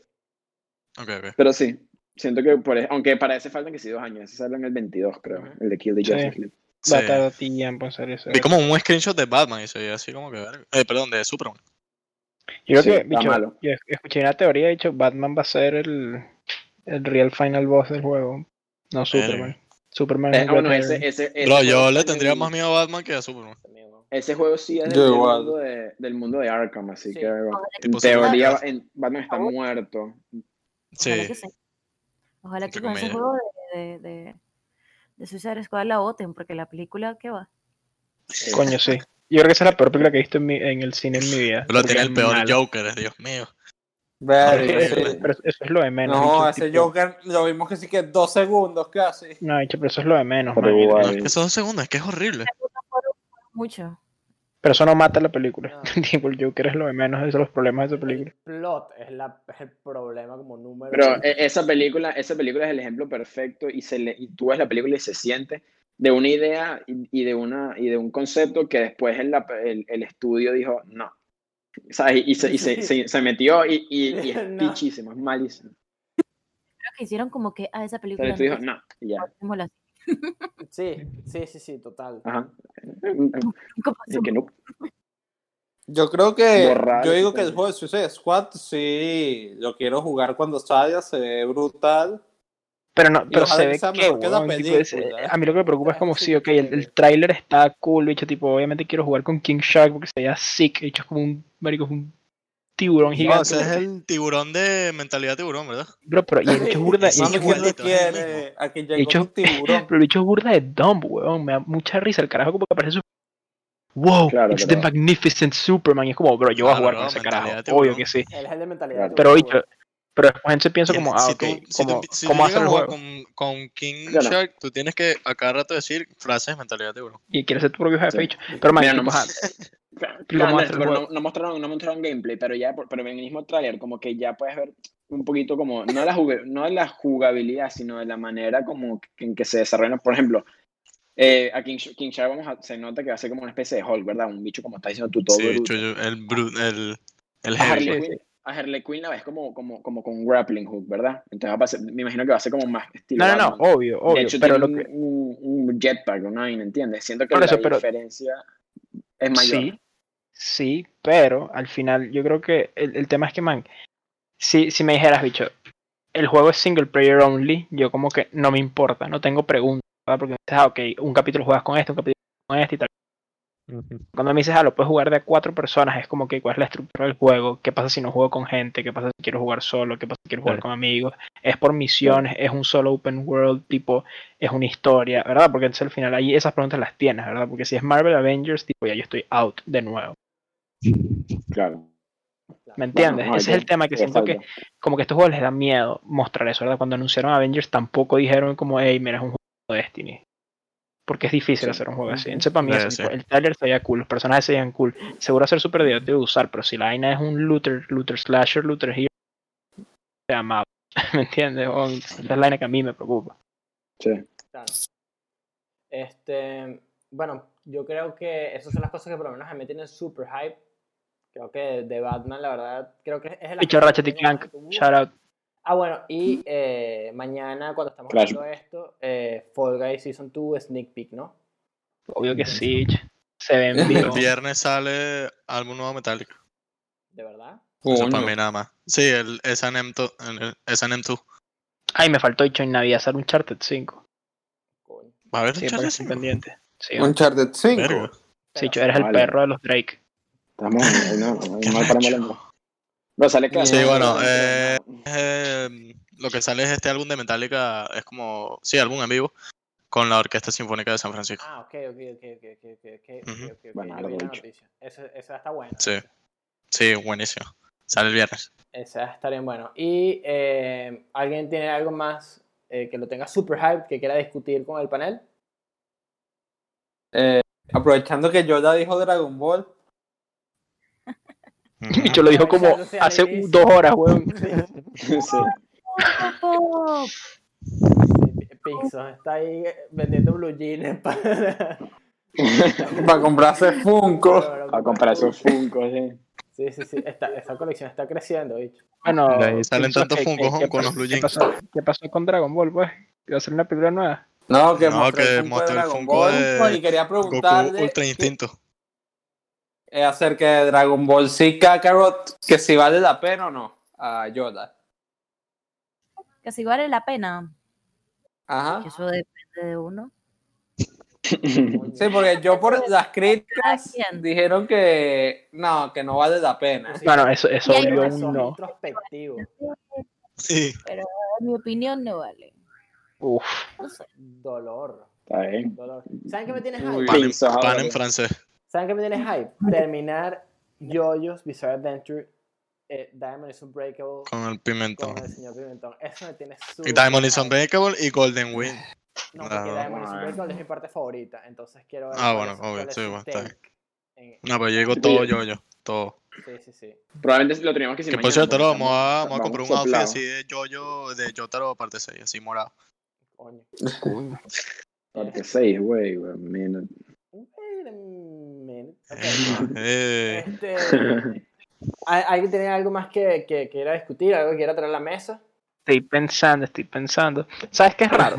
Speaker 6: ok, ok.
Speaker 7: Pero sí, siento que, por, e- aunque para ese faltan que sí dos años, ese salió en el 22, creo,
Speaker 1: Ujú.
Speaker 7: el de Kill the
Speaker 2: Sí.
Speaker 7: Justice League.
Speaker 6: Sí.
Speaker 2: Va a eh, tardar tiempo en serio. ese
Speaker 6: Vi
Speaker 2: juego.
Speaker 6: como un screenshot de Batman y soy así como que verga. Eh, perdón, de Superman.
Speaker 2: Yo creo
Speaker 7: Sí,
Speaker 2: que,
Speaker 7: está
Speaker 2: bicho,
Speaker 7: malo.
Speaker 2: yo escuché una teoría, dicho, Batman va a ser el, el real final boss del juego, no Superman. Superman es
Speaker 7: Eh,
Speaker 2: el
Speaker 7: ah, bueno,
Speaker 2: Red
Speaker 7: ese,
Speaker 2: Herring.
Speaker 7: ese, ese
Speaker 6: Bro,
Speaker 7: juego
Speaker 6: yo le
Speaker 7: está en
Speaker 6: tendría
Speaker 7: el-
Speaker 6: más miedo a Batman que a Superman.
Speaker 1: También, ¿no?
Speaker 7: Ese juego sí es
Speaker 4: Yo
Speaker 7: del, del
Speaker 4: igual.
Speaker 7: mundo, de- del mundo de Arkham, así
Speaker 1: Sí.
Speaker 7: que bueno, en
Speaker 6: Tipo
Speaker 7: teoría
Speaker 6: Superman.
Speaker 7: en- Batman está
Speaker 5: Ahora-
Speaker 7: muerto.
Speaker 5: Ojalá
Speaker 6: Sí,
Speaker 5: que sí. Ojalá
Speaker 6: entre
Speaker 5: que con ese
Speaker 6: comillas.
Speaker 5: juego de, de, de, de Suicide Squad la voten, porque la película, ¿qué va?
Speaker 7: Sí.
Speaker 2: Coño, sí. Yo creo que esa es la peor película que he visto en, mi- en el cine en mi vida.
Speaker 6: Bro,
Speaker 2: porque
Speaker 6: tiene
Speaker 2: es
Speaker 6: el peor
Speaker 2: mala.
Speaker 6: Joker, eh, Dios mío.
Speaker 2: Pero es que-
Speaker 4: Verga,
Speaker 6: Horrible.
Speaker 4: sí.
Speaker 2: pero eso es lo de menos.
Speaker 4: No,
Speaker 2: bicho,
Speaker 4: ese
Speaker 2: tipo-
Speaker 4: Joker lo vimos que sí que dos segundos casi.
Speaker 2: No, bicho, pero eso es lo de menos,
Speaker 7: Pero
Speaker 2: man.
Speaker 7: igual.
Speaker 6: No,
Speaker 7: Ay.
Speaker 6: es que son dos segundos, es que es horrible.
Speaker 5: Mucho.
Speaker 2: Pero eso no mata la película.
Speaker 1: No.
Speaker 2: tipo, el Joker es lo de menos, esos son los problemas de esa
Speaker 1: El
Speaker 2: película.
Speaker 1: plot es, la, es el problema como número.
Speaker 7: Pero
Speaker 1: uno.
Speaker 7: eh, esa película, esa película es el ejemplo perfecto y, se le, y tú ves la película y se siente de una idea y, y de, una, y de un concepto que después en la- el, el estudio dijo no. O sea, y, y se, y se, se- se metió y, y- y es
Speaker 1: No.
Speaker 7: pichísimo, es malísimo.
Speaker 5: Creo que hicieron como que a esa
Speaker 7: O sea, el
Speaker 5: película.
Speaker 7: estudio
Speaker 5: no
Speaker 7: dijo no, y ya.
Speaker 5: pasemos la-
Speaker 1: Sí, sí, sí, sí, total.
Speaker 7: Ajá.
Speaker 5: nunca
Speaker 7: Así
Speaker 5: pasemos.
Speaker 7: que no.
Speaker 4: Yo creo que.
Speaker 7: Borrar
Speaker 4: yo digo
Speaker 7: ese
Speaker 4: que el
Speaker 7: tema.
Speaker 4: juego de Suicide Squad sí lo quiero jugar cuando salga, se ve brutal.
Speaker 2: Pero no,
Speaker 4: Y
Speaker 2: pero
Speaker 4: ojalá
Speaker 2: se
Speaker 4: que
Speaker 2: ve
Speaker 4: sea
Speaker 2: que,
Speaker 4: mejor que la
Speaker 2: weón, tipo, es-
Speaker 4: película.
Speaker 2: a mí lo que me preocupa es
Speaker 1: Es
Speaker 2: como,
Speaker 1: así,
Speaker 2: sí, ok, el, el tráiler está cool, bicho, tipo, obviamente quiero jugar con King Shark porque se veía sick, bicho, es como un, marico, es un tiburón
Speaker 1: No,
Speaker 6: No,
Speaker 2: gigante.
Speaker 6: ese es el tiburón de mentalidad tiburón, ¿verdad?
Speaker 2: Bro, pero, y el bicho es burda, y el bicho
Speaker 4: Mami,
Speaker 2: es
Speaker 6: Ese
Speaker 4: ¿qué
Speaker 2: burda-
Speaker 4: tú
Speaker 6: igualito, es el
Speaker 4: quieres? Aquí
Speaker 2: el
Speaker 4: llegó tu
Speaker 2: bicho-
Speaker 4: tiburón.
Speaker 2: pero el bicho es burda de dumb, weón, me da mucha risa, el carajo como que aparece su... Wow,
Speaker 7: Claro,
Speaker 2: it's the
Speaker 7: pero-
Speaker 2: magnificent Superman, y es como, bro, yo voy a
Speaker 6: Claro,
Speaker 2: jugar
Speaker 6: bro,
Speaker 2: con ese
Speaker 6: mentalidad
Speaker 2: carajo,
Speaker 6: de
Speaker 2: obvio
Speaker 6: tiburón.
Speaker 2: que sí.
Speaker 1: Él es el de mentalidad.
Speaker 7: Claro.
Speaker 1: de
Speaker 2: Pero,
Speaker 1: tiburón.
Speaker 2: bicho, pero después gente piensa
Speaker 6: Tien-
Speaker 2: como, ah,
Speaker 6: si
Speaker 2: ok,
Speaker 6: tú, si tú
Speaker 2: ¿cómo,
Speaker 6: empi- si tú
Speaker 2: cómo va a
Speaker 6: llegas
Speaker 2: ser
Speaker 6: a
Speaker 2: el
Speaker 6: jugar
Speaker 2: juego?
Speaker 6: con, con King
Speaker 7: Claro.
Speaker 6: Shark, tú tienes que a cada rato decir frases de mentalidad de tiburón.
Speaker 2: Y quieres ser tu propio jefe,
Speaker 7: Sí.
Speaker 2: bicho. Pero, man,
Speaker 7: Mira, no
Speaker 2: tipo,
Speaker 7: me-
Speaker 2: ajá,
Speaker 7: Claro,
Speaker 2: Pero cómo va a
Speaker 7: Andrés,
Speaker 2: ser el
Speaker 7: pero
Speaker 2: juego.
Speaker 7: no, no mostraron, no mostraron gameplay, pero ya por- pero en el mismo tráiler como que ya puedes ver un poquito como, no de la, jugue- no de la jugabilidad, sino de la manera como que- en que se desarrollan. Por ejemplo, eh, a King, Sh- King Shark vamos a- se nota que va a ser como una especie de Hulk, ¿verdad? Un bicho como está diciendo tú, todo
Speaker 6: Sí,
Speaker 7: bruto.
Speaker 6: chuyo, el, bru- el, el
Speaker 7: A
Speaker 6: heavy.
Speaker 7: Harley,
Speaker 2: Sí,
Speaker 7: Quinn, a Harley Quinn la ves como, como, como con grappling hook, ¿verdad? Entonces va a pasar- me imagino que va a ser como más estilo
Speaker 2: No, no, no,
Speaker 7: Batman.
Speaker 2: obvio,
Speaker 7: de
Speaker 2: obvio.
Speaker 7: hecho,
Speaker 2: Pero
Speaker 7: tiene
Speaker 2: lo
Speaker 7: un,
Speaker 2: que.
Speaker 7: un, un jetpack, ¿no? ¿Entiendes? Siento que
Speaker 2: Por
Speaker 7: la
Speaker 2: eso, pero.
Speaker 7: diferencia es mayor.
Speaker 2: Sí, sí, pero al final yo creo que el, el tema es que, man, si, si me dijeras, bicho, el juego es single player only, yo como que no me importa, no tengo preguntas, ¿verdad? Porque me dices, ah, ok, un capítulo juegas con esto, un capítulo con este y tal. Cuando me dices, ah, lo puedes jugar de a cuatro personas, es como que cuál es la estructura del juego, qué pasa si no juego con gente, qué pasa si quiero jugar solo, qué pasa si quiero jugar
Speaker 6: Claro.
Speaker 2: con amigos, es por misiones, es un solo open world, tipo, es una historia, ¿verdad? Porque entonces al final ahí esas preguntas las tienes, ¿verdad? Porque si es Marvel Avengers, tipo, ya yo estoy out de nuevo.
Speaker 7: Claro.
Speaker 2: ¿Me entiendes? Ese es el tema que siento que como que a estos juegos les da miedo mostrar eso, ¿verdad? Cuando anunciaron Avengers tampoco dijeron como, hey, mira, es un juego de Destiny. Porque es difícil
Speaker 7: Sí.
Speaker 2: hacer un juego así.
Speaker 7: Ujú.
Speaker 2: Entonces para mí
Speaker 6: Sí,
Speaker 2: eso,
Speaker 6: sí.
Speaker 2: tipo, el trailer se veía cool, los personajes se veían cool. Seguro ser súper divertido de usar, pero si la vaina es un looter, looter slasher, looter hero, se amaba. ¿Me entiendes? O- Esa es la vaina que a mí me preocupa.
Speaker 7: Sí.
Speaker 1: Claro. Este, bueno, yo creo que esas son las cosas que por lo menos a mí tienen super hype. Creo que de Batman, la verdad, creo que es el...
Speaker 2: Bicho Ratchet y Clank, shout out.
Speaker 1: Ah, bueno, y eh, mañana cuando estamos
Speaker 7: Clash.
Speaker 1: haciendo esto, eh, Fall Guys Season 2 Sneak Peek, ¿no?
Speaker 2: Obvio que sí. ch- Se ve en
Speaker 6: El
Speaker 2: vivo.
Speaker 6: viernes sale álbum nuevo Metallica.
Speaker 1: ¿De verdad?
Speaker 6: Eso para
Speaker 4: Coño.
Speaker 6: mí nada más. Sí, el SNM2. el SNM2.
Speaker 2: Ay, me faltó dicho en Navidad hacer un Charted 5.
Speaker 1: Coño.
Speaker 6: ¿Va a haber
Speaker 2: Sí,
Speaker 6: un
Speaker 2: por
Speaker 6: Charter
Speaker 2: eso
Speaker 6: cinco?
Speaker 2: pendiente. Sí,
Speaker 4: Uncharted 5.
Speaker 6: Verga.
Speaker 2: sí,
Speaker 1: Pero-
Speaker 2: yo eres el
Speaker 7: Vale.
Speaker 2: perro de los Drake.
Speaker 7: Estamos en no,
Speaker 6: Qué
Speaker 7: mal para
Speaker 6: recho.
Speaker 7: mal. No, sale claro.
Speaker 4: Sí,
Speaker 6: bueno, eh, Eh, lo que sale es este álbum de Metallica, es como, sí, álbum en vivo, con la Orquesta Sinfónica de San Francisco.
Speaker 1: Ah, ok, ok, ok, ok, ok, ok, ok, ok,
Speaker 6: Ujú.
Speaker 1: ok, ok,
Speaker 7: Bueno,
Speaker 1: yo vi la
Speaker 7: arrecho.
Speaker 1: noticia. Esa, esa está buena.
Speaker 6: Sí. Sí, buenísimo. Sale el viernes.
Speaker 1: Esa está bien bueno. Y eh, alguien tiene algo más eh, que lo tenga super hype que quiera discutir con el panel.
Speaker 4: Aprovechando que yo ya dijo Dragon Ball.
Speaker 6: Ujú.
Speaker 2: Yo lo dijo como
Speaker 1: Avisándose al
Speaker 2: hace
Speaker 1: inicio.
Speaker 2: dos horas, weón.
Speaker 7: sí.
Speaker 5: Poco.
Speaker 1: Sí, Pixon está ahí eh, vendiendo blue jeans para,
Speaker 4: Para comprarse Funko.
Speaker 1: para
Speaker 7: A comprar esos Funko, sí.
Speaker 1: Sí, sí, sí. Esta, esta colección está creciendo, bicho.
Speaker 2: Bueno,
Speaker 6: Ahí salen
Speaker 2: pienso
Speaker 6: tantos
Speaker 2: que-
Speaker 6: Funkos
Speaker 2: que- que
Speaker 6: con los
Speaker 2: pas-
Speaker 6: Blue
Speaker 2: ¿qué
Speaker 6: Jeans.
Speaker 2: pasó- ¿Qué pasó con Dragon Ball, pues? ¿Iba a ser una película nueva?
Speaker 4: No, que
Speaker 6: No,
Speaker 4: mostró
Speaker 6: que
Speaker 4: el Funko de
Speaker 6: mostró el
Speaker 4: Dragon
Speaker 6: Funko
Speaker 4: Ball.
Speaker 6: de
Speaker 4: pues, y quería
Speaker 6: Goku
Speaker 4: preguntarle
Speaker 6: Ultra
Speaker 4: que-
Speaker 6: Instinto.
Speaker 4: eh, acerca de Dragon Ball Z Kakarot, que si vale la pena o no a Yoda.
Speaker 5: Que si vale la pena.
Speaker 4: Ajá.
Speaker 5: Eso depende de uno.
Speaker 4: Sí, porque yo por las críticas
Speaker 5: Cada quien.
Speaker 4: dijeron que no, que no vale la pena.
Speaker 2: Bueno, eso, eso
Speaker 5: Y hay
Speaker 2: obvio
Speaker 5: razón.
Speaker 2: un no.
Speaker 1: introspectivo.
Speaker 6: Sí.
Speaker 5: En mi opinión no vale.
Speaker 2: Uf.
Speaker 5: No sé.
Speaker 1: Dolor.
Speaker 7: Está bien.
Speaker 1: Dolor. ¿Saben qué me tienes
Speaker 4: Uy.
Speaker 1: hype?
Speaker 6: Pan en,
Speaker 7: Pizzas ahora,
Speaker 6: pan en
Speaker 7: ¿no?
Speaker 6: francés.
Speaker 1: ¿Saben qué me tienes hype? Terminar JoJo's Bizarre Adventure eh, Diamond is Unbreakable
Speaker 6: Con el
Speaker 1: con el
Speaker 6: pimentón.
Speaker 1: señor Pimentón. Eso me tiene súper
Speaker 6: Y Diamond is
Speaker 1: hype.
Speaker 6: Unbreakable y Golden Wind.
Speaker 1: No, porque
Speaker 6: No,
Speaker 1: Diamond is
Speaker 7: no,
Speaker 1: Unbreakable es mi parte favorita. Entonces quiero ver
Speaker 6: Ah,
Speaker 1: cuál
Speaker 6: bueno,
Speaker 1: es-
Speaker 6: obvio,
Speaker 1: cuál es
Speaker 6: sí,
Speaker 1: su
Speaker 6: bueno, está
Speaker 1: take en-
Speaker 6: No, pero yo digo
Speaker 7: Sí,
Speaker 6: todo
Speaker 7: yo-
Speaker 6: yo, yo. Todo.
Speaker 1: Sí, sí, sí.
Speaker 7: Probablemente lo teníamos que decir
Speaker 6: Que por
Speaker 7: mañana,
Speaker 6: cierto,
Speaker 7: porque
Speaker 6: lo vamos a,
Speaker 7: estamos-
Speaker 6: vamos a comprar un
Speaker 7: vamos
Speaker 6: outfit
Speaker 7: soplados.
Speaker 6: así de Jojo, de Jotaro, parte 6, así morado.
Speaker 1: Coño.
Speaker 7: Parte 6, güey, güey. mira.
Speaker 1: Wait a minute. Ok.
Speaker 6: Eh,
Speaker 1: Este, ¿hay- ¿Alguien tiene algo más que, que quiera discutir? ¿Algo que quiera traer a la mesa?
Speaker 2: Estoy pensando, estoy pensando. ¿Sabes qué es raro?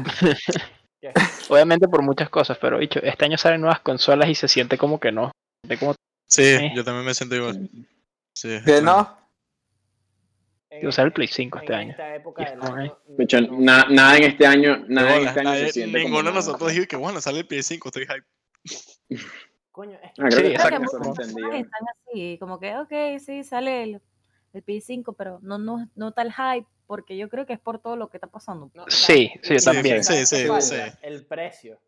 Speaker 1: ¿Qué?
Speaker 2: Obviamente por muchas cosas, pero dicho, este año salen nuevas consolas y se siente como que no. Se siente como-
Speaker 6: Sí,
Speaker 2: Eh.
Speaker 6: yo también me siento igual. Sí,
Speaker 4: Que
Speaker 6: bueno.
Speaker 4: no.
Speaker 1: En-
Speaker 2: usar el
Speaker 1: en-
Speaker 2: Play 5 este
Speaker 1: en
Speaker 2: año.
Speaker 1: esta época
Speaker 2: Y
Speaker 1: del
Speaker 2: como,
Speaker 1: año,
Speaker 7: De hecho,
Speaker 1: no.
Speaker 7: na- nada en este año,
Speaker 6: De
Speaker 7: nada en
Speaker 6: bolas,
Speaker 7: este año se
Speaker 6: nadie-
Speaker 7: siente como
Speaker 6: ninguno
Speaker 7: nada.
Speaker 6: de nosotros dijo que bueno, sale el PS5, estoy hype.
Speaker 1: Coño, es que
Speaker 7: Ah, creo
Speaker 2: Sí,
Speaker 7: que
Speaker 5: Creo que
Speaker 2: exacto,
Speaker 7: eso
Speaker 5: muchas
Speaker 7: lo
Speaker 2: como-
Speaker 5: personas
Speaker 7: entendí.
Speaker 5: están así, como que, ok, sí, sale el, el PS5, pero no, no, no tal hype, porque yo creo que es por todo lo que está pasando.
Speaker 1: no,
Speaker 2: Sí,
Speaker 1: ¿sabes-
Speaker 2: sí, yo
Speaker 6: Sí,
Speaker 2: también.
Speaker 1: ¿sabes
Speaker 6: sí,
Speaker 1: qué
Speaker 6: sí,
Speaker 1: falta?
Speaker 6: sí.
Speaker 1: El precio.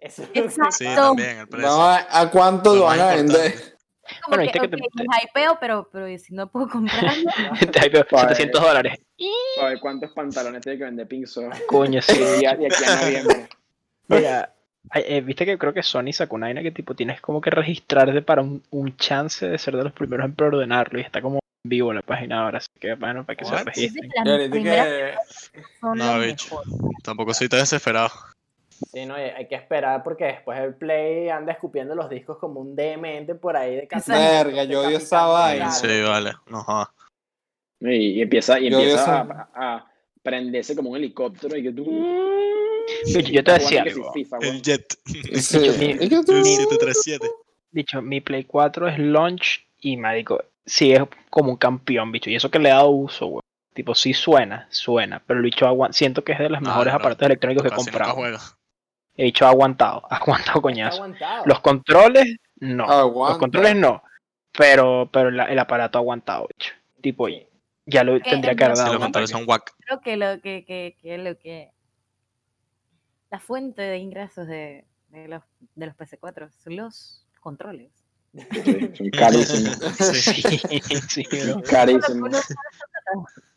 Speaker 1: Eso es lo que-
Speaker 5: Exacto.
Speaker 6: Sí,
Speaker 5: No.
Speaker 6: también, el precio.
Speaker 4: Vamos a, a cuánto
Speaker 6: pues, Lo
Speaker 4: lo
Speaker 6: más
Speaker 4: van a vender.
Speaker 6: importante.
Speaker 5: Es Como
Speaker 2: Bueno,
Speaker 5: que,
Speaker 2: viste que te-
Speaker 5: ok, me hypeo, pero, pero ¿y si no puedo comprarlo,
Speaker 2: Te hypeo, 700 dólares.
Speaker 7: Para ver cuántos pantalones tiene que vender Pink Soda.
Speaker 2: Coño, sí.
Speaker 7: Y ya- y aquí a noviembre.
Speaker 2: Mira, ay, eh, viste que creo que Sony sacó una vaina que tipo tienes como que registrarte para un, un chance de ser de los primeros en preordenarlo y está como en vivo la página ahora, así que bueno, para que se
Speaker 6: What?
Speaker 5: es de
Speaker 2: registren.
Speaker 4: Y
Speaker 5: las
Speaker 4: ahorita
Speaker 5: primeras
Speaker 4: que-
Speaker 5: son
Speaker 6: No,
Speaker 5: las
Speaker 6: bicho.
Speaker 5: mejores.
Speaker 6: Tampoco soy tan desesperado.
Speaker 7: Pues-
Speaker 1: Sí, no, y hay que esperar porque después el Play anda escupiendo los discos como un demente por ahí de
Speaker 5: Exacto.
Speaker 4: Verga, yo odio esa vaina.
Speaker 6: Sí, vale, no jodas.
Speaker 7: Y, y empieza, y
Speaker 4: Yo
Speaker 7: empieza
Speaker 4: eso-
Speaker 7: a, a prenderse como un helicóptero y que tú.
Speaker 2: Bicho, yo te decía
Speaker 7: Jugando que
Speaker 2: algo.
Speaker 7: sí, FIFA,
Speaker 6: El
Speaker 7: güey.
Speaker 6: Jet,
Speaker 4: Sí.
Speaker 2: mi-
Speaker 4: Es que tú-
Speaker 6: el 737.
Speaker 2: Bicho, mi Play 4 es launch y marico, sí es como un campeón, bicho. Y eso que le he dado uso, güey. Tipo, sí suena, suena. Pero el bicho aguanta. Siento que es de los
Speaker 6: No,
Speaker 2: mejores
Speaker 6: Ah, no,
Speaker 2: aparatos electrónicos que he
Speaker 6: Casi nunca
Speaker 2: comprado.
Speaker 6: juega.
Speaker 2: El bicho ha aguantado, ha aguantado
Speaker 1: Está
Speaker 2: coñazo.
Speaker 1: aguantado.
Speaker 2: Los controles, no. Los
Speaker 4: Aguanta.
Speaker 2: controles no. Pero, pero la- el aparato ha aguantado, bicho. Tipo,
Speaker 1: Sí.
Speaker 2: ya lo tendría que haber
Speaker 5: en verdad-
Speaker 6: Si
Speaker 2: dado.
Speaker 6: los
Speaker 2: uno
Speaker 6: controles
Speaker 2: para
Speaker 6: son whack.
Speaker 5: Creo que lo que, que, que lo que la fuente de ingresos de, de los de los PS4 son los controles.
Speaker 7: Sí, son carísimos.
Speaker 2: que-
Speaker 6: Sí.
Speaker 2: Sí, sí, bro.
Speaker 7: Carísimos.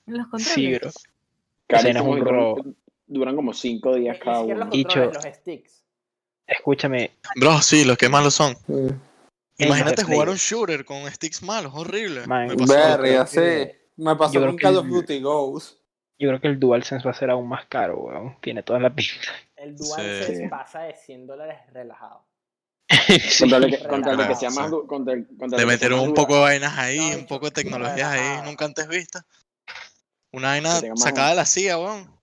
Speaker 5: Los controles.
Speaker 2: Sí, bro. Escena es
Speaker 7: Carísimos.
Speaker 2: un
Speaker 7: y duran-
Speaker 2: robo.
Speaker 7: Duran como 5
Speaker 1: Ni, ni
Speaker 7: días cada
Speaker 1: siquiera los
Speaker 7: uno.
Speaker 2: Y-
Speaker 1: controles,
Speaker 2: Dicho-
Speaker 1: los sticks.
Speaker 2: Escúchame.
Speaker 6: Bro, sí, los que malos son. Imagínate
Speaker 2: Play.
Speaker 6: jugar un shooter con sticks malos, horrible.
Speaker 2: Man.
Speaker 6: Me pasó.
Speaker 4: Verga,
Speaker 2: yo creo
Speaker 4: sí. Me pasó
Speaker 2: yo creo
Speaker 4: con
Speaker 2: que
Speaker 4: Call of
Speaker 2: el-
Speaker 4: Duty Ghost.
Speaker 2: Yo creo que el DualSense va a ser aún más caro, weón. Tiene toda la pinta.
Speaker 1: El DualSense
Speaker 7: Sí.
Speaker 1: pasa de 100 dólares relajado.
Speaker 2: Sí.
Speaker 7: Con tal de que, con tal de que sea
Speaker 6: Sí.
Speaker 7: más. du- con tal- con tal de
Speaker 6: Te
Speaker 7: que sea
Speaker 6: metieron
Speaker 7: más
Speaker 6: un
Speaker 7: dura.
Speaker 6: poco de vainas ahí,
Speaker 1: No,
Speaker 6: un poco de tecnologías
Speaker 1: relajado.
Speaker 6: ahí nunca antes vistas. Una vaina
Speaker 7: Que tenga más
Speaker 6: sacada de la CIA, weón.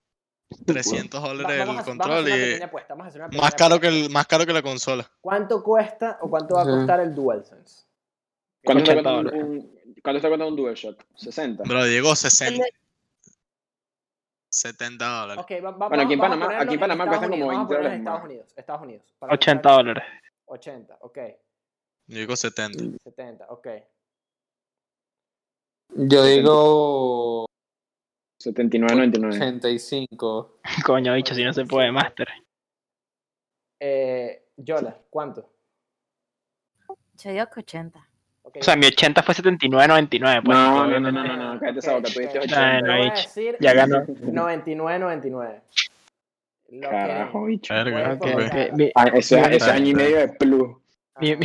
Speaker 6: 300 dólares
Speaker 1: vamos a-
Speaker 6: el
Speaker 1: vamos a
Speaker 6: control
Speaker 1: hacer una
Speaker 6: y
Speaker 1: pequeña apuesta, vamos a hacer una
Speaker 6: más
Speaker 1: pequeña
Speaker 6: caro
Speaker 1: apuesta.
Speaker 6: que el, más caro que la consola.
Speaker 1: ¿Cuánto cuesta o cuánto va a
Speaker 4: Ujú.
Speaker 1: costar el DualSense?
Speaker 7: ¿Cuánto está
Speaker 2: 80
Speaker 7: costando un, un- ¿Cuánto está costando un DualShock? 60.
Speaker 6: Pero llegó 60, 70 dólares.
Speaker 1: Ok, va- va-
Speaker 7: Bueno, aquí en
Speaker 1: vamos a
Speaker 7: Panamá-
Speaker 1: ponerlo
Speaker 7: aquí en Panamá
Speaker 1: Estados
Speaker 7: cuestan como
Speaker 1: Unidos, vamos a
Speaker 7: 20
Speaker 1: ponerlo
Speaker 7: dólares
Speaker 1: en
Speaker 7: más.
Speaker 1: Estados Unidos, Estados Unidos. para
Speaker 2: 80
Speaker 1: comparar-
Speaker 2: dólares.
Speaker 1: 80, ok.
Speaker 6: Llegó 70.
Speaker 1: Mm, 70, ok.
Speaker 4: Yo digo
Speaker 7: 79.99.
Speaker 4: 85.
Speaker 2: Coño, bicho, si no se puede, Master.
Speaker 1: Eh, Yola, ¿cuánto?
Speaker 5: Yo digo que 80.
Speaker 1: Ok,
Speaker 2: O sea, mi 80 fue 79.99, pues.
Speaker 7: No, no, no, no, no, no, cállate esa boca, tú diste
Speaker 1: Ok, ok. Yo
Speaker 7: 80.
Speaker 1: voy a
Speaker 2: Nah,
Speaker 1: decir
Speaker 2: Ya ganó.
Speaker 1: 99, 99. Lo que-
Speaker 7: Carajo, bicho.
Speaker 6: Verga,
Speaker 1: Bueno,
Speaker 6: ok.
Speaker 1: pues,
Speaker 2: Eh, mi,
Speaker 7: Ah, eso es, eso es
Speaker 6: Está
Speaker 7: año y
Speaker 6: bien,
Speaker 7: medio de plus.
Speaker 1: ajá.
Speaker 2: mi, mi-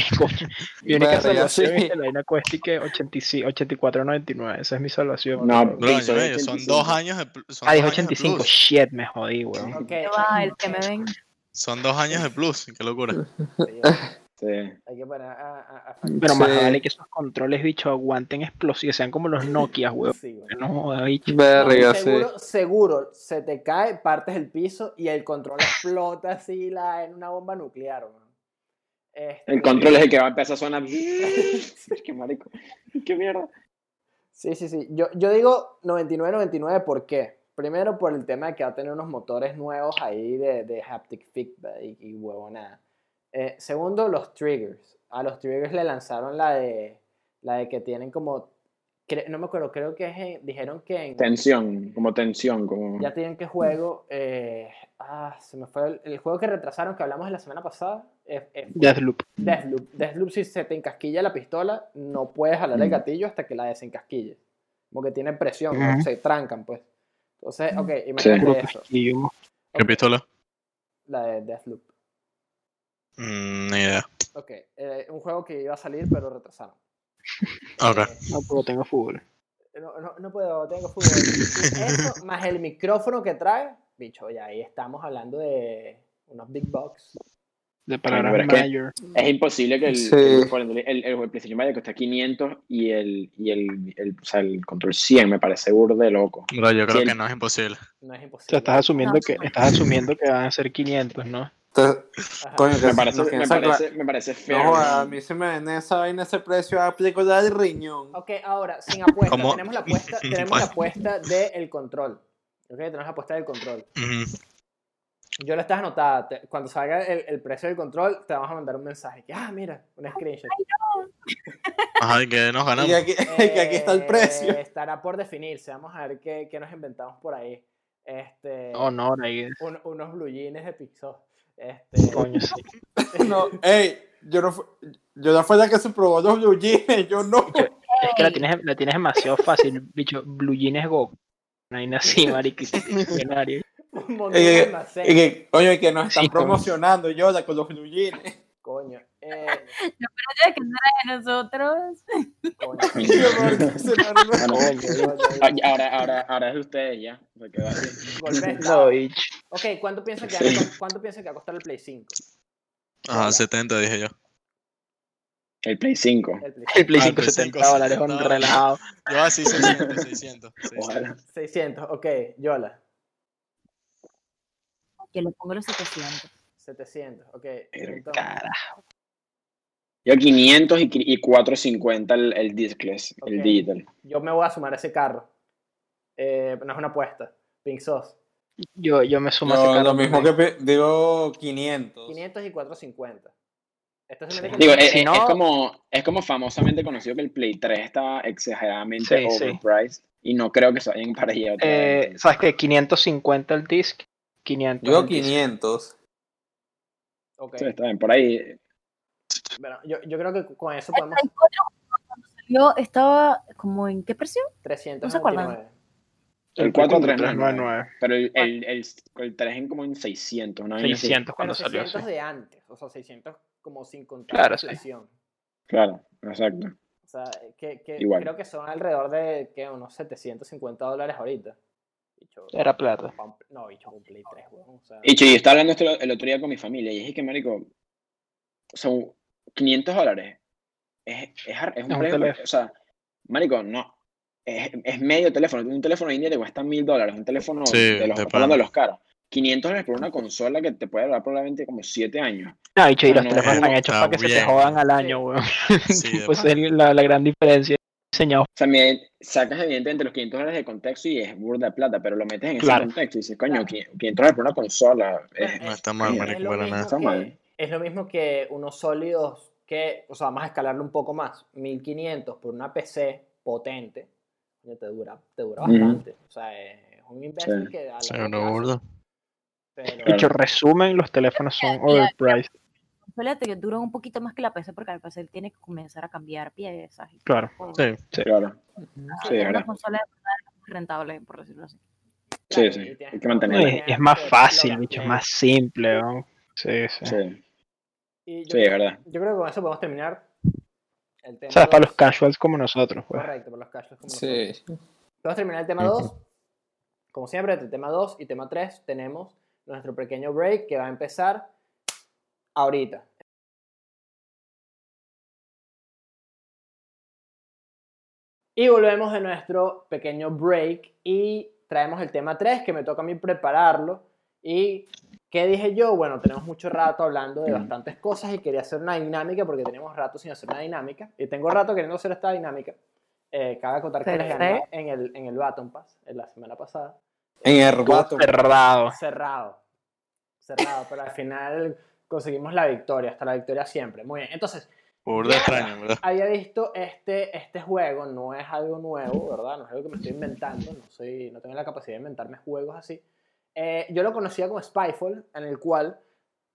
Speaker 2: mi única
Speaker 4: Verga,
Speaker 2: salvación
Speaker 4: sí.
Speaker 2: es que la vaina cuesta y que 85 84.99. Esa es mi salvación.
Speaker 7: No,
Speaker 6: Bro,
Speaker 7: Pixel
Speaker 6: yo-
Speaker 7: es
Speaker 6: yo- son
Speaker 7: 85.
Speaker 6: dos años de pl- son
Speaker 2: Ah, dije
Speaker 6: dos años de
Speaker 2: 85.
Speaker 6: plus.
Speaker 2: Shit, me jodí, weón.
Speaker 1: Ok,
Speaker 5: Va, el que me ven.
Speaker 6: Son dos años de plus, qué locura.
Speaker 7: Sí.
Speaker 1: hay que poner a, a, a-
Speaker 2: Pero más
Speaker 4: Sí.
Speaker 2: vale que esos controles, bicho, aguanten explosivos, sean como los
Speaker 7: Ah,
Speaker 2: Nokia, weón.
Speaker 1: Sí, güey.
Speaker 2: No joda, bicho.
Speaker 4: Verga, sí.
Speaker 1: seguro, seguro se te cae, partes el piso y el control explota así la, en una bomba nuclear. güey. Este-
Speaker 7: El control es el que va a empezar a sonar. Qué marico. Qué mierda.
Speaker 1: Sí, sí, sí. Yo, yo digo 99-99, ¿por qué? Primero por el tema de que va a tener unos motores nuevos ahí de, de haptic feedback y, y huevonada. Eh, segundo, los triggers. A los triggers le lanzaron la de, la de que tienen como... cre- no me acuerdo, creo que es en- dijeron que en...
Speaker 7: Tensión, como tensión, como.
Speaker 1: Ya tienen que juego... eh, ah, se me fue el, el juego que retrasaron que hablamos de la semana pasada. eh, eh, fue
Speaker 2: Deathloop.
Speaker 1: Deathloop. Deathloop, si se te encasquilla la pistola, no puedes jalar
Speaker 2: Mm.
Speaker 1: el gatillo hasta que la desencasquille. Como que tiene presión, ¿no?
Speaker 2: Ujú.
Speaker 1: se trancan, pues. Entonces, ok, imagínate
Speaker 2: Puro
Speaker 1: eso.
Speaker 2: casquillo.
Speaker 6: ¿Qué
Speaker 1: Ok,
Speaker 6: pistola?
Speaker 1: La de Deathloop.
Speaker 6: Mm, ni idea.
Speaker 1: Ok, eh, un juego que iba a salir, pero retrasaron.
Speaker 6: Ok.
Speaker 1: Eh,
Speaker 2: No, pero tengo fútbol.
Speaker 1: no, no, no puedo, tengo fútbol. Eso, más el micrófono que trae, bicho, ya ahí estamos hablando de unos big box.
Speaker 2: De
Speaker 7: pero
Speaker 2: palabras
Speaker 7: es que-
Speaker 2: mayor.
Speaker 7: Es imposible que el,
Speaker 4: Sí.
Speaker 7: el, por ejemplo, el, el PlayStation vaya a costar 500 y el, y el, el, o sea, el control 100 me parece burde loco.
Speaker 6: Bro, yo creo
Speaker 7: Sí,
Speaker 6: que
Speaker 7: el-
Speaker 6: no es imposible.
Speaker 1: No es
Speaker 2: O sea,
Speaker 1: imposible.
Speaker 2: estás asumiendo,
Speaker 5: No,
Speaker 2: que,
Speaker 5: no.
Speaker 2: estás asumiendo que van a ser 500, ¿no?
Speaker 4: Entonces,
Speaker 1: Ajá.
Speaker 4: coño, que
Speaker 7: Me
Speaker 4: nos
Speaker 7: parece,
Speaker 4: quieren
Speaker 7: me
Speaker 4: sacar-
Speaker 7: parece, me parece feo.
Speaker 4: No, joda, a mí se me vende esa vaina ese precio, ah, aplico la del riñón.
Speaker 1: Ok, ahora, sin apuesta,
Speaker 6: ¿Cómo?
Speaker 1: tenemos la apuesta, tenemos la apuesta del control. Ok, tenemos la apuesta del control.
Speaker 6: Ujú.
Speaker 1: Yo la estás anotada. te- cuando salga el, el precio del control, te vamos a mandar un mensaje. Que, ah, mira, un screenshot.
Speaker 6: Ajá, ¿y que nos
Speaker 4: Y
Speaker 6: ganamos.
Speaker 4: aquí, que aquí está el
Speaker 1: Eh,
Speaker 4: precio.
Speaker 1: Estará por definirse. Vamos a ver qué, qué nos inventamos por ahí. Este,
Speaker 2: No, no, ahí es.
Speaker 1: un- unos blue jeans de Pixar. Este,
Speaker 2: Coño, sí.
Speaker 4: No, ey, yo no, fu- yo no fue la que se probó los blue jeans, yo no.
Speaker 2: Es que la tienes, la tienes demasiado fácil, bicho. Blue Jeans Go. No hay nada así, marico. millonario.
Speaker 1: un montón
Speaker 4: Eh,
Speaker 1: de
Speaker 4: eh, Y
Speaker 1: almacén,
Speaker 4: que, coño, y que nos están
Speaker 2: Sí, coño.
Speaker 4: promocionando, yo la con los blue jeans.
Speaker 1: Coño. Eh,
Speaker 5: Oye, que no era de nosotros.
Speaker 1: coño.
Speaker 4: Y yo, marico, se me arruinó.
Speaker 7: Bueno,
Speaker 1: Coño,
Speaker 7: ah, ya, ahora, ahora, ahora es de ustedes ya. Se quedó así.
Speaker 1: golpe de
Speaker 2: No,
Speaker 1: estado.
Speaker 2: bicho.
Speaker 1: Ok, ¿cuánto piensa que, ¿cuánto piensa que va a costar el Play 5?
Speaker 6: Ajá, 70 dije yo.
Speaker 7: El Play 5.
Speaker 1: El Play
Speaker 2: El Play
Speaker 6: Ah,
Speaker 2: 5,
Speaker 6: Play
Speaker 2: 70
Speaker 6: 5,
Speaker 2: dólares, un
Speaker 6: 70
Speaker 2: relajado.
Speaker 6: Yo ah, así 600, 600. 600.
Speaker 7: Ojalá.
Speaker 1: 600, ok, Yola.
Speaker 5: Yo le pongo los 700.
Speaker 1: 700, ok.
Speaker 7: Pero,
Speaker 1: entonces,
Speaker 2: Cara.
Speaker 7: Yo 500 y, qui- y 450 el, el discless, el
Speaker 1: Ok.
Speaker 7: digital.
Speaker 1: yo me voy a sumar a ese carro. Eh, no es una apuesta. Pink Sauce.
Speaker 2: Yo, yo me sumo a ese
Speaker 4: Yo,
Speaker 2: carro
Speaker 4: lo mismo que
Speaker 2: también.
Speaker 4: pe- digo 500.
Speaker 1: 500 y 450. Esto se mete
Speaker 7: Digo,
Speaker 1: con-
Speaker 7: es,
Speaker 2: Si
Speaker 7: es-
Speaker 2: no-
Speaker 7: es como, es como famosamente conocido que el Play 3 estaba exageradamente
Speaker 2: Sí, sí.
Speaker 7: overpriced y no creo que se vayan para allá otra vez.
Speaker 2: Eh, ¿Sabes qué? 550 el disc. 500.
Speaker 4: Yo
Speaker 2: el disc.
Speaker 4: 500.
Speaker 1: ok,
Speaker 7: Sí, está bien, por ahí.
Speaker 1: bueno, yo, yo creo que con eso podemos.
Speaker 5: 34 cuando salió estaba como en qué precio? ¿No se
Speaker 1: 329.
Speaker 5: acuerdan?
Speaker 7: El 4
Speaker 2: 399.
Speaker 7: Pero el, el, el, el 3 en como en 600, ¿no? Algo así.
Speaker 2: 600
Speaker 1: Pero
Speaker 2: cuando salió.
Speaker 1: 600
Speaker 2: sí.
Speaker 1: de antes. O sea, 600 como sin contar
Speaker 2: Claro, sí.
Speaker 1: inflación.
Speaker 7: Claro, exacto.
Speaker 1: O sea, que, que
Speaker 7: Igual.
Speaker 1: creo que son alrededor de ¿qué? unos 750 dólares ahorita. Bicho,
Speaker 2: Era plata.
Speaker 1: pa' un- no, bicho, un Play 3, weón. O sea,
Speaker 7: Y che, yo estaba hablando esto el otro día con mi familia y dije que, marico, son 500 dólares. Es, es, ar- es un,
Speaker 2: Es un
Speaker 7: precio,
Speaker 2: teléfono.
Speaker 7: o sea, marico, no. Es, es medio teléfono. Un teléfono india te cuesta mil dólares. Un teléfono
Speaker 6: Sí,
Speaker 7: de los,
Speaker 6: de
Speaker 7: hablando de
Speaker 6: pana.
Speaker 7: los caros. 500 dólares por una consola que te puede durar probablemente como 7 años.
Speaker 2: No, bicho, y los
Speaker 7: No,
Speaker 2: teléfonos
Speaker 7: eh,
Speaker 2: están hechos
Speaker 6: está
Speaker 2: para que se te
Speaker 6: bien.
Speaker 2: jodan al año, weón.
Speaker 6: Sí, de
Speaker 2: pues es la, la gran diferencia. Diseñado.
Speaker 7: O sea, me sacas evidentemente los 500 dólares de contexto y es burda de plata, pero lo metes en ese
Speaker 2: Claro.
Speaker 7: contexto y dices, coño,
Speaker 1: Claro.
Speaker 7: 500 dólares por una consola.
Speaker 1: Claro,
Speaker 7: es-
Speaker 6: No está mal,
Speaker 1: es
Speaker 6: Ah, marico,
Speaker 1: lo
Speaker 6: para
Speaker 1: mismo
Speaker 6: nada.
Speaker 7: Está
Speaker 1: que-
Speaker 7: mal.
Speaker 1: Es lo mismo que unos sólidos que, o sea, vamos a escalarlo un poco más. 1500 por una PC potente, ya te dura, te dura
Speaker 7: Ujú.
Speaker 1: bastante. O sea, es un investment
Speaker 7: Sí.
Speaker 1: que a la
Speaker 6: Sí,
Speaker 1: largo
Speaker 6: una
Speaker 1: plazo,
Speaker 6: burda.
Speaker 1: pero-
Speaker 2: Dicho, resumen, los teléfonos son overpriced.
Speaker 5: Suele te- dura un poquito más que la PC porque la PC tiene que comenzar a cambiar piezas. Y
Speaker 2: Claro.
Speaker 5: todo.
Speaker 6: Sí.
Speaker 7: Claro.
Speaker 5: O sea,
Speaker 7: Sí,
Speaker 5: tener una
Speaker 7: ¿verdad?
Speaker 5: consola de verdad es rentable, por decirlo así.
Speaker 1: Claro,
Speaker 7: Sí, sí.
Speaker 1: y tienes
Speaker 7: Hay
Speaker 1: que
Speaker 7: que
Speaker 2: No,
Speaker 1: mantener-
Speaker 7: mantenerla.
Speaker 2: es, es más
Speaker 1: Sí,
Speaker 2: fácil,
Speaker 1: claro.
Speaker 2: bicho, es más simple, weón. Sí, sí.
Speaker 7: Sí,
Speaker 1: Y yo,
Speaker 7: sí, es verdad.
Speaker 1: yo creo que con eso podemos terminar el tema.
Speaker 2: O sea, es para los
Speaker 1: dos.
Speaker 2: casuals como nosotros, pues.
Speaker 1: Correcto, para los cash como nosotros.
Speaker 4: Sí.
Speaker 1: Vamos a terminar el tema
Speaker 2: Ujú.
Speaker 1: 2. Como siempre, entre tema 2 y tema 3 tenemos nuestro pequeño break que va a empezar ahorita. Y volvemos de nuestro pequeño break y traemos el tema 3 que me toca a mí prepararlo. ¿Y qué dije yo? Bueno, tenemos mucho rato hablando de
Speaker 7: Ujú.
Speaker 1: bastantes cosas y quería hacer una dinámica porque tenemos rato sin hacer una dinámica. Y tengo rato queriendo hacer esta dinámica. Eh, cabe acotar que les gané en el, en el Baton Pass en la semana pasada.
Speaker 4: En
Speaker 2: Estuvo
Speaker 4: Herbato.
Speaker 2: cerrado.
Speaker 1: Cerrado. Cerrado, pero al final conseguimos la victoria, hasta la victoria siempre. Muy bien, entonces,
Speaker 6: Burda extraño, en ¿verdad?
Speaker 1: había visto este, este juego, no es algo nuevo, ¿verdad? No es algo que me estoy inventando, no, soy, no tengo la capacidad de inventarme juegos así. Eh, yo lo conocía como Spyfall, en el cual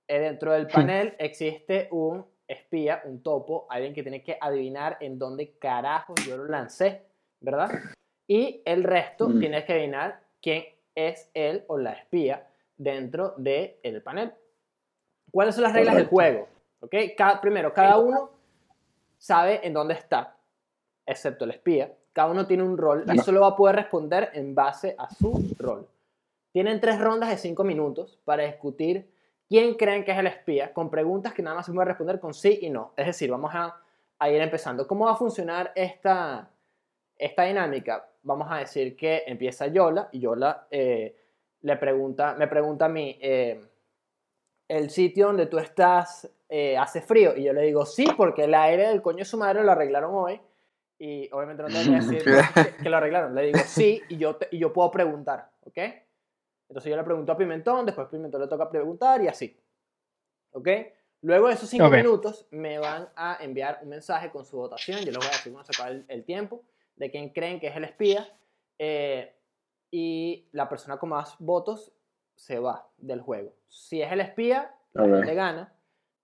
Speaker 1: eh, dentro del panel existe un espía, un topo, alguien que tiene que adivinar en dónde carajo yo lo lancé, ¿verdad? Y el resto
Speaker 7: Mm.
Speaker 1: tiene que adivinar quién es él o la espía dentro del panel. ¿Cuáles son las reglas del juego? ¿Ok? Cada, primero, cada uno sabe en dónde está, excepto el espía. Cada uno tiene un rol y
Speaker 7: No.
Speaker 1: solo va a poder responder en base a su rol. Tienen tres rondas de cinco minutos para discutir quién creen que es el espía con preguntas que nada más se puede responder con sí y no. Es decir, vamos a, a ir empezando. ¿Cómo va a funcionar esta, esta dinámica? Vamos a decir que empieza Yola y Yola eh, le pregunta, me pregunta a mí. eh, el sitio donde tú estás eh, hace frío. Y yo le digo, sí, porque el aire del coño de su madre lo arreglaron hoy. Y obviamente no tengo que decir que, que lo arreglaron. Le digo, sí, y yo, te- y yo puedo preguntar, ¿ok? Entonces yo le pregunto a Pimentón, después Pimentón le toca preguntar y así. ¿Ok? Luego de esos cinco
Speaker 2: Ok.
Speaker 1: minutos me van a enviar un mensaje con su votación. Yo les voy a decir cuando se acabe el, el tiempo de quién creen que es el espía. eh, y la persona con más votos se va del juego. Si es el espía,
Speaker 7: Ok.
Speaker 1: le gana.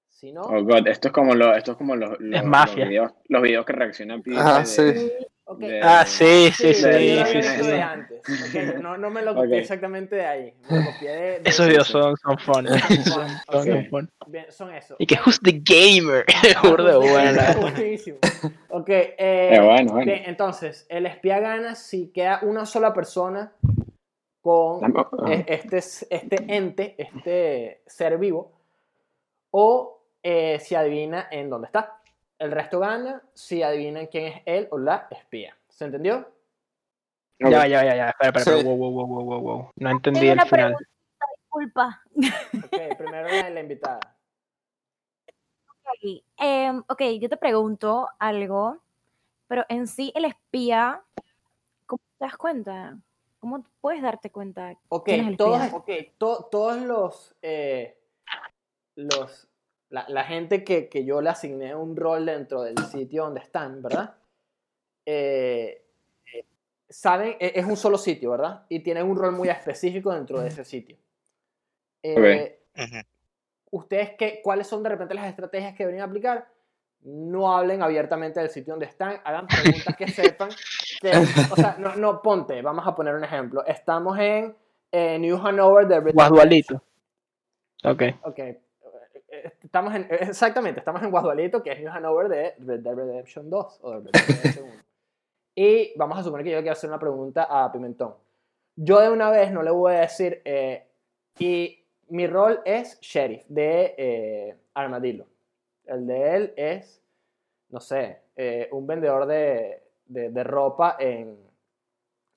Speaker 1: Si no,
Speaker 7: Oh, God. Esto es como, lo, esto es como los, los,
Speaker 2: Es mafia.
Speaker 7: los videos, los videos que reaccionan Pibe
Speaker 4: Ajá,
Speaker 7: de-
Speaker 4: sí.
Speaker 1: ok.
Speaker 7: de-
Speaker 2: Ah, sí, sí,
Speaker 1: yo lo
Speaker 2: sí,
Speaker 1: había
Speaker 2: sí,
Speaker 1: visto
Speaker 2: sí.
Speaker 1: de antes, ok, No, no me lo
Speaker 7: Ok.
Speaker 1: copié exactamente de ahí. Me lo copié de. de-
Speaker 2: Esos videos son, son fun. Son, son- son
Speaker 1: Ok.
Speaker 2: fun.
Speaker 1: Bien, son eso.
Speaker 2: Y que Who's the Gamer? Burda buena.
Speaker 1: Buenísimo. Ok, eh,
Speaker 7: Eh, bueno, bueno.
Speaker 1: bien, entonces, el espía gana si queda una sola persona con
Speaker 7: Tampoco-
Speaker 1: e- este, s- este ente, este ser vivo, o eh, si adivina en dónde está. El resto gana si adivinan quién es él o la espía. ¿Se entendió?
Speaker 2: Ya, va, ya, va, ya, ya. Espera, espera,
Speaker 4: Sí.
Speaker 2: espera. Wow, wow, wow, wow, wow, wow. No entendí
Speaker 5: Tengo
Speaker 2: el
Speaker 5: una
Speaker 2: final.
Speaker 5: pregunta, disculpa.
Speaker 1: Ok, primero la, la invitada.
Speaker 5: Ok, em, ok, yo te pregunto algo, pero en sí el espía, ¿cómo te das cuenta? ¿Cómo puedes darte cuenta?
Speaker 1: Ok,
Speaker 5: ¿Quién es el
Speaker 1: todos,
Speaker 5: espía?
Speaker 1: ok, to- todos los... eh, los la, la gente que, que yo le asigné un rol dentro del sitio donde están, ¿verdad? Eh, eh, saben, e- es un solo sitio, ¿verdad? Y tienen un rol muy específico dentro de ese sitio. Eh,
Speaker 6: Ujú.
Speaker 1: ustedes qué, cuáles son de repente las estrategias que deberían aplicar, no hablen abiertamente del sitio donde están, hagan preguntas que sepan. que- o sea, no, no, ponte, vamos a poner un ejemplo. Estamos en eh, New Hanover de British
Speaker 2: Guasdualito. Ok.
Speaker 1: Ok. eh, eh, Estamos en, eh, exactamente, estamos en Guadualito, que es New Hanover de Red Dead Redemption 2 o de Red Dead Redemption 1. Y vamos a suponer que yo quiero hacer una pregunta a Pimentón. Yo de una vez no le voy a decir, eh, y mi rol es sheriff de eh, Armadillo. El de él es, no sé, eh, un vendedor de, de- de ropa en...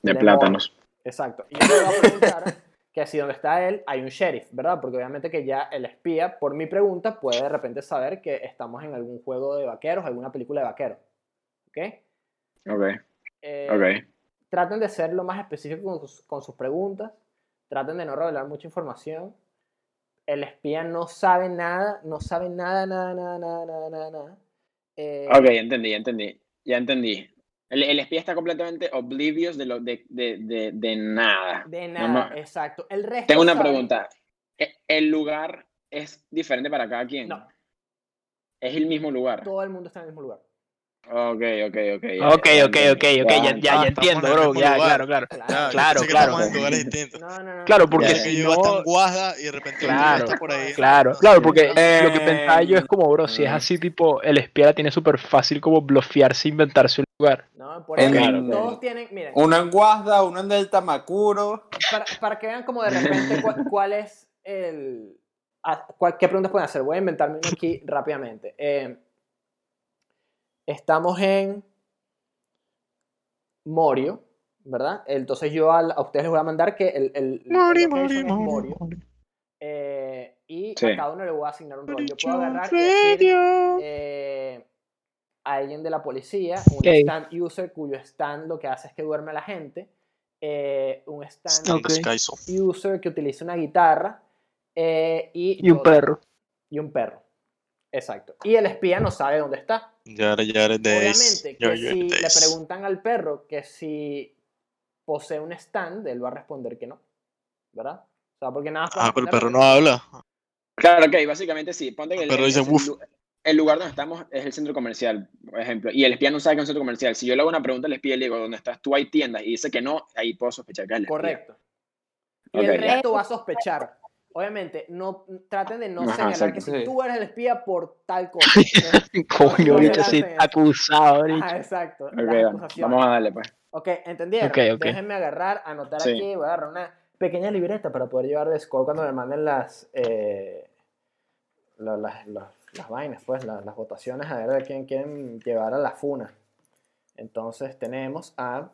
Speaker 7: De
Speaker 1: moda.
Speaker 7: plátanos.
Speaker 1: Exacto. Y yo le voy a preguntar que si donde está él hay un sheriff, ¿verdad? Porque obviamente que ya el espía, por mi pregunta, puede de repente saber que estamos en algún juego de vaqueros, alguna película de vaqueros. ¿Ok?
Speaker 7: Ok,
Speaker 1: Eh,
Speaker 7: ok.
Speaker 1: Traten de ser lo más específico con sus, con sus preguntas. Traten de no revelar mucha información. El espía no sabe nada, no sabe nada, nada, nada, nada, nada, nada. nada. Eh,
Speaker 7: Ok, ya entendí, ya entendí. Ya entendí. El, el espía está completamente oblivious de, lo, de, de, de, de nada.
Speaker 1: De
Speaker 7: No,
Speaker 1: nada,
Speaker 7: no.
Speaker 1: exacto. El resto
Speaker 7: Tengo una
Speaker 1: sabe-
Speaker 7: pregunta. ¿E- ¿El lugar es diferente para cada quien?
Speaker 1: No.
Speaker 7: ¿Es el mismo lugar?
Speaker 1: Todo el mundo está en el mismo lugar.
Speaker 7: Ok, ok, ok. ya,
Speaker 2: Ok,
Speaker 7: ya
Speaker 2: ok,
Speaker 7: entendí.
Speaker 2: ok, ok, ya, ya, ya
Speaker 6: Ah, estamos
Speaker 2: entiendo,
Speaker 6: en el
Speaker 2: bro.
Speaker 6: mismo
Speaker 2: Ya,
Speaker 6: lugar.
Speaker 2: claro, claro.
Speaker 1: Claro.
Speaker 2: Claro,
Speaker 6: Yo sé que
Speaker 2: claro.
Speaker 6: Estamos en lugares distintos.
Speaker 1: No, no, no.
Speaker 2: Claro,
Speaker 7: Ya,
Speaker 2: porque
Speaker 6: Yo sé
Speaker 7: ya.
Speaker 6: que yo
Speaker 2: no-
Speaker 6: estaba en Guasda y de repente el otro día
Speaker 2: Claro,
Speaker 6: está por ahí.
Speaker 2: Claro,
Speaker 6: No sé.
Speaker 2: claro, porque lo que pensaba yo es
Speaker 3: Em,
Speaker 2: como, bro, si es
Speaker 7: Eh.
Speaker 3: mm.
Speaker 2: así, tipo, el espía la tiene súper fácil como blofearse, inventarse un lugar.
Speaker 1: No, por
Speaker 3: En-
Speaker 1: eso
Speaker 7: Claro,
Speaker 1: todos
Speaker 7: claro.
Speaker 1: tienen, miren,
Speaker 4: Uno en Guasda, uno en Delta Macuro.
Speaker 1: para, para que vean como de repente cua- cuál, es el... a- cuál- ¿Qué preguntas pueden hacer? Voy a inventarme una aquí rápidamente. Eh, estamos en Morio, ¿verdad? Entonces yo al- a, ustedes les voy a mandar que el, el, el location es Morio. Eh, y
Speaker 7: Sí.
Speaker 1: a cada uno le voy a asignar un rol. Yo puedo agarrar y decir eh, a alguien de la policía, un
Speaker 2: Ok.
Speaker 1: stand user cuyo stand lo que hace es que duerme a la gente, eh, un stand
Speaker 6: Stand
Speaker 2: Ok.
Speaker 6: Skyzone.
Speaker 1: user que utiliza una guitarra eh, y,
Speaker 2: Y un
Speaker 1: yo-
Speaker 2: perro.
Speaker 1: Y un perro. Exacto. Y el espía no sabe dónde está.
Speaker 6: Yara, yara, days.
Speaker 1: Obviamente que
Speaker 6: Yara, yara,
Speaker 1: si le
Speaker 6: days.
Speaker 1: preguntan al perro que si posee un stand, él va a responder que no. ¿Verdad? O sea, porque nada más para
Speaker 6: Ah, pero el perro
Speaker 1: responder
Speaker 6: no habla.
Speaker 7: Claro, ok, básicamente sí. Ponte que el,
Speaker 6: Pero
Speaker 7: el-
Speaker 6: dice,
Speaker 7: el
Speaker 6: "Woof".
Speaker 7: lu- el lugar donde estamos es el centro comercial, por ejemplo, y el espía no sabe que es un centro comercial. Si yo le hago una pregunta al espía y le digo, ¿dónde estás tú? Hay tiendas, y dice que no, ahí puedo sospechar que es el espía.
Speaker 1: Correcto. Y
Speaker 7: Ok,
Speaker 1: el
Speaker 7: ya.
Speaker 1: resto va a sospechar. Obviamente, no traten de no
Speaker 7: Ajá,
Speaker 1: señalar que
Speaker 7: exacto.
Speaker 1: si
Speaker 4: Sí.
Speaker 1: tú eres el espía por tal cosa. ¿ok?
Speaker 2: Coño,
Speaker 1: no
Speaker 2: bicho,
Speaker 1: se
Speaker 2: sí,
Speaker 1: lancen eso.
Speaker 2: acusado, bicho.
Speaker 1: Ah, exacto.
Speaker 7: Ok,
Speaker 1: las
Speaker 7: vamos,
Speaker 1: acusaciones.
Speaker 7: vamos a darle, pues.
Speaker 1: Ok, entendieron.
Speaker 2: Ok, ok.
Speaker 1: Déjenme agarrar, anotar
Speaker 7: Sí.
Speaker 1: aquí, voy a agarrar una pequeña libreta para poder llevar de score cuando me manden las eh, lo- las, los- las vainas, pues, la- las, votaciones, a ver de quién quieren llevar a la funa. Entonces tenemos a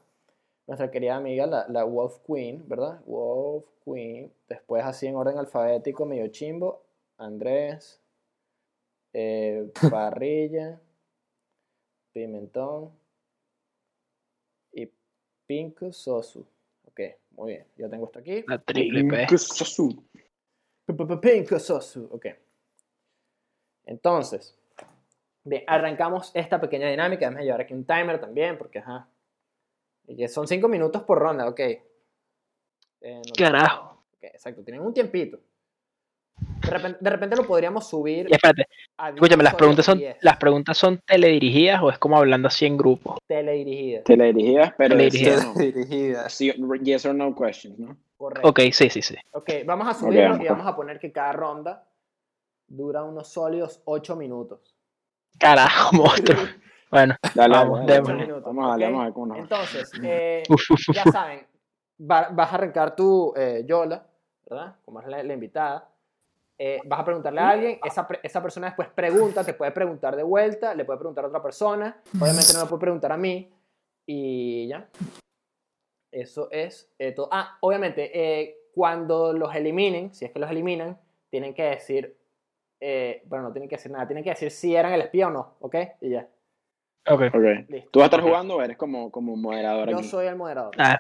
Speaker 1: nuestra querida amiga, la, la Wolf Queen, ¿verdad? Wolf Queen. Después así en orden alfabético, medio chimbo. Andrés. eh, parrilla. Pimentón. Y Pink Sosu. Ok, muy bien. Ya tengo esto aquí.
Speaker 2: La triple P.
Speaker 1: P- p- Pink Sosu. Ok. Entonces, bien, arrancamos esta pequeña dinámica. Déjame llevar aquí un timer también, porque ajá. Y que son cinco minutos por ronda, ok. Eh, no-
Speaker 2: Carajo.
Speaker 1: ok, exacto, tienen un tiempito. De repente, de repente lo podríamos subir
Speaker 2: Y espérate,
Speaker 1: a 10
Speaker 2: escúchame, las
Speaker 1: o
Speaker 2: preguntas son,
Speaker 1: 10,
Speaker 2: las preguntas son teledirigidas o es como hablando así en grupo.
Speaker 1: teledirigidas.
Speaker 7: Teledirigidas, pero de sí
Speaker 2: Teledirigidas.
Speaker 7: o no.
Speaker 4: Dirigidas.
Speaker 7: Sí, yes or no questions, ¿no?
Speaker 1: Correcto.
Speaker 2: Ok, sí, sí, sí.
Speaker 1: Ok, vamos a subirlo
Speaker 7: vamos
Speaker 1: y
Speaker 7: con-
Speaker 1: vamos a poner que cada ronda dura unos sólidos 8 minutos.
Speaker 2: Carajo, monstruo. Bueno,
Speaker 7: Dale,
Speaker 4: Ah,
Speaker 2: Vamos,
Speaker 7: dale, dale,
Speaker 2: démosle.
Speaker 7: vamos.
Speaker 1: Minutos,
Speaker 7: Vamos a darle,
Speaker 1: ok.
Speaker 7: vamos a ver cómo nos va.
Speaker 1: Entonces, eh,
Speaker 2: uf, uf, uf,
Speaker 1: ya
Speaker 2: uf.
Speaker 1: saben, va- vas a arrancar tu eh, Yola, ¿verdad? Como es la, la invitada. Eh, vas a preguntarle a alguien, esa, pre- esa persona después pregunta, te puede preguntar de vuelta, le puede preguntar a otra persona, obviamente no me puede preguntar a mí, y ya. Eso es eh, todo. Ah, obviamente, eh, cuando los eliminen, si es que los eliminan, tienen que decir, eh, bueno, no tienen que decir nada, tienen que decir si eran el espía o no, ¿ok? Y ya,
Speaker 2: Ok.
Speaker 7: Ok.
Speaker 1: listo.
Speaker 7: ¿Tú vas a estar jugando o eres como, como moderador
Speaker 1: Yo
Speaker 7: aquí?
Speaker 1: soy el moderador.
Speaker 2: Ah,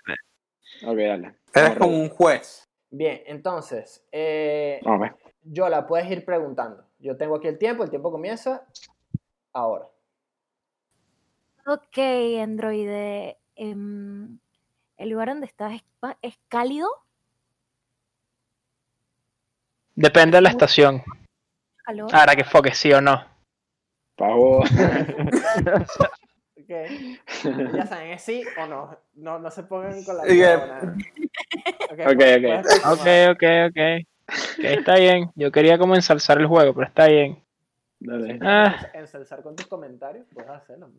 Speaker 2: espera.
Speaker 7: Ok, dale.
Speaker 4: Eres como un juez.
Speaker 1: Bien, entonces, eh,
Speaker 7: Vamos a ver.
Speaker 1: yo la puedes ir preguntando. Yo tengo aquí el tiempo, el tiempo comienza ahora.
Speaker 5: Ok, androide. em, ¿El lugar donde estás es, pa- es cálido?
Speaker 2: Depende de la estación.
Speaker 5: ¿Calor?
Speaker 2: Ahora Ah, que foque, sí o no.
Speaker 7: Pavo. pues.
Speaker 1: Ok. Ya saben, es sí o no. No, no se pongan con la
Speaker 4: Y que-
Speaker 1: huevona. Ok,
Speaker 7: Ok,
Speaker 1: puedes-
Speaker 7: ok.
Speaker 1: puedes continuar.
Speaker 2: Ok, ok, ok. Ok, está bien. Yo quería como ensalzar el juego, pero está bien.
Speaker 1: Si
Speaker 7: Dale.
Speaker 1: quieres
Speaker 2: Ah.
Speaker 1: ensalzar con tus comentarios, puedes hacerlo.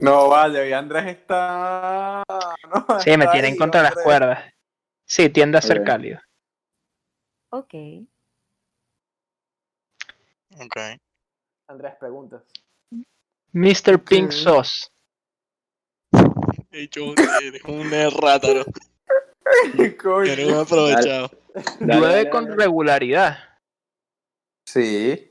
Speaker 4: No, vale, hoy Andrés está. No,
Speaker 2: Sí, me
Speaker 4: está
Speaker 2: tienen
Speaker 4: ahí,
Speaker 2: contra las
Speaker 4: Andrés.
Speaker 2: cuerdas. Sí, tiende a ser
Speaker 7: Ok.
Speaker 2: cálido.
Speaker 5: Ok.
Speaker 6: Ok.
Speaker 1: Andrés, preguntas.
Speaker 2: Mr. Pink
Speaker 4: Ok.
Speaker 2: Sauce.
Speaker 6: He hecho un, eres un rátaro. Eres un aprovechado.
Speaker 7: Dale,
Speaker 2: Llueve
Speaker 7: dale,
Speaker 2: con
Speaker 7: dale.
Speaker 2: regularidad.
Speaker 4: Sí.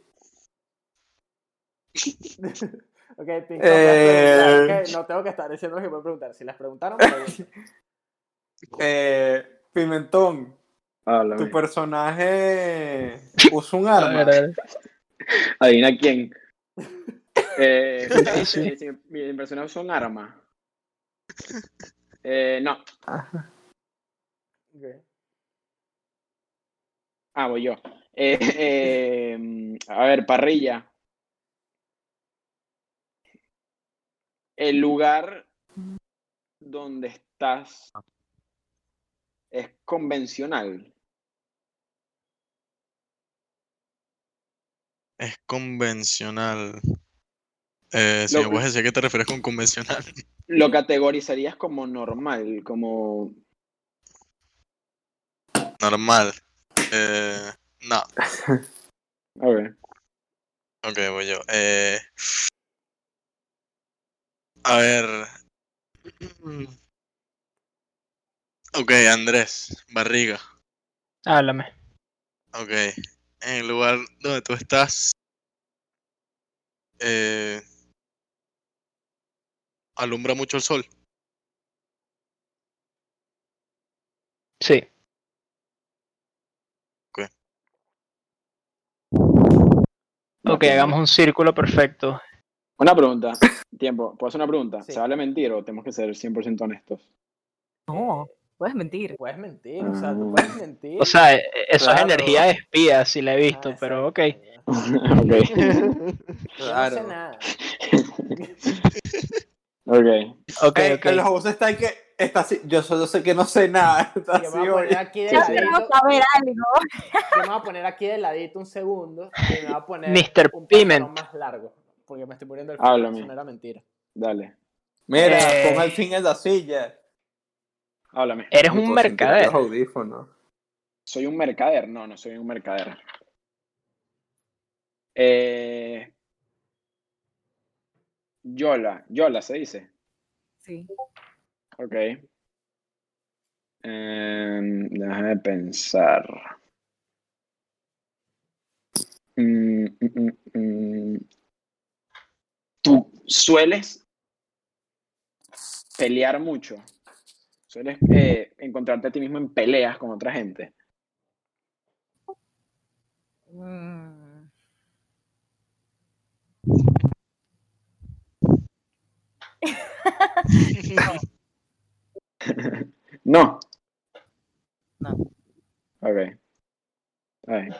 Speaker 1: Ok, Pink Floyd,
Speaker 4: Eh,
Speaker 1: ok, no tengo que estar diciendo lo que pueden preguntar. Si las preguntaron, pregunten.
Speaker 4: Eh, Pimentón,
Speaker 7: Háblame.
Speaker 4: tu personaje usa un arma.
Speaker 7: Adivina quién. Eh,
Speaker 2: Sí, sí.
Speaker 7: sí, sí, mi personaje usa un arma. Eh, no.
Speaker 1: Ok.
Speaker 7: Ah, voy yo. Eh, eh, a ver, parrilla. El lugar donde estás es convencional.
Speaker 6: Es convencional. Eh, si
Speaker 7: Lo-
Speaker 6: me puedes decir a qué te refieres con convencional.
Speaker 7: Lo categorizarías como normal, como...
Speaker 6: Normal. Eh, no.
Speaker 7: A ver.
Speaker 6: Ok, voy yo. Eh, a ver. Ok, Andrés, barriga.
Speaker 2: Háblame.
Speaker 6: Ok. En el lugar donde tú estás. eh, alumbra mucho el sol.
Speaker 2: Sí.
Speaker 6: Ok.
Speaker 2: Ok, hagamos un círculo perfecto.
Speaker 7: Una pregunta. Tiempo. ¿Puedo hacer una pregunta?
Speaker 1: Sí.
Speaker 7: ¿Se vale mentir o tenemos que ser 100% honestos?
Speaker 5: No, puedes mentir.
Speaker 1: Puedes mentir, o sea, tú
Speaker 7: Ah.
Speaker 1: puedes mentir.
Speaker 2: O sea, e- eso es
Speaker 4: Claro.
Speaker 2: energía de espía, si la he
Speaker 1: Ah,
Speaker 2: visto, pero ok.
Speaker 1: exacto.
Speaker 7: ok.
Speaker 1: Yo no sé
Speaker 4: Claro.
Speaker 1: nada.
Speaker 7: Ok.
Speaker 2: Ok,
Speaker 4: Ey,
Speaker 2: ok.
Speaker 4: El host está que está así. Yo solo sé que no sé nada. Está
Speaker 1: Yo
Speaker 4: así
Speaker 1: me voy a
Speaker 4: hoy.
Speaker 1: poner aquí de
Speaker 7: Sí, sí.
Speaker 1: ladito.
Speaker 5: saber algo.
Speaker 1: Yo me voy a poner aquí de ladito un segundo y me voy a poner
Speaker 2: Mr.
Speaker 1: un
Speaker 2: Piment.
Speaker 1: pantalón más largo. Porque me estoy poniendo el
Speaker 7: Háblame.
Speaker 1: Eso no era mentira.
Speaker 7: Dale.
Speaker 4: Mira,
Speaker 2: Eh.
Speaker 4: pon al fin en la silla.
Speaker 7: Háblame.
Speaker 2: Eres
Speaker 4: No
Speaker 2: un
Speaker 4: puedo sentir
Speaker 2: mercader.
Speaker 4: Los audífonos.
Speaker 7: ¿Soy un mercader? No, no soy un mercader. Eh, Yola, Yola se dice.
Speaker 5: Sí.
Speaker 7: Ok. Em, déjame pensar. Mm, mm, mm, mm. ¿Tú sueles pelear mucho? ¿Sueles eh, encontrarte a ti mismo en peleas con otra gente?
Speaker 5: Mm.
Speaker 7: No.
Speaker 5: No.
Speaker 7: Ok. Está bien.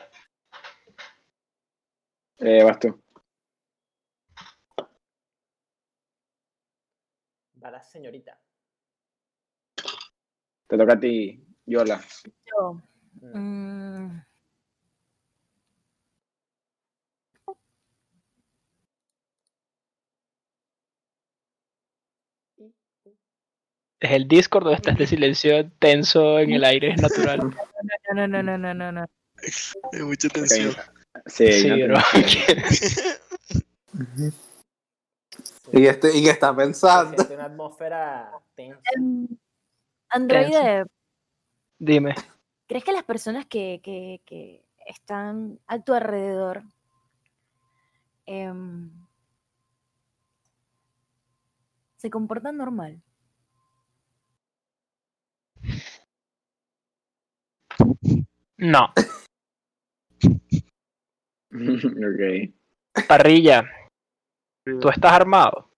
Speaker 7: Eh, vas tú.
Speaker 1: Para la señorita.
Speaker 7: Te toca a ti, Yola.
Speaker 5: Yo,
Speaker 1: Mm.
Speaker 5: mm,
Speaker 2: Es el Discord donde está este silencio tenso en el aire, es natural.
Speaker 5: no, no, no, no, no, no.
Speaker 6: Hay mucha
Speaker 7: Ok.
Speaker 6: tensión.
Speaker 7: Sí,
Speaker 2: Sí,
Speaker 7: no te-
Speaker 2: bro.
Speaker 4: Y, este, y que está
Speaker 1: Se
Speaker 4: pensando.
Speaker 1: siente una atmósfera tensa.
Speaker 5: Em, Androide,
Speaker 2: Dime.
Speaker 5: ¿crees que las personas que, que, que están a tu alrededor em, se comportan normal?
Speaker 2: No.
Speaker 7: Ok.
Speaker 2: Parrilla, tú estás armado.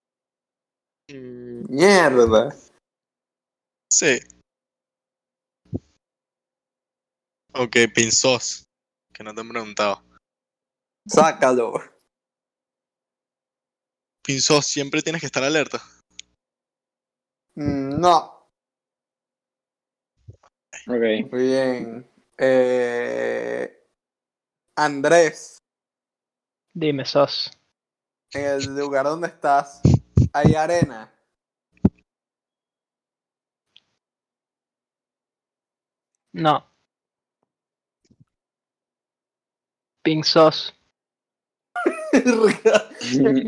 Speaker 4: Mm, Mierda.
Speaker 6: Sí. Ok, pinzos. Que no te han preguntado.
Speaker 4: Sácalo.
Speaker 6: Pinzos, siempre tienes que estar alerta.
Speaker 4: Mm, No.
Speaker 7: Ok.
Speaker 4: Muy bien. Eh, Andrés,
Speaker 2: Dime, sos.
Speaker 4: en el lugar donde estás, hay arena.
Speaker 2: No. Pink sos.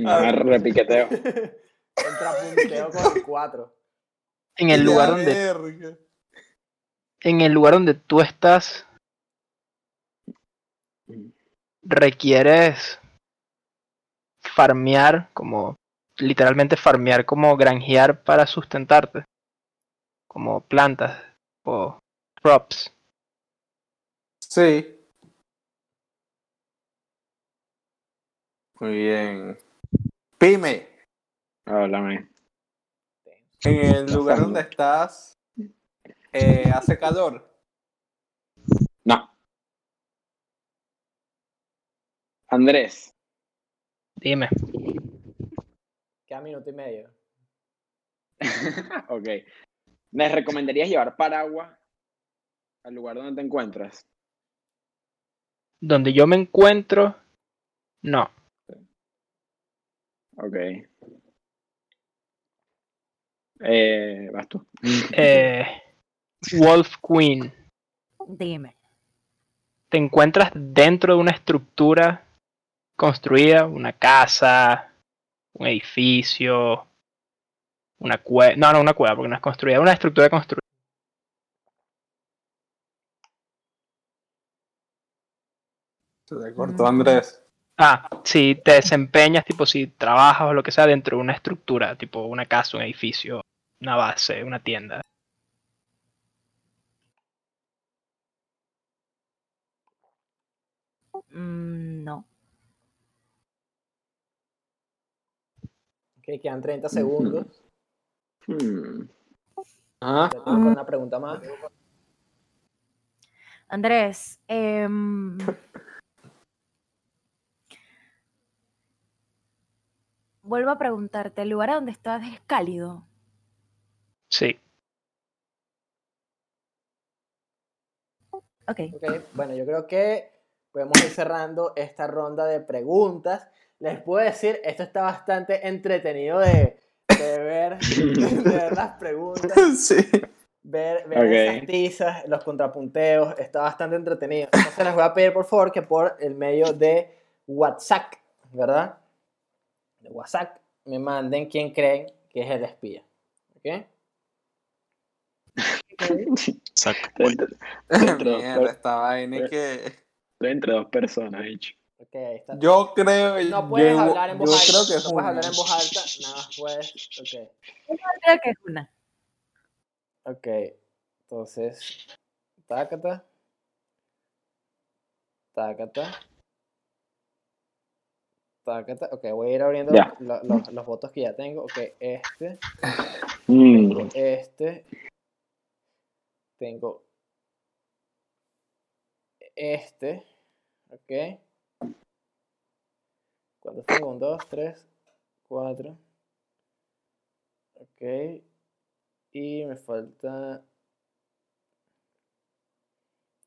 Speaker 7: Ah, Repiqueteo.
Speaker 1: Contrapunteo con el 4.
Speaker 2: En el lugar donde
Speaker 4: eh. Verga.
Speaker 2: en el lugar donde tú estás requieres farmear como literalmente farmear como granjear para sustentarte como plantas o crops
Speaker 4: Sí. Muy bien. Pyme,
Speaker 7: Háblame.
Speaker 4: en el lugar donde estás, eh, hace calor.
Speaker 7: No. Andrés,
Speaker 2: dime
Speaker 1: Queda minuto y medio.
Speaker 7: ok. ¿Me recomendarías llevar paraguas al lugar donde te encuentras?
Speaker 2: donde yo me encuentro no
Speaker 7: Ok. Eh, vas tú.
Speaker 2: Eh, Wolf Queen
Speaker 5: Dime.
Speaker 2: te encuentras dentro de una estructura construida, una casa, un edificio, una cueva, no, no una cueva porque no es construida, una estructura construida.
Speaker 4: Se te cortó Andrés.
Speaker 2: Ah, si te desempeñas, tipo si trabajas o lo que sea dentro de una estructura, tipo una casa, un edificio, una base, una tienda.
Speaker 5: Mm, no.
Speaker 1: Ok, quedan 30 segundos.
Speaker 7: Hmm.
Speaker 4: Ajá.
Speaker 1: Te toca una pregunta más.
Speaker 5: Andrés, em, vuelvo a preguntarte, ¿el lugar a donde estás es cálido?
Speaker 2: Sí,
Speaker 5: Ok.
Speaker 1: Ok, bueno, yo creo que podemos ir cerrando esta ronda de preguntas. Les puedo decir, esto está bastante entretenido de, de ver, de ver las preguntas,
Speaker 4: Sí.
Speaker 1: ver, ver
Speaker 7: Ok.
Speaker 1: esas tizas, los contrapunteos, está bastante entretenido. Entonces les voy a pedir, por favor, que por el medio de WhatsApp, ¿verdad? De WhatsApp, me manden quién creen que es el espía. ¿Ok?
Speaker 6: Saco.
Speaker 7: Estoy entre,
Speaker 4: Mierda, esta vaina es que.
Speaker 7: estoy entre dos personas, bicho.
Speaker 1: Ok, ahí está.
Speaker 4: Yo creo.
Speaker 1: No puedes
Speaker 4: yo-
Speaker 1: hablar en voz
Speaker 4: yo
Speaker 1: alta.
Speaker 4: creo que es
Speaker 1: no puedes hablar
Speaker 4: una.
Speaker 1: en voz alta. Nada más puedes. Ok.
Speaker 5: Creo que es una.
Speaker 1: Ok. Entonces. Tácata. Tácata. Tácata. Ok, voy a ir abriendo
Speaker 7: Ya.
Speaker 1: lo- lo- los votos que ya tengo. Ok, este.
Speaker 7: Mm,
Speaker 1: Este. Tengo. Este. Ok. ¿Cuántos tengo? Un, dos, tres, cuatro. Ok. Y me falta.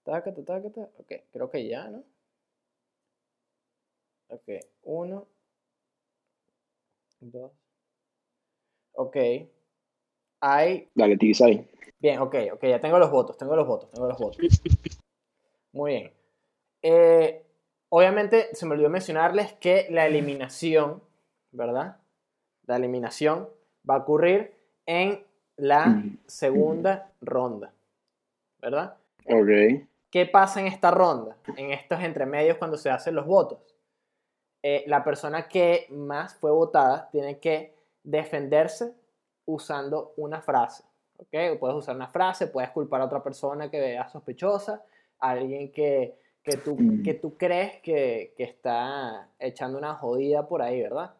Speaker 1: Tácata, tácata. Ok, creo que ya, ¿no? Ok, uno. Dos. Ok. Hay
Speaker 7: dale, tiza ahí.
Speaker 1: Bien, ok, ok, ya tengo los votos, tengo los votos, tengo los votos. Muy bien. Eh, obviamente se me olvidó mencionarles que la eliminación, ¿verdad? La eliminación va a ocurrir en la segunda ronda, ¿verdad?
Speaker 7: Ok.
Speaker 1: ¿Qué pasa en esta ronda? En estos entremedios cuando se hacen los votos. Eh, la persona que más fue votada tiene que defenderse usando una frase. ¿ok? Puedes usar una frase, puedes culpar a otra persona que veas sospechosa, a alguien que, que, tú,
Speaker 7: Mm.
Speaker 1: que tú crees que, que está echando una jodida por ahí, ¿verdad?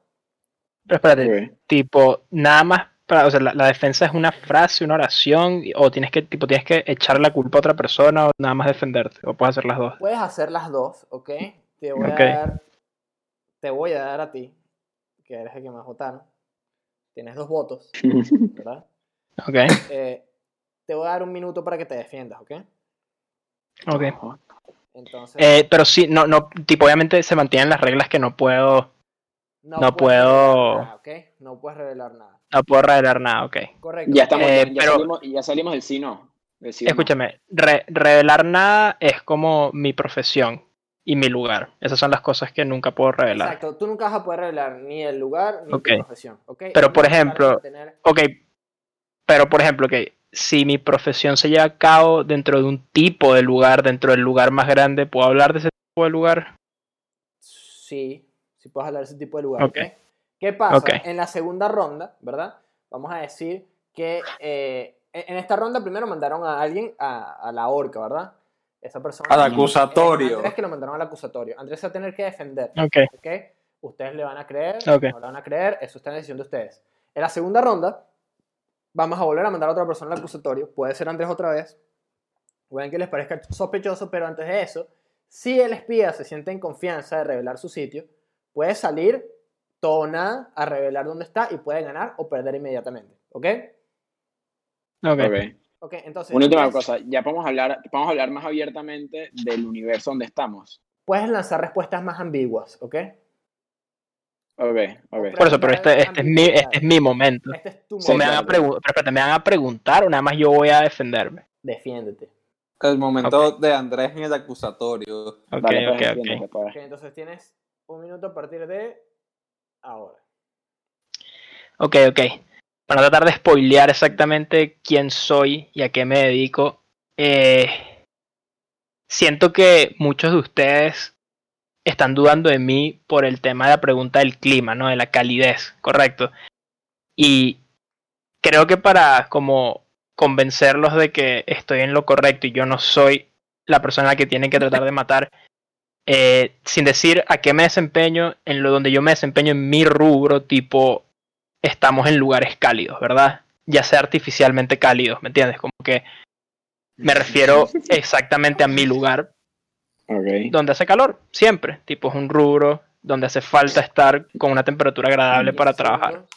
Speaker 2: pero espérate,
Speaker 7: Ok.
Speaker 2: tipo nada más, para, o sea, la, la defensa es una frase, una oración, y- o tienes que tipo tienes que echar la culpa a otra persona o nada más defenderte, o puedes hacer las dos.
Speaker 1: Puedes hacer las dos, ¿ok? Te voy
Speaker 2: Ok.
Speaker 1: a dar. Te voy a dar a ti, que eres el que más votaron. Tienes dos votos, ¿verdad?
Speaker 2: Okay,
Speaker 1: Eh, te voy a dar un minuto para que te defiendas, ¿ok?
Speaker 2: okay.
Speaker 1: Entonces,
Speaker 7: Este,
Speaker 2: Eh, pero sí, no, no, tipo, obviamente se mantienen las reglas que no puedo, no
Speaker 1: puedes
Speaker 2: puedo-
Speaker 1: revelar nada, ¿ok? No puedes revelar nada.
Speaker 2: no puedo revelar nada, ok.
Speaker 1: Correcto.
Speaker 7: Ya estamos,
Speaker 2: Eh,
Speaker 7: ya, ya
Speaker 2: pero-
Speaker 7: salimos, ya salimos del sí no. del sí o no.
Speaker 2: Escúchame, re- revelar nada es como mi profesión. y mi lugar. Esas son las cosas que nunca puedo revelar.
Speaker 1: Exacto, tú nunca vas a poder revelar ni el lugar ni
Speaker 2: Ok.
Speaker 1: tu profesión. ¿ok?
Speaker 2: Pero, por
Speaker 1: Vas a
Speaker 2: ejemplo,
Speaker 1: mantener-
Speaker 2: Ok, pero por ejemplo, que si mi profesión se lleva a cabo dentro de un tipo de lugar, dentro del lugar más grande, ¿puedo hablar de ese tipo de lugar?
Speaker 1: Sí, sí puedes hablar de ese tipo de lugares.
Speaker 2: Ok.
Speaker 1: ¿ok? ¿Qué pasa?
Speaker 2: Ok.
Speaker 1: En la segunda ronda, ¿verdad? Vamos a decir que eh, en en esta ronda primero mandaron a alguien a, a la horca, ¿verdad? Esa persona.
Speaker 4: Al
Speaker 1: eh,
Speaker 4: acusatorio.
Speaker 1: Andrés que lo mandaron al acusatorio. Andrés se va a tener que defender.
Speaker 2: Ok,
Speaker 1: ¿ok? Ustedes le van a creer,
Speaker 2: Ok.
Speaker 1: no le van a creer, eso está en decisión de ustedes. En la segunda ronda, vamos a volver a mandar a otra persona al acusatorio, puede ser Andrés otra vez, pueden que les parezca sospechoso, pero antes de eso, si el espía se siente en confianza de revelar su sitio, puede salir todo o nada a revelar dónde está y puede ganar o perder inmediatamente, ¿ok?
Speaker 2: ok.
Speaker 7: Ok.
Speaker 1: Ok, entonces...
Speaker 7: Una última
Speaker 1: puedes-
Speaker 7: cosa, ya podemos hablar, podemos hablar más abiertamente del universo donde estamos.
Speaker 1: Puedes lanzar respuestas más ambiguas, ¿ok?
Speaker 7: Ok, ok.
Speaker 2: Por eso, pero este, este, es, mi, este es mi momento.
Speaker 1: Este es tu
Speaker 7: Sí,
Speaker 2: O
Speaker 1: momento.
Speaker 2: me, van a
Speaker 7: claro.
Speaker 2: pregun- pero espérate, me van a preguntar o nada más yo voy a defenderme.
Speaker 1: Defiéndete.
Speaker 4: El momento de Andrés en el acusatorio.
Speaker 2: Ok,
Speaker 7: Dale, pues,
Speaker 2: ok, ok.
Speaker 7: defiéndete, pues.
Speaker 1: Ok, entonces tienes un minuto a partir de ahora.
Speaker 2: Ok, ok. Para tratar de spoilear exactamente quién soy y a qué me dedico, eh, siento que muchos de ustedes están dudando de mí por el tema de la pregunta del clima, ¿no? De la calidez, correcto. Y creo que para como convencerlos de que estoy en lo correcto y yo no soy la persona a la que tienen que tratar de matar, eh, sin decir a qué me desempeño, en lo donde yo me desempeño en mi rubro, tipo estamos en lugares cálidos, ¿verdad? Ya sea artificialmente cálidos, ¿me entiendes? Como que me refiero exactamente a mi lugar
Speaker 7: pues. Ok.
Speaker 2: donde hace calor, siempre. Tipo, es un rubro donde hace falta estar con una temperatura agradable para
Speaker 1: 15
Speaker 2: trabajar.
Speaker 1: segundos.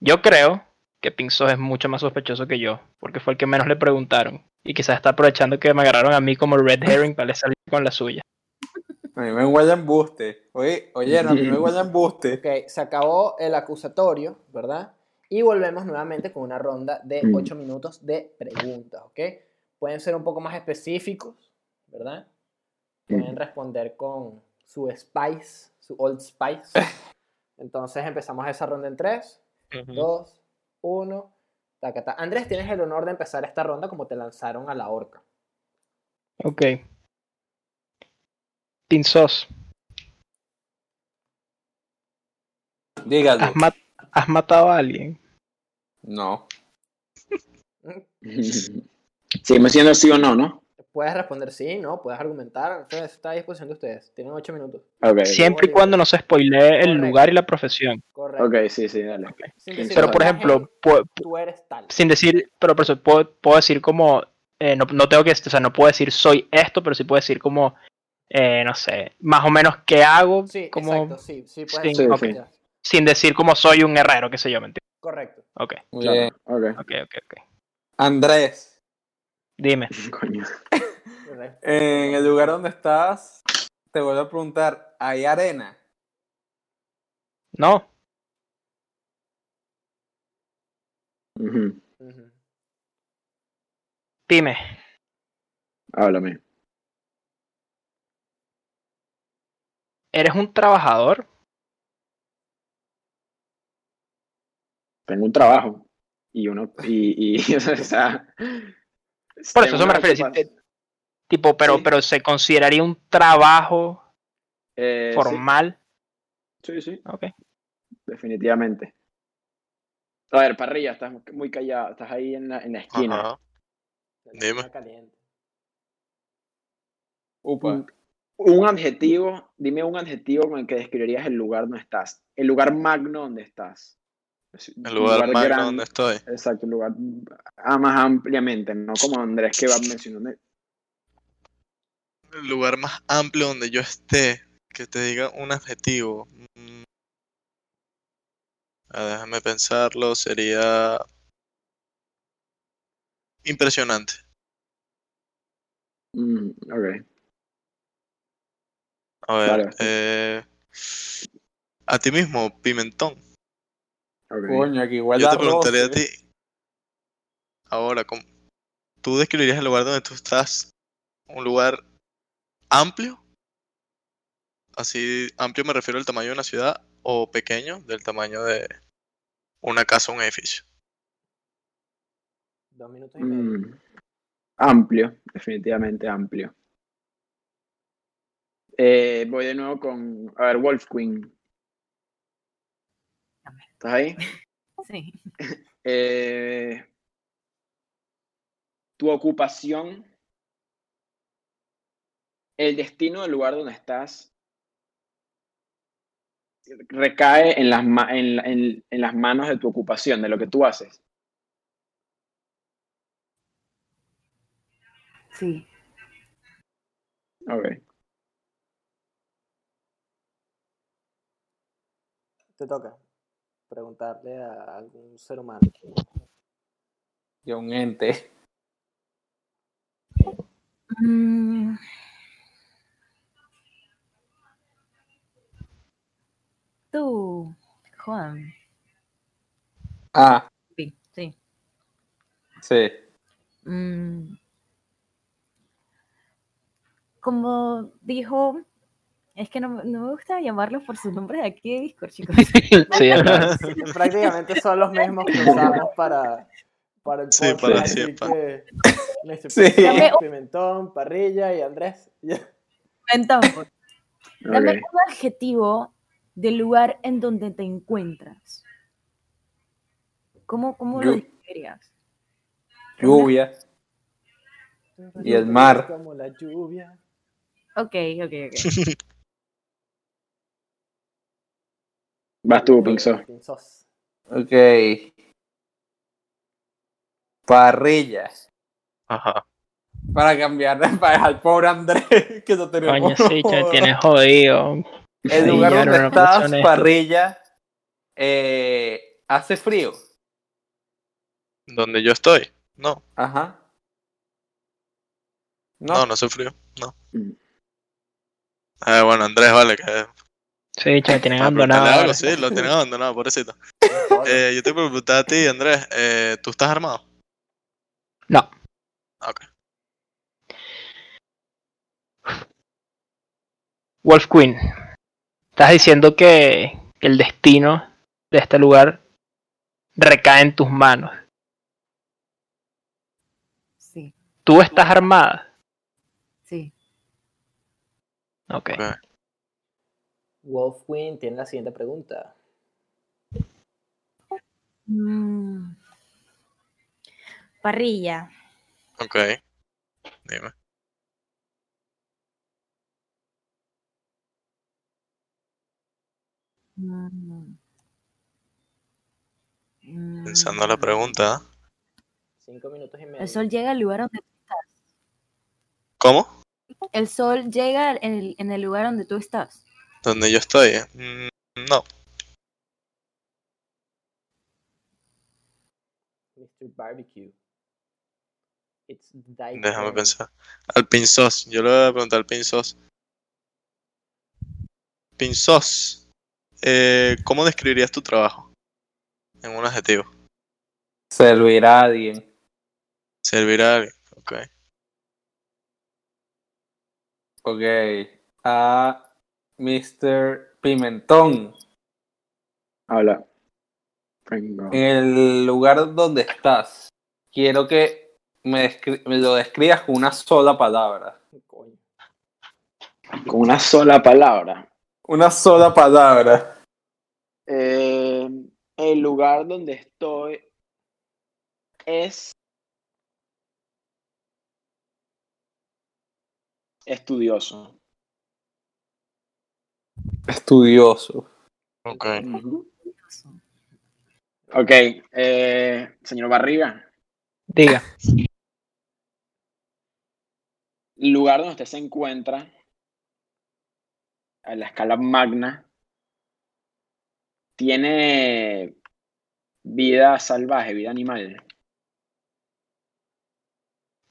Speaker 2: Yo creo que Pinzos es mucho más sospechoso que yo, porque fue el que menos le preguntaron. Y quizás está aprovechando que me agarraron a mí como red herring para salir con la suya.
Speaker 4: A mí me huele embuste. Oye, oye, a mí me huele embuste.
Speaker 1: Ok, se acabó el acusatorio, ¿verdad? Y volvemos nuevamente con una ronda de
Speaker 7: Mm.
Speaker 1: 8 minutos de preguntas, ¿ok? Pueden ser un poco más específicos, ¿verdad?
Speaker 7: Mm.
Speaker 1: Pueden responder con su spice, su old spice. Entonces empezamos esa ronda en 3, 2, 1. Andrés, tienes el honor de empezar esta ronda como te lanzaron a la horca.
Speaker 2: Ok. Pinzos,
Speaker 4: Dígalo.
Speaker 2: ¿has, mat- has matado a alguien?
Speaker 4: No.
Speaker 7: Seguimos siendo sí o no, ¿no?
Speaker 1: Puedes responder sí, no, puedes argumentar. Entonces está a disposición de ustedes. Tienen ocho minutos.
Speaker 7: Ok,
Speaker 2: Siempre y cuando no se spoilee el
Speaker 1: Correcto.
Speaker 2: lugar y la profesión.
Speaker 1: Correcto.
Speaker 7: ok, sí, sí, dale.
Speaker 1: Sin decir
Speaker 2: Pero por
Speaker 1: personaje,
Speaker 2: ejemplo, pu- pu-
Speaker 1: tú eres tal.
Speaker 2: sin decir, pero por eso puedo, puedo decir como, eh, no, no tengo que, o sea, no puedo decir soy esto, pero sí puedo decir como, eh, no sé, más o menos qué hago,
Speaker 1: Sí,
Speaker 2: como
Speaker 1: exacto, sí, sí, puedes
Speaker 2: Sí,
Speaker 1: decir
Speaker 7: ok.
Speaker 1: ya.
Speaker 2: sin decir como soy un herrero, qué sé yo, ¿me entiendes?
Speaker 1: Correcto.
Speaker 2: Ok,
Speaker 4: Muy
Speaker 7: Claro,
Speaker 4: bien.
Speaker 7: Ok.
Speaker 2: ok, ok, ok.
Speaker 4: Andrés,
Speaker 2: Dime.
Speaker 7: Coño.
Speaker 1: correcto.
Speaker 4: en el lugar donde estás, te vuelvo a preguntar, ¿hay arena?
Speaker 2: No,
Speaker 7: Ujú,
Speaker 1: Ujú.
Speaker 2: dime.
Speaker 7: Háblame.
Speaker 2: ¿Eres un trabajador?
Speaker 7: Tengo un trabajo. Y uno. Y. y o sea.
Speaker 2: Por eso, eso me refiero. si te- tipo, pero,
Speaker 7: Sí.
Speaker 2: pero se consideraría un trabajo
Speaker 7: Eh, sí,
Speaker 2: formal.
Speaker 7: Sí, sí,
Speaker 2: Ok.
Speaker 7: definitivamente. A ver, parrilla, estás muy callado. Estás ahí en la, en la esquina.
Speaker 6: Ajá.
Speaker 1: La
Speaker 6: Dime.
Speaker 1: comida caliente.
Speaker 6: pues.
Speaker 4: Upa.
Speaker 7: Un adjetivo, dime un adjetivo con el que describirías el lugar donde estás. El lugar magno donde estás. Es un
Speaker 6: El lugar, magno
Speaker 7: gran-
Speaker 6: donde estoy.
Speaker 7: Exacto, un lugar ah, más ampliamente, no como Andrés que va mencionando.
Speaker 6: El lugar más amplio donde yo esté. Que te diga un adjetivo. Mm. Ah, déjame pensarlo. Sería. Impresionante.
Speaker 7: Mm, ok.
Speaker 6: A ver.
Speaker 7: Vale.
Speaker 6: eh, A ti mismo, pimentón.
Speaker 7: ok.
Speaker 4: Coño, aquí huele ¿eh?
Speaker 6: Yo
Speaker 4: a
Speaker 6: te preguntaría a
Speaker 4: roce.
Speaker 6: ti. Ahora, ¿cómo- ¿tú describirías el lugar donde tú estás? Un lugar amplio. Así, amplio me refiero al tamaño de una ciudad o pequeño del tamaño de una casa o un edificio.
Speaker 1: Dos minutos y medio.
Speaker 7: Mm. Amplio, definitivamente amplio. Eh, voy de nuevo con. A ver, Wolf Queen. ¿Estás ahí?
Speaker 5: Sí.
Speaker 7: Eh, tu ocupación, el destino del lugar donde estás, recae en las, ma- en, la- en- en las manos de tu ocupación, de lo que tú haces.
Speaker 5: Sí.
Speaker 7: Ok.
Speaker 1: Te toca preguntarle a algún ser humano.
Speaker 4: Y a un ente.
Speaker 5: Mm. Tú, Juan.
Speaker 4: Ah,
Speaker 5: Sí, sí.
Speaker 4: sí.
Speaker 5: Mm. Como dijo, es que no, no me gusta llamarlos por sus nombres de aquí de Discord, chicos.
Speaker 2: Sí, es verdad.
Speaker 1: Prácticamente son los mismos que usamos para, para el
Speaker 6: Sí,
Speaker 1: podcast.
Speaker 6: para
Speaker 1: así
Speaker 6: siempre.
Speaker 1: que Mr.
Speaker 4: Sí.
Speaker 1: Pimentón, Pimentón, Parrilla y Andrés.
Speaker 5: Entonces, dame
Speaker 7: ok.
Speaker 5: un adjetivo del lugar en donde te encuentras. ¿Cómo, cómo lo
Speaker 4: Yo-
Speaker 5: describirías?
Speaker 4: Lluvia. Y el mar.
Speaker 1: Como la lluvia.
Speaker 5: Ok, ok, ok.
Speaker 7: Vas tú, Pinxo.
Speaker 1: Pinzos.
Speaker 4: Ok. Parrillas.
Speaker 6: Ajá.
Speaker 4: Para cambiar de pareja al pobre Andrés, que no tenemos.
Speaker 2: Coño, sí,
Speaker 4: joda.
Speaker 2: te tienes jodido.
Speaker 4: El
Speaker 2: Sí,
Speaker 4: lugar
Speaker 2: ya era
Speaker 4: donde
Speaker 2: una
Speaker 4: estás,
Speaker 2: persona.
Speaker 4: parrilla, eh, hace frío.
Speaker 6: ¿Donde yo estoy? No,
Speaker 4: Ajá. No,
Speaker 6: no, no, hace frío. No. Ah, bueno, Andrés, vale, que.
Speaker 2: Sí, che, me tienen
Speaker 6: para preguntarle
Speaker 2: abandonado.
Speaker 6: algo, sí, lo tienen abandonado, pobrecito.
Speaker 1: Joder.
Speaker 6: Eh, yo te voy a preguntar a ti, Andrés, eh, ¿tú estás armado?
Speaker 2: No.
Speaker 6: Ok.
Speaker 2: Wolf Queen, estás diciendo que, que el destino de este lugar recae en tus manos.
Speaker 5: Sí,
Speaker 2: Tú estás armada.
Speaker 5: sí.
Speaker 2: Ok.
Speaker 6: ok.
Speaker 1: Wolf Queen tiene la siguiente pregunta.
Speaker 5: Mm. Parrilla.
Speaker 6: Ok. Dime.
Speaker 5: Mm. Mm.
Speaker 6: Pensando la pregunta. ¿eh?
Speaker 1: Cinco minutos y medio.
Speaker 5: El sol llega al lugar donde
Speaker 6: ¿Cómo?
Speaker 5: el sol llega en el, en el lugar donde tú estás.
Speaker 6: ¿Dónde yo estoy? eh? Mm, No.
Speaker 1: Mr. Barbecue. It's dive
Speaker 6: Déjame
Speaker 1: bar.
Speaker 6: pensar. Al Pinzos. Yo le voy a preguntar al Pinzos. Pinzos. eh, ¿Cómo describirías tu trabajo? En un adjetivo.
Speaker 4: servir a alguien.
Speaker 6: Servir a alguien. Ok.
Speaker 4: Ok. A Mr. Pimentón.
Speaker 7: Habla. Venga.
Speaker 4: En el lugar donde estás, quiero que me, descri- me lo describas con una sola palabra.
Speaker 1: Coño.
Speaker 7: Con una sola palabra.
Speaker 4: Una sola palabra.
Speaker 7: Eh, el lugar donde estoy es estudioso.
Speaker 4: Estudioso.
Speaker 6: Ok.
Speaker 7: Ok, eh, señor Barriga,
Speaker 2: Diga.
Speaker 7: el lugar donde usted se encuentra, a la escala magna, tiene vida salvaje, vida animal.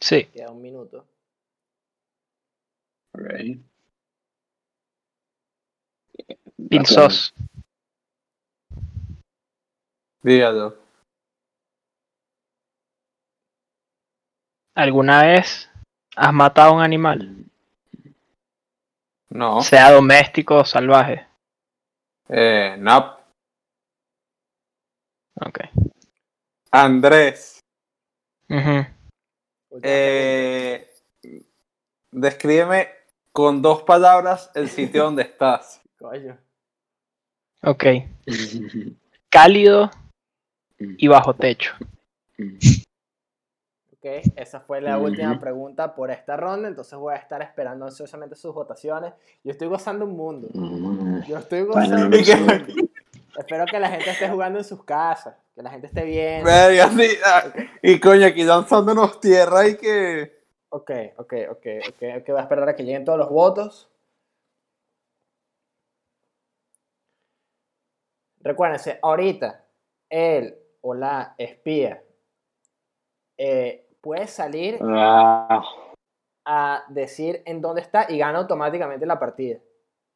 Speaker 2: Sí.
Speaker 1: Queda un minuto.
Speaker 7: Okay.
Speaker 2: Ah, Pinzos.
Speaker 4: Dígalo.
Speaker 2: ¿Alguna vez has matado a un animal?
Speaker 4: No.
Speaker 2: sea doméstico o salvaje.
Speaker 4: Eh, no.
Speaker 2: Ok.
Speaker 4: Andrés.
Speaker 2: Ujú.
Speaker 4: Eh, descríbeme con dos palabras el sitio donde estás.
Speaker 1: Coño.
Speaker 2: Ok. Cálido y bajo techo.
Speaker 1: Ok, esa fue la última
Speaker 7: Ujú.
Speaker 1: pregunta por esta ronda, entonces voy a estar esperando ansiosamente sus votaciones. Yo estoy gozando un mundo. Yo estoy gozando.
Speaker 7: Bueno,
Speaker 1: Espero que la gente esté jugando en sus casas, que la gente esté viendo.
Speaker 4: Verga, sí, ah, y coño, aquí lanzándonos tierra y que.
Speaker 1: Ok, ok, ok, ok, ok, voy a esperar a que lleguen todos los votos. Recuérdense, ahorita él o la espía eh, puede salir
Speaker 7: Ah,
Speaker 1: a decir en dónde está y gana automáticamente la partida.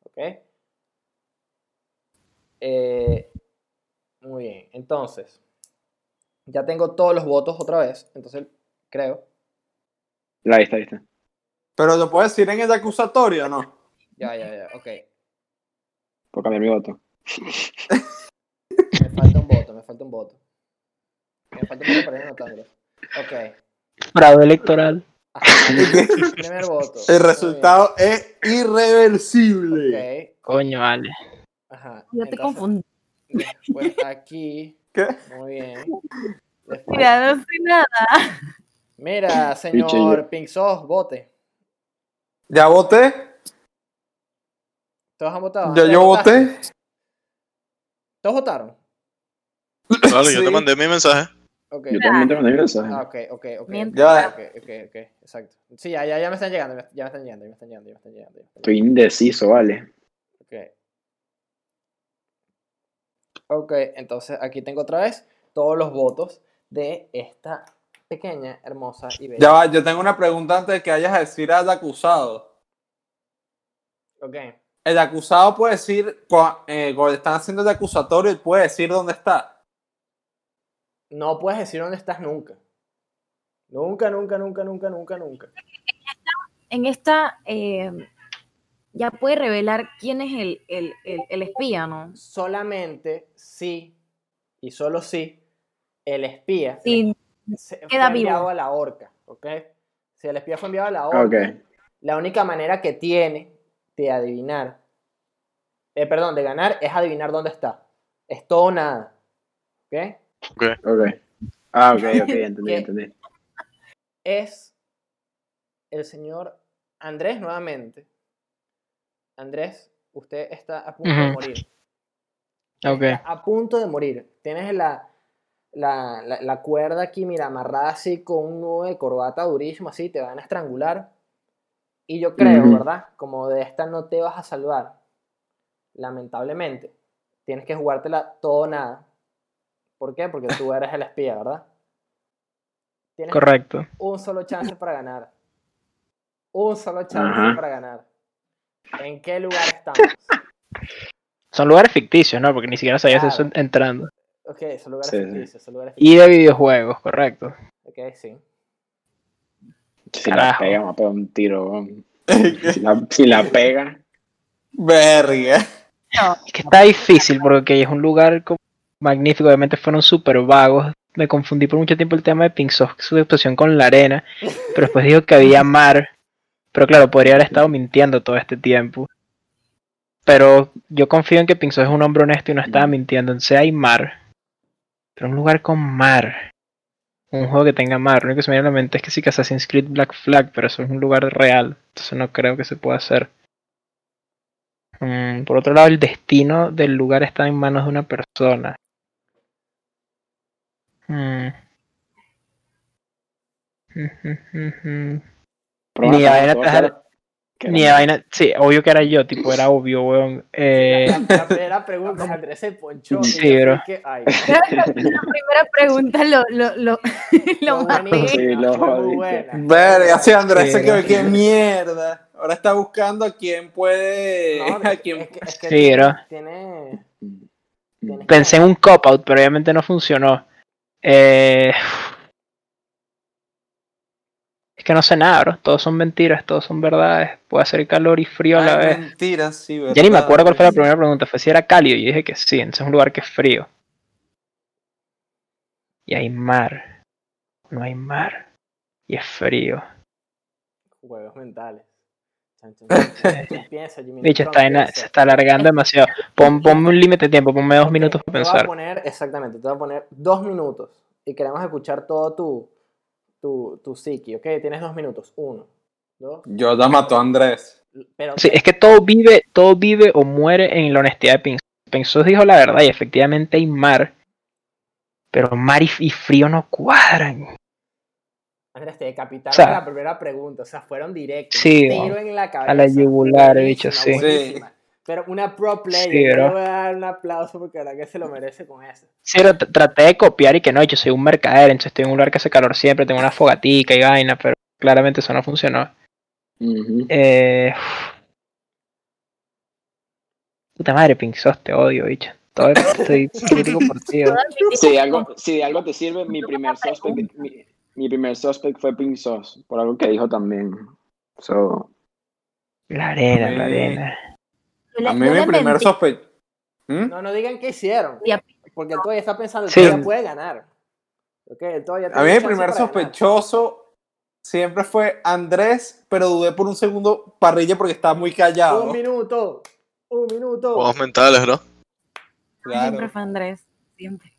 Speaker 1: ¿Ok? Eh, muy bien, entonces, ya tengo todos los votos otra vez, entonces creo.
Speaker 7: la vista, vista.
Speaker 4: Pero lo puedes decir en el acusatorio, ¿no?
Speaker 1: Ya, ya, ya, ok.
Speaker 7: Por cambiar mi voto.
Speaker 1: Me falta un voto, me falta un voto. Me falta un voto para ir anotándolo. Ok.
Speaker 2: Fraude electoral.
Speaker 1: Ajá. Primer voto.
Speaker 4: El resultado es
Speaker 1: Muy
Speaker 4: irreversible.
Speaker 1: bien. Ok.
Speaker 2: Coño, vale.
Speaker 1: Ajá.
Speaker 5: Yo te
Speaker 1: entonces,
Speaker 5: confundí.
Speaker 1: Después aquí.
Speaker 4: ¿Qué?
Speaker 1: Muy bien. Después-
Speaker 5: Mira, no sé nada.
Speaker 1: Mira,
Speaker 7: Piche,
Speaker 1: señor Pink Sos, vote.
Speaker 4: Ya voté.
Speaker 1: Todos han votado.
Speaker 4: Ya
Speaker 1: Andrés,
Speaker 4: yo
Speaker 1: ¿votaste?
Speaker 4: voté.
Speaker 1: Todos votaron.
Speaker 6: Claro, yo
Speaker 4: Sí.
Speaker 6: te mandé mi mensaje.
Speaker 1: Ok.
Speaker 7: Yo también te mandé mi mensaje.
Speaker 1: Ah, ok, ok, ok.
Speaker 5: Mientras-
Speaker 1: Ok, ok, ok, exacto. Sí, ya, ya, ya me están llegando, ya me- ya me están llegando, ya me están llegando, ya me están llegando. ya me están
Speaker 7: Estoy indeciso, vale.
Speaker 1: llegando. Ok. Ok, entonces aquí tengo otra vez todos los votos de esta pequeña, hermosa y bella.
Speaker 4: Ya va, yo tengo una pregunta antes de que vayas a decir al acusado.
Speaker 1: Ok,
Speaker 4: El acusado puede decir, cua- eh, cuando están haciendo el acusatorio, él puede decir dónde está.
Speaker 1: no puedes decir dónde estás nunca. Nunca, nunca, nunca, nunca, nunca, nunca.
Speaker 5: En esta eh, ya puede revelar quién es el, el, el, el espía, ¿no?
Speaker 1: Solamente si y solo si el espía
Speaker 5: Sí,
Speaker 1: se- fue
Speaker 5: queda vivo.
Speaker 1: enviado a la horca, ¿ok? Si el espía fue enviado a la horca,
Speaker 7: Ah, Ok.
Speaker 1: la única manera que tiene de adivinar, eh, perdón, de ganar es adivinar dónde está. Es todo o nada. ¿Ok?
Speaker 7: Ok. Ah, ok, ok, entendí,
Speaker 1: ¿Qué?
Speaker 7: entendí.
Speaker 1: Es el señor Andrés nuevamente. Andrés, usted está a punto de
Speaker 2: Ujú.
Speaker 1: morir.
Speaker 2: Ok.
Speaker 1: Está a punto de morir. Tienes la, la, la- la cuerda aquí, mira, amarrada así con un nudo de corbata durísimo, así, te van a estrangular. Y yo creo,
Speaker 7: Ujú.
Speaker 1: ¿verdad? Como de esta no te vas a salvar, lamentablemente. Tienes que jugártela todo o nada. ¿Por qué? Porque tú eres el espía, ¿verdad? Tienes
Speaker 2: Correcto.
Speaker 1: un solo chance para ganar. Un solo chance
Speaker 7: Ajá.
Speaker 1: para ganar. ¿En qué lugar estamos?
Speaker 2: Son lugares ficticios, ¿no? Porque ni siquiera sabías
Speaker 1: Claro.
Speaker 2: eso entrando.
Speaker 1: Ok, son lugares
Speaker 7: Sí, sí.
Speaker 1: ficticios, son lugares
Speaker 2: Y
Speaker 1: ficticios.
Speaker 2: de videojuegos, correcto.
Speaker 1: Ok, sí.
Speaker 7: Si la
Speaker 2: Carajo.
Speaker 7: pega, me va a pegar un tiro. weón. Si la, si la pega.
Speaker 4: Verga.
Speaker 2: Es que está difícil porque es un lugar como magnífico. Obviamente fueron súper vagos. Me confundí por mucho tiempo el tema de Pink Sox, su obsesión con la arena. Pero después dijo que había mar. Pero claro, podría haber estado mintiendo todo este tiempo. Pero yo confío en que Pink Sox es un hombre honesto y no estaba mintiendo. Entonces hay mar. Pero un lugar con mar. Un juego que tenga mar. Lo único que se me viene a la mente es que sí que Assassin's Creed Black Flag, pero eso es un lugar real. Entonces no creo que se pueda hacer. Mm, por otro lado, el destino del lugar está en manos de una persona. Mm.
Speaker 7: Pero
Speaker 2: Ni
Speaker 7: bueno,
Speaker 2: vaina
Speaker 7: todo
Speaker 2: traje-
Speaker 7: claro que
Speaker 2: Ni
Speaker 7: era-
Speaker 2: vaina, sí, obvio que era yo, tipo, era obvio, weón. Eh,
Speaker 1: La, la primera pregunta, Andrés se ponchó.
Speaker 2: Sí,
Speaker 1: y yo
Speaker 2: bro.
Speaker 1: fui que- ay,
Speaker 5: la primera pregunta lo, lo, lo, lo
Speaker 1: fue
Speaker 5: maté.
Speaker 1: buenísima,
Speaker 7: Sí, lo
Speaker 1: fue muy
Speaker 7: jodiste.
Speaker 1: buena.
Speaker 4: Verga, sí, Andrés se
Speaker 2: Sí,
Speaker 4: quedó,
Speaker 2: no.
Speaker 4: qué mierda. Ahora está buscando a quién puede.
Speaker 1: No,
Speaker 4: a
Speaker 1: es,
Speaker 4: quién-
Speaker 1: es que, es que
Speaker 2: Sí,
Speaker 1: tiene,
Speaker 2: bro.
Speaker 1: tiene-
Speaker 7: Mm.
Speaker 2: pensé en un cop-out, pero obviamente no funcionó. Eh, es que no sé nada, bro. Todos son mentiras, todos son verdades. Puede hacer calor y frío a la
Speaker 4: Ay,
Speaker 2: vez.
Speaker 4: Mentiras, sí,
Speaker 2: Ya ni me
Speaker 4: verdad,
Speaker 2: acuerdo cuál fue la
Speaker 4: güey.
Speaker 2: primera pregunta. Fue si era cálido. Y yo dije que sí, entonces es un lugar que es frío. Y hay mar. No hay mar. Y es frío.
Speaker 1: Juegos mentales. Chan, chan, chan. Tú piensa, Jimmy.
Speaker 2: Bicho,
Speaker 1: Neutron,
Speaker 2: esta vaina
Speaker 1: piensa.
Speaker 2: se está alargando demasiado. Pon, ponme un límite de tiempo, ponme dos minutos para
Speaker 1: Te voy a
Speaker 2: pensar.
Speaker 1: poner, exactamente, te voy a poner dos minutos y queremos escuchar todo tu, tu, tu psiqui, ¿ok? Tienes dos minutos. Uno, dos.
Speaker 4: Yo la mató a Andrés.
Speaker 1: Pero
Speaker 2: Sí, es que todo vive, todo vive o muere en la honestidad de Pinzos. Pinzos dijo la verdad y efectivamente hay mar. Pero mar y, y frío no cuadran.
Speaker 1: Andrés, te decapitaron
Speaker 2: O sea,
Speaker 1: la primera pregunta, o sea, fueron directos.
Speaker 2: sí,
Speaker 1: un tiro
Speaker 2: bueno,
Speaker 1: en la cabeza.
Speaker 2: a la yugular,
Speaker 1: Buenísima,
Speaker 2: bicho, sí.
Speaker 1: buenísima. Pero una pro player,
Speaker 2: Sí,
Speaker 1: yo le
Speaker 2: bro.
Speaker 1: voy a dar un aplauso porque la verdad que se lo merece con eso.
Speaker 2: Sí, pero tr- traté de copiar y que no, yo soy un mercader, entonces estoy en un lugar que hace calor siempre, tengo una fogatica y vaina, pero claramente eso no funcionó.
Speaker 7: Ujú.
Speaker 2: Eh, Puta madre, Pink Sos, te odio, bicho. Todo estoy crítico por ti. bro.
Speaker 7: Si de algo, si de algo te sirve, mi primer
Speaker 5: Pregunta.
Speaker 7: suspect, mi, mi primer suspect fue Pink Sauce, por algo que dijo también. So,
Speaker 2: La arena, la
Speaker 4: Sí.
Speaker 2: arena.
Speaker 5: Yo le-
Speaker 4: A mí
Speaker 5: yo
Speaker 4: mi
Speaker 5: le
Speaker 4: primer
Speaker 5: mentí
Speaker 4: sospecho. ¿Mm?
Speaker 1: No, no digan qué hicieron,
Speaker 5: a Pinky.
Speaker 1: porque él todavía está pensando, él
Speaker 2: Sí.
Speaker 1: todavía puede ganar. ¿Ok? Él todavía
Speaker 4: A
Speaker 1: tiene
Speaker 4: mí el
Speaker 1: chance
Speaker 4: primer
Speaker 1: para ganar.
Speaker 4: sospechoso siempre fue Andrés, pero dudé por un segundo parrilla porque estaba muy callado.
Speaker 1: Un minuto, un minuto.
Speaker 6: Juegos mentales, ¿no?
Speaker 5: Siempre
Speaker 4: Claro.
Speaker 5: fue Andrés. Siempre.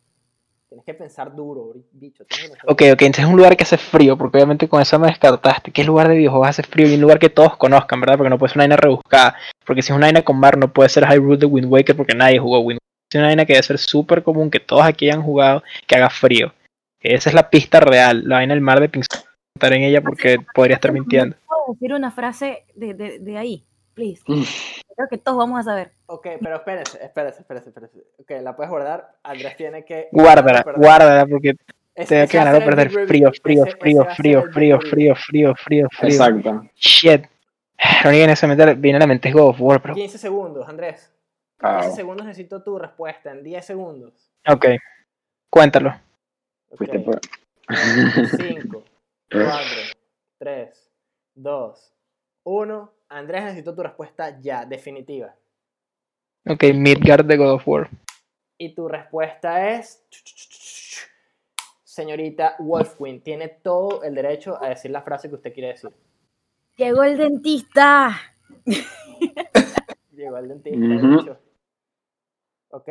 Speaker 1: Tienes que pensar duro, bicho. tienes que pensar
Speaker 2: Ok, ok, entonces es un lugar que hace frío, porque obviamente con eso me descartaste. ¿Qué lugar de videojuegos hace frío? Y un lugar que todos conozcan, ¿verdad? Porque no puede ser una aina rebuscada. Porque si es una aina con mar, no puede ser Hyrule de Wind Waker, porque nadie jugó Wind Waker. Es una aina que debe ser súper común, que todos aquí hayan jugado, que haga frío. Esa es la pista real, la vaina del mar de Pink Floyd. No estar en ella porque podría estar mintiendo.
Speaker 5: ¿Puedo decir una frase de, de, de ahí? Please. Creo que todos vamos a saber.
Speaker 1: Ok, pero espérense, espérense, espérense, espérense. Ok, la puedes guardar. Andrés tiene que.
Speaker 2: Guárdala,
Speaker 1: ganarlo, perder.
Speaker 2: guárdala, porque
Speaker 1: Ese-
Speaker 2: te da
Speaker 1: ese
Speaker 2: que
Speaker 1: va a
Speaker 2: ganar o
Speaker 1: ser el
Speaker 2: perder.
Speaker 1: big
Speaker 2: Frío,
Speaker 1: reveal.
Speaker 2: frío,
Speaker 1: Ese- ese
Speaker 2: frío,
Speaker 1: va a ser
Speaker 2: frío,
Speaker 1: el big
Speaker 2: frío,
Speaker 1: reveal.
Speaker 2: frío, frío, frío, frío.
Speaker 7: exacto.
Speaker 2: Shit. Lo único que se me viene a la mente es God of War, pero
Speaker 1: 15 segundos, Andrés. 15
Speaker 7: Ah,
Speaker 1: segundos necesito tu respuesta en 10 segundos.
Speaker 2: Ok, cuéntalo.
Speaker 7: fuiste
Speaker 1: Ok.
Speaker 7: por-
Speaker 1: 5, 4, 3, 2, 1. Andrés, necesito tu respuesta ya, definitiva.
Speaker 2: Ok, Midgard de God of War.
Speaker 1: Y tu respuesta es. Señorita Wolfwin, tiene todo el derecho a decir la frase que usted quiere decir.
Speaker 5: Llegó el dentista.
Speaker 1: Llegó al dentista, el
Speaker 7: Ujú.
Speaker 1: bicho. ¿Ok?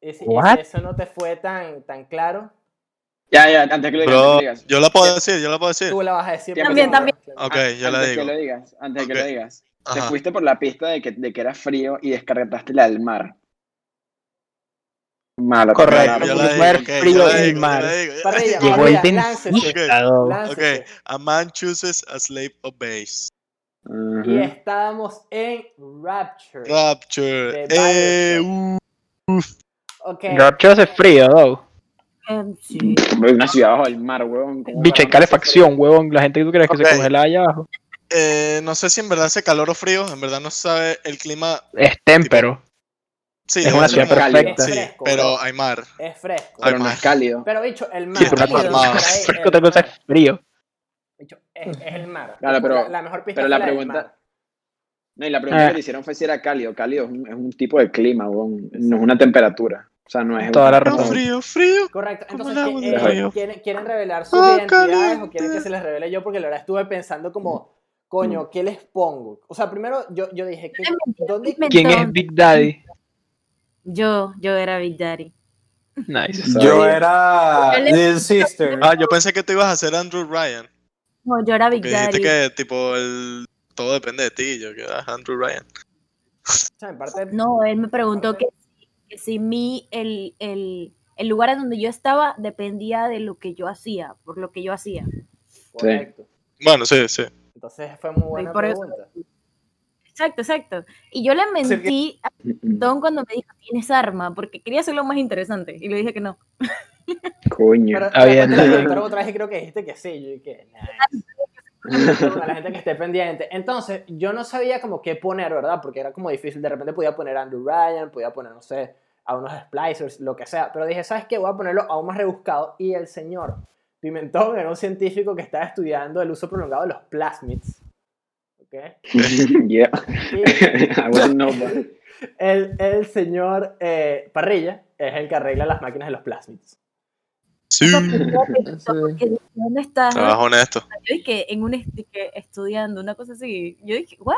Speaker 1: Y si, y si
Speaker 2: What?
Speaker 1: eso no te fue tan, tan claro,
Speaker 7: Ya, ya, antes que lo digas,
Speaker 6: Bro,
Speaker 7: antes que lo digas.
Speaker 6: yo la puedo decir, yo la puedo decir.
Speaker 1: tú la vas a decir.
Speaker 7: Tiempo,
Speaker 1: porque-
Speaker 5: También,
Speaker 6: Ok,
Speaker 7: An-
Speaker 6: yo la
Speaker 7: antes
Speaker 6: digo.
Speaker 7: que lo digas, antes de que
Speaker 6: Ok.
Speaker 7: lo digas. Te
Speaker 6: Ajá.
Speaker 7: fuiste por la pista de que, de que era frío y descartaste la del mar. Mala
Speaker 2: Correcto.
Speaker 6: Ok,
Speaker 7: palabra,
Speaker 6: yo la
Speaker 7: porque-
Speaker 6: digo,
Speaker 2: Mar,
Speaker 6: ok, yo
Speaker 2: frío
Speaker 6: la
Speaker 2: y
Speaker 6: digo, yo
Speaker 2: mar.
Speaker 6: la digo, yo la
Speaker 1: Parrilla,
Speaker 6: digo.
Speaker 2: Llegó el
Speaker 1: parrilla, láncese.
Speaker 2: dentista, dog.
Speaker 1: Láncese.
Speaker 6: Ok, a man chooses a slave obeys.
Speaker 7: Ujú.
Speaker 1: Y estábamos en Rapture.
Speaker 6: Rapture.
Speaker 1: De
Speaker 6: Eh,
Speaker 1: Ok.
Speaker 2: Garcho hace frío, dog.
Speaker 5: Eh, sí.
Speaker 7: Una ciudad bajo el mar, huevón. ¿cómo
Speaker 2: Bicho, hay
Speaker 7: carajo hace
Speaker 2: calefacción, huevón. La gente que tú crees que
Speaker 6: Ok.
Speaker 2: se congela allá abajo.
Speaker 6: eh, no sé si en verdad hace calor o frío, en verdad no se sabe el clima.
Speaker 2: Es témpero.
Speaker 6: Sí,
Speaker 2: Es
Speaker 6: debe
Speaker 2: una
Speaker 6: ser
Speaker 2: ciudad
Speaker 6: como-
Speaker 7: cálido.
Speaker 2: perfecta.
Speaker 1: Es
Speaker 6: Sí,
Speaker 1: fresco,
Speaker 6: pero
Speaker 1: bro.
Speaker 6: hay mar.
Speaker 1: Es fresco.
Speaker 7: Pero no
Speaker 6: Ay,
Speaker 7: es cálido.
Speaker 1: Pero, bicho, el mar.
Speaker 2: Sí, pero una
Speaker 5: cálido.
Speaker 2: cosa
Speaker 1: por ahí,
Speaker 6: Más
Speaker 1: el
Speaker 2: fresca, otra cosa
Speaker 1: mar.
Speaker 2: es frío.
Speaker 1: Bicho, es, es el mar.
Speaker 7: Claro, pero-
Speaker 1: la, la mejor pista
Speaker 7: pero
Speaker 1: fue
Speaker 7: la
Speaker 1: del
Speaker 7: pregunta-
Speaker 1: mar.
Speaker 7: No, y la pregunta
Speaker 2: Ah.
Speaker 7: que le hicieron fue si era cálido. Cálido es un, es un tipo de clima, huevón. No es una temperatura. O sea, no es.
Speaker 2: Toda la
Speaker 6: No,
Speaker 2: razón.
Speaker 6: frío, frío.
Speaker 1: Correcto.
Speaker 6: Como
Speaker 1: Entonces,
Speaker 6: el
Speaker 1: ¿qué-
Speaker 6: agua
Speaker 7: del
Speaker 1: eh,
Speaker 7: río.
Speaker 1: ¿quieren, quieren revelar sus
Speaker 6: Ah,
Speaker 1: identidades o
Speaker 6: caliente.
Speaker 1: quieren que se les revele yo? Porque la verdad estuve pensando como, coño, ¿qué les pongo? O sea, primero yo, yo dije, ¿qué, ¿dónde?
Speaker 2: ¿Quién es
Speaker 5: Entonces,
Speaker 2: Big Daddy?
Speaker 5: Yo, yo era Big Daddy.
Speaker 2: Nice.
Speaker 4: Yo era
Speaker 5: Él es-
Speaker 4: Little Sister.
Speaker 6: Ah, yo pensé que tú ibas a ser Andrew Ryan.
Speaker 5: No, yo era Big
Speaker 6: Porque dijiste
Speaker 5: Daddy.
Speaker 6: que, tipo, el... todo depende de ti. Yo que ah, Andrew Ryan.
Speaker 1: O sea, en parte,
Speaker 5: No, él me preguntó que, si- que si mi, el, el, el lugar en donde yo estaba dependía de lo que yo hacía, por lo que yo hacía.
Speaker 1: correcto.
Speaker 6: Bueno, sí, sí.
Speaker 1: Entonces fue muy buena
Speaker 5: por eso-
Speaker 1: pregunta.
Speaker 5: Exacto, exacto. Y yo le
Speaker 4: que-
Speaker 5: mentí a
Speaker 7: Mm-mm.
Speaker 5: Don cuando me dijo, tienes arma, porque quería hacerlo más interesante. Y le dije que no.
Speaker 7: Coño.
Speaker 1: Pero
Speaker 2: Está
Speaker 1: después te
Speaker 2: Ah, bien.
Speaker 1: la preguntaron otra vez y creo que dijiste que sí. Yo dije, nice. Pero Para la gente que esté pendiente. Entonces, yo no sabía como qué poner, ¿verdad? Porque era como difícil. De repente podía poner Andrew Ryan, podía poner, no sé, a unos splicers, lo que sea. Pero dije, ¿sabes qué? Voy a ponerlo aún más rebuscado. Y el señor Pimentón era un científico que estaba estudiando el uso prolongado de los plasmids. ¿ok?
Speaker 7: yeah. Ah,
Speaker 1: Y
Speaker 7: I wasn't know, but-
Speaker 1: el, el señor eh, Parrilla es el que arregla las máquinas de los plasmids.
Speaker 6: Sí.
Speaker 5: Porque, ¿Dónde estás?
Speaker 6: Trabajo honesto.
Speaker 5: Yo dije en un esti- que estudiando una cosa así. Yo dije, ¿what?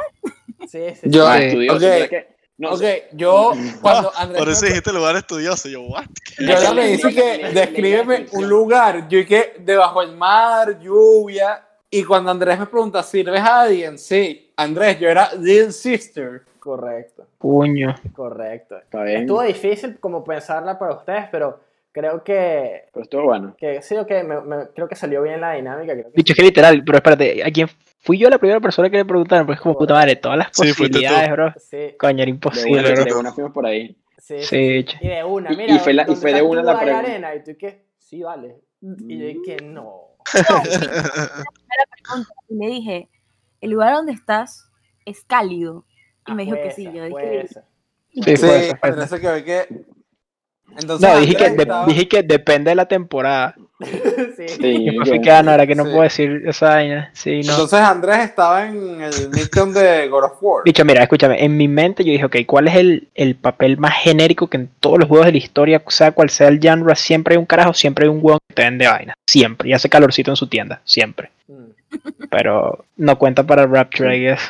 Speaker 1: Sí, sí, sí.
Speaker 4: Yo- eh,
Speaker 7: Ah,
Speaker 2: Sí.
Speaker 7: estudioso,
Speaker 4: Ok.
Speaker 7: ¿verdad que- No,
Speaker 4: Ok, yo cuando
Speaker 6: Por
Speaker 4: Andrés
Speaker 6: eso
Speaker 4: me,
Speaker 6: dijiste lugar estudioso. Yo, what?
Speaker 4: yo ahora me dice que descríbeme un lugar, yo que debajo del mar, lluvia, y cuando Andrés me pregunta, ¿sirves a DNC? Andrés, yo era DN Sister.
Speaker 1: Correcto,
Speaker 2: Puño.
Speaker 1: correcto.
Speaker 7: está bien,
Speaker 1: Estuvo difícil como pensarla para ustedes, pero creo que,
Speaker 7: pero estuvo bueno.
Speaker 1: que sí, ok, me- me- creo que salió bien la dinámica. creo que-
Speaker 2: Dicho es que literal, pero espérate, ¿a quién fui yo la primera persona que le preguntaron? Pues como puta madre, todas las
Speaker 6: Sí, fuiste tú.
Speaker 2: posibilidades, bro.
Speaker 1: sí,
Speaker 2: Coño, era
Speaker 7: De una,
Speaker 2: imposible,
Speaker 6: Bueno,
Speaker 2: bro.
Speaker 7: de una fuimos por ahí.
Speaker 1: sí, sí.
Speaker 2: Sí, che.
Speaker 1: Y de una,
Speaker 7: Y-
Speaker 1: mira.
Speaker 7: y fue la- y
Speaker 1: ¿dónde
Speaker 7: fue de
Speaker 1: estás
Speaker 7: una
Speaker 1: tú?
Speaker 7: la
Speaker 1: Hay
Speaker 7: pregunta. Mm.
Speaker 1: arena. Y tú, ¿qué? Sí, vale. Y yo dije, no.
Speaker 5: pregunta y le dije, ¿el lugar donde estás es cálido? Y me
Speaker 1: Ah,
Speaker 5: dijo que
Speaker 1: fue
Speaker 5: sí.
Speaker 1: esa,
Speaker 5: Yo
Speaker 1: fue
Speaker 5: dije,
Speaker 1: esa.
Speaker 2: Sí, fue
Speaker 4: Sí, pues,
Speaker 2: esa, fue
Speaker 4: Andrés
Speaker 2: esa.
Speaker 4: se quedó y que... Entonces,
Speaker 2: No, dije que,
Speaker 4: Andrés
Speaker 2: de-
Speaker 4: estaba-
Speaker 2: dije que depende de la temporada.
Speaker 1: Sí.
Speaker 7: Sí,
Speaker 2: Y
Speaker 7: ok.
Speaker 2: después fui que, ah, no, era que no
Speaker 4: Sí.
Speaker 2: puedo decir esa vaina. Sí, no.
Speaker 4: Entonces Andrés estaba en el Midtown de God of War.
Speaker 2: Dicho, mira, escúchame, en mi mente yo dije, ok, ¿cuál es el, el papel más genérico que en todos los juegos de la historia, sea cual sea el genre, siempre hay un carajo, siempre hay un huevo que te vende vaina, siempre, y hace calorcito en su tienda, siempre.
Speaker 1: Mm.
Speaker 2: Pero no cuenta para Rapture, I guess.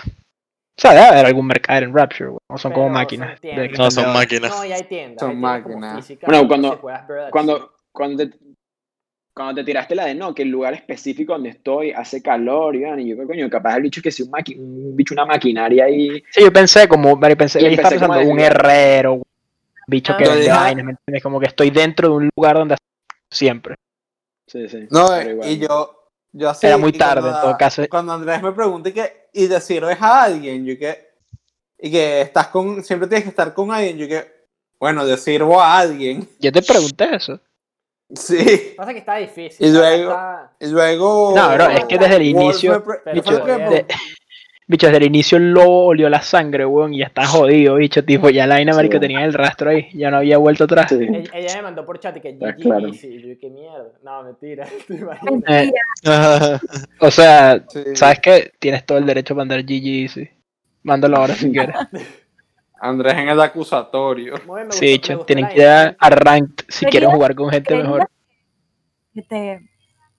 Speaker 2: O sea, debe haber algún mercado en Rapture, güey, o son como
Speaker 1: Pero
Speaker 2: máquinas.
Speaker 1: son tiendas.
Speaker 2: de que
Speaker 6: No,
Speaker 2: están
Speaker 6: son
Speaker 2: de-
Speaker 6: máquinas.
Speaker 1: No, y hay tiendas.
Speaker 4: Son
Speaker 1: hay tiendas como
Speaker 4: máquinas.
Speaker 1: físicas
Speaker 7: Bueno,
Speaker 1: donde
Speaker 7: cuando-
Speaker 1: se puede ver.
Speaker 7: Cuando, cuando, te, cuando te tiraste la de no, que el lugar específico donde estoy hace calor, y, vaina, y yo, coño, capaz el bicho que sea un, maqui- un bicho, una maquinaria ahí.
Speaker 2: Sí, yo pensé como, Mari, pensé,
Speaker 7: Y
Speaker 2: yo estaba
Speaker 7: empecé como a
Speaker 2: pensando, un
Speaker 7: desviar.
Speaker 2: herrero, un bicho que
Speaker 5: Yo
Speaker 2: vende
Speaker 6: ah.
Speaker 4: dije-
Speaker 2: vainas, ¿me entiendes? Como que estoy dentro de un lugar donde hace siempre.
Speaker 7: Sí, sí.
Speaker 4: No,
Speaker 7: pero
Speaker 4: eh,
Speaker 7: igual.
Speaker 4: y yo, yo así.
Speaker 2: Era muy
Speaker 4: y cuando
Speaker 2: tarde, en
Speaker 4: la-
Speaker 2: todo caso.
Speaker 4: Cuando Andrés me pregunta y que, y te sirves a alguien, yo que, y que estás con, siempre tienes que estar con alguien, yo que, bueno, yo sirvo a alguien.
Speaker 2: Yo te pregunté eso.
Speaker 4: Sí.
Speaker 1: Pasa que está difícil.
Speaker 4: Y
Speaker 1: ¿no?
Speaker 4: luego-
Speaker 1: Está-
Speaker 4: Y luego.
Speaker 2: No, bro, es que desde el
Speaker 4: Wolf
Speaker 2: inicio, eh,
Speaker 4: me pre-
Speaker 1: Pero
Speaker 4: fue lo que me
Speaker 1: de-
Speaker 4: preguntó.
Speaker 2: bicho, desde el inicio el lobo olió la sangre, weón, y ya está jodido, bicho, tipo, ya la vaina,
Speaker 7: Sí,
Speaker 2: marico,
Speaker 7: weón.
Speaker 2: tenía el rastro ahí, ya no había vuelto atrás.
Speaker 7: Sí.
Speaker 1: Ella, ella me mandó por chat y que
Speaker 7: Está
Speaker 1: GG
Speaker 7: claro.
Speaker 1: easy. Y yo, qué mierda. No, mentira. ¿Te imaginas?
Speaker 5: mentira.
Speaker 2: O sea,
Speaker 4: Sí.
Speaker 2: ¿sabes qué? Tienes todo el derecho a mandar GG, sí. Mándalo ahora si quieres.
Speaker 4: Andrés en el acusatorio.
Speaker 1: Muy bien, Ah, me
Speaker 2: Sí,
Speaker 1: gustó- me
Speaker 2: bicho,
Speaker 1: gustó
Speaker 2: tienen
Speaker 1: la
Speaker 2: que ir a,
Speaker 1: dinámica.
Speaker 2: a ranked si quieren
Speaker 5: Quería-
Speaker 2: jugar con gente
Speaker 5: quería-
Speaker 2: mejor.
Speaker 5: Que te,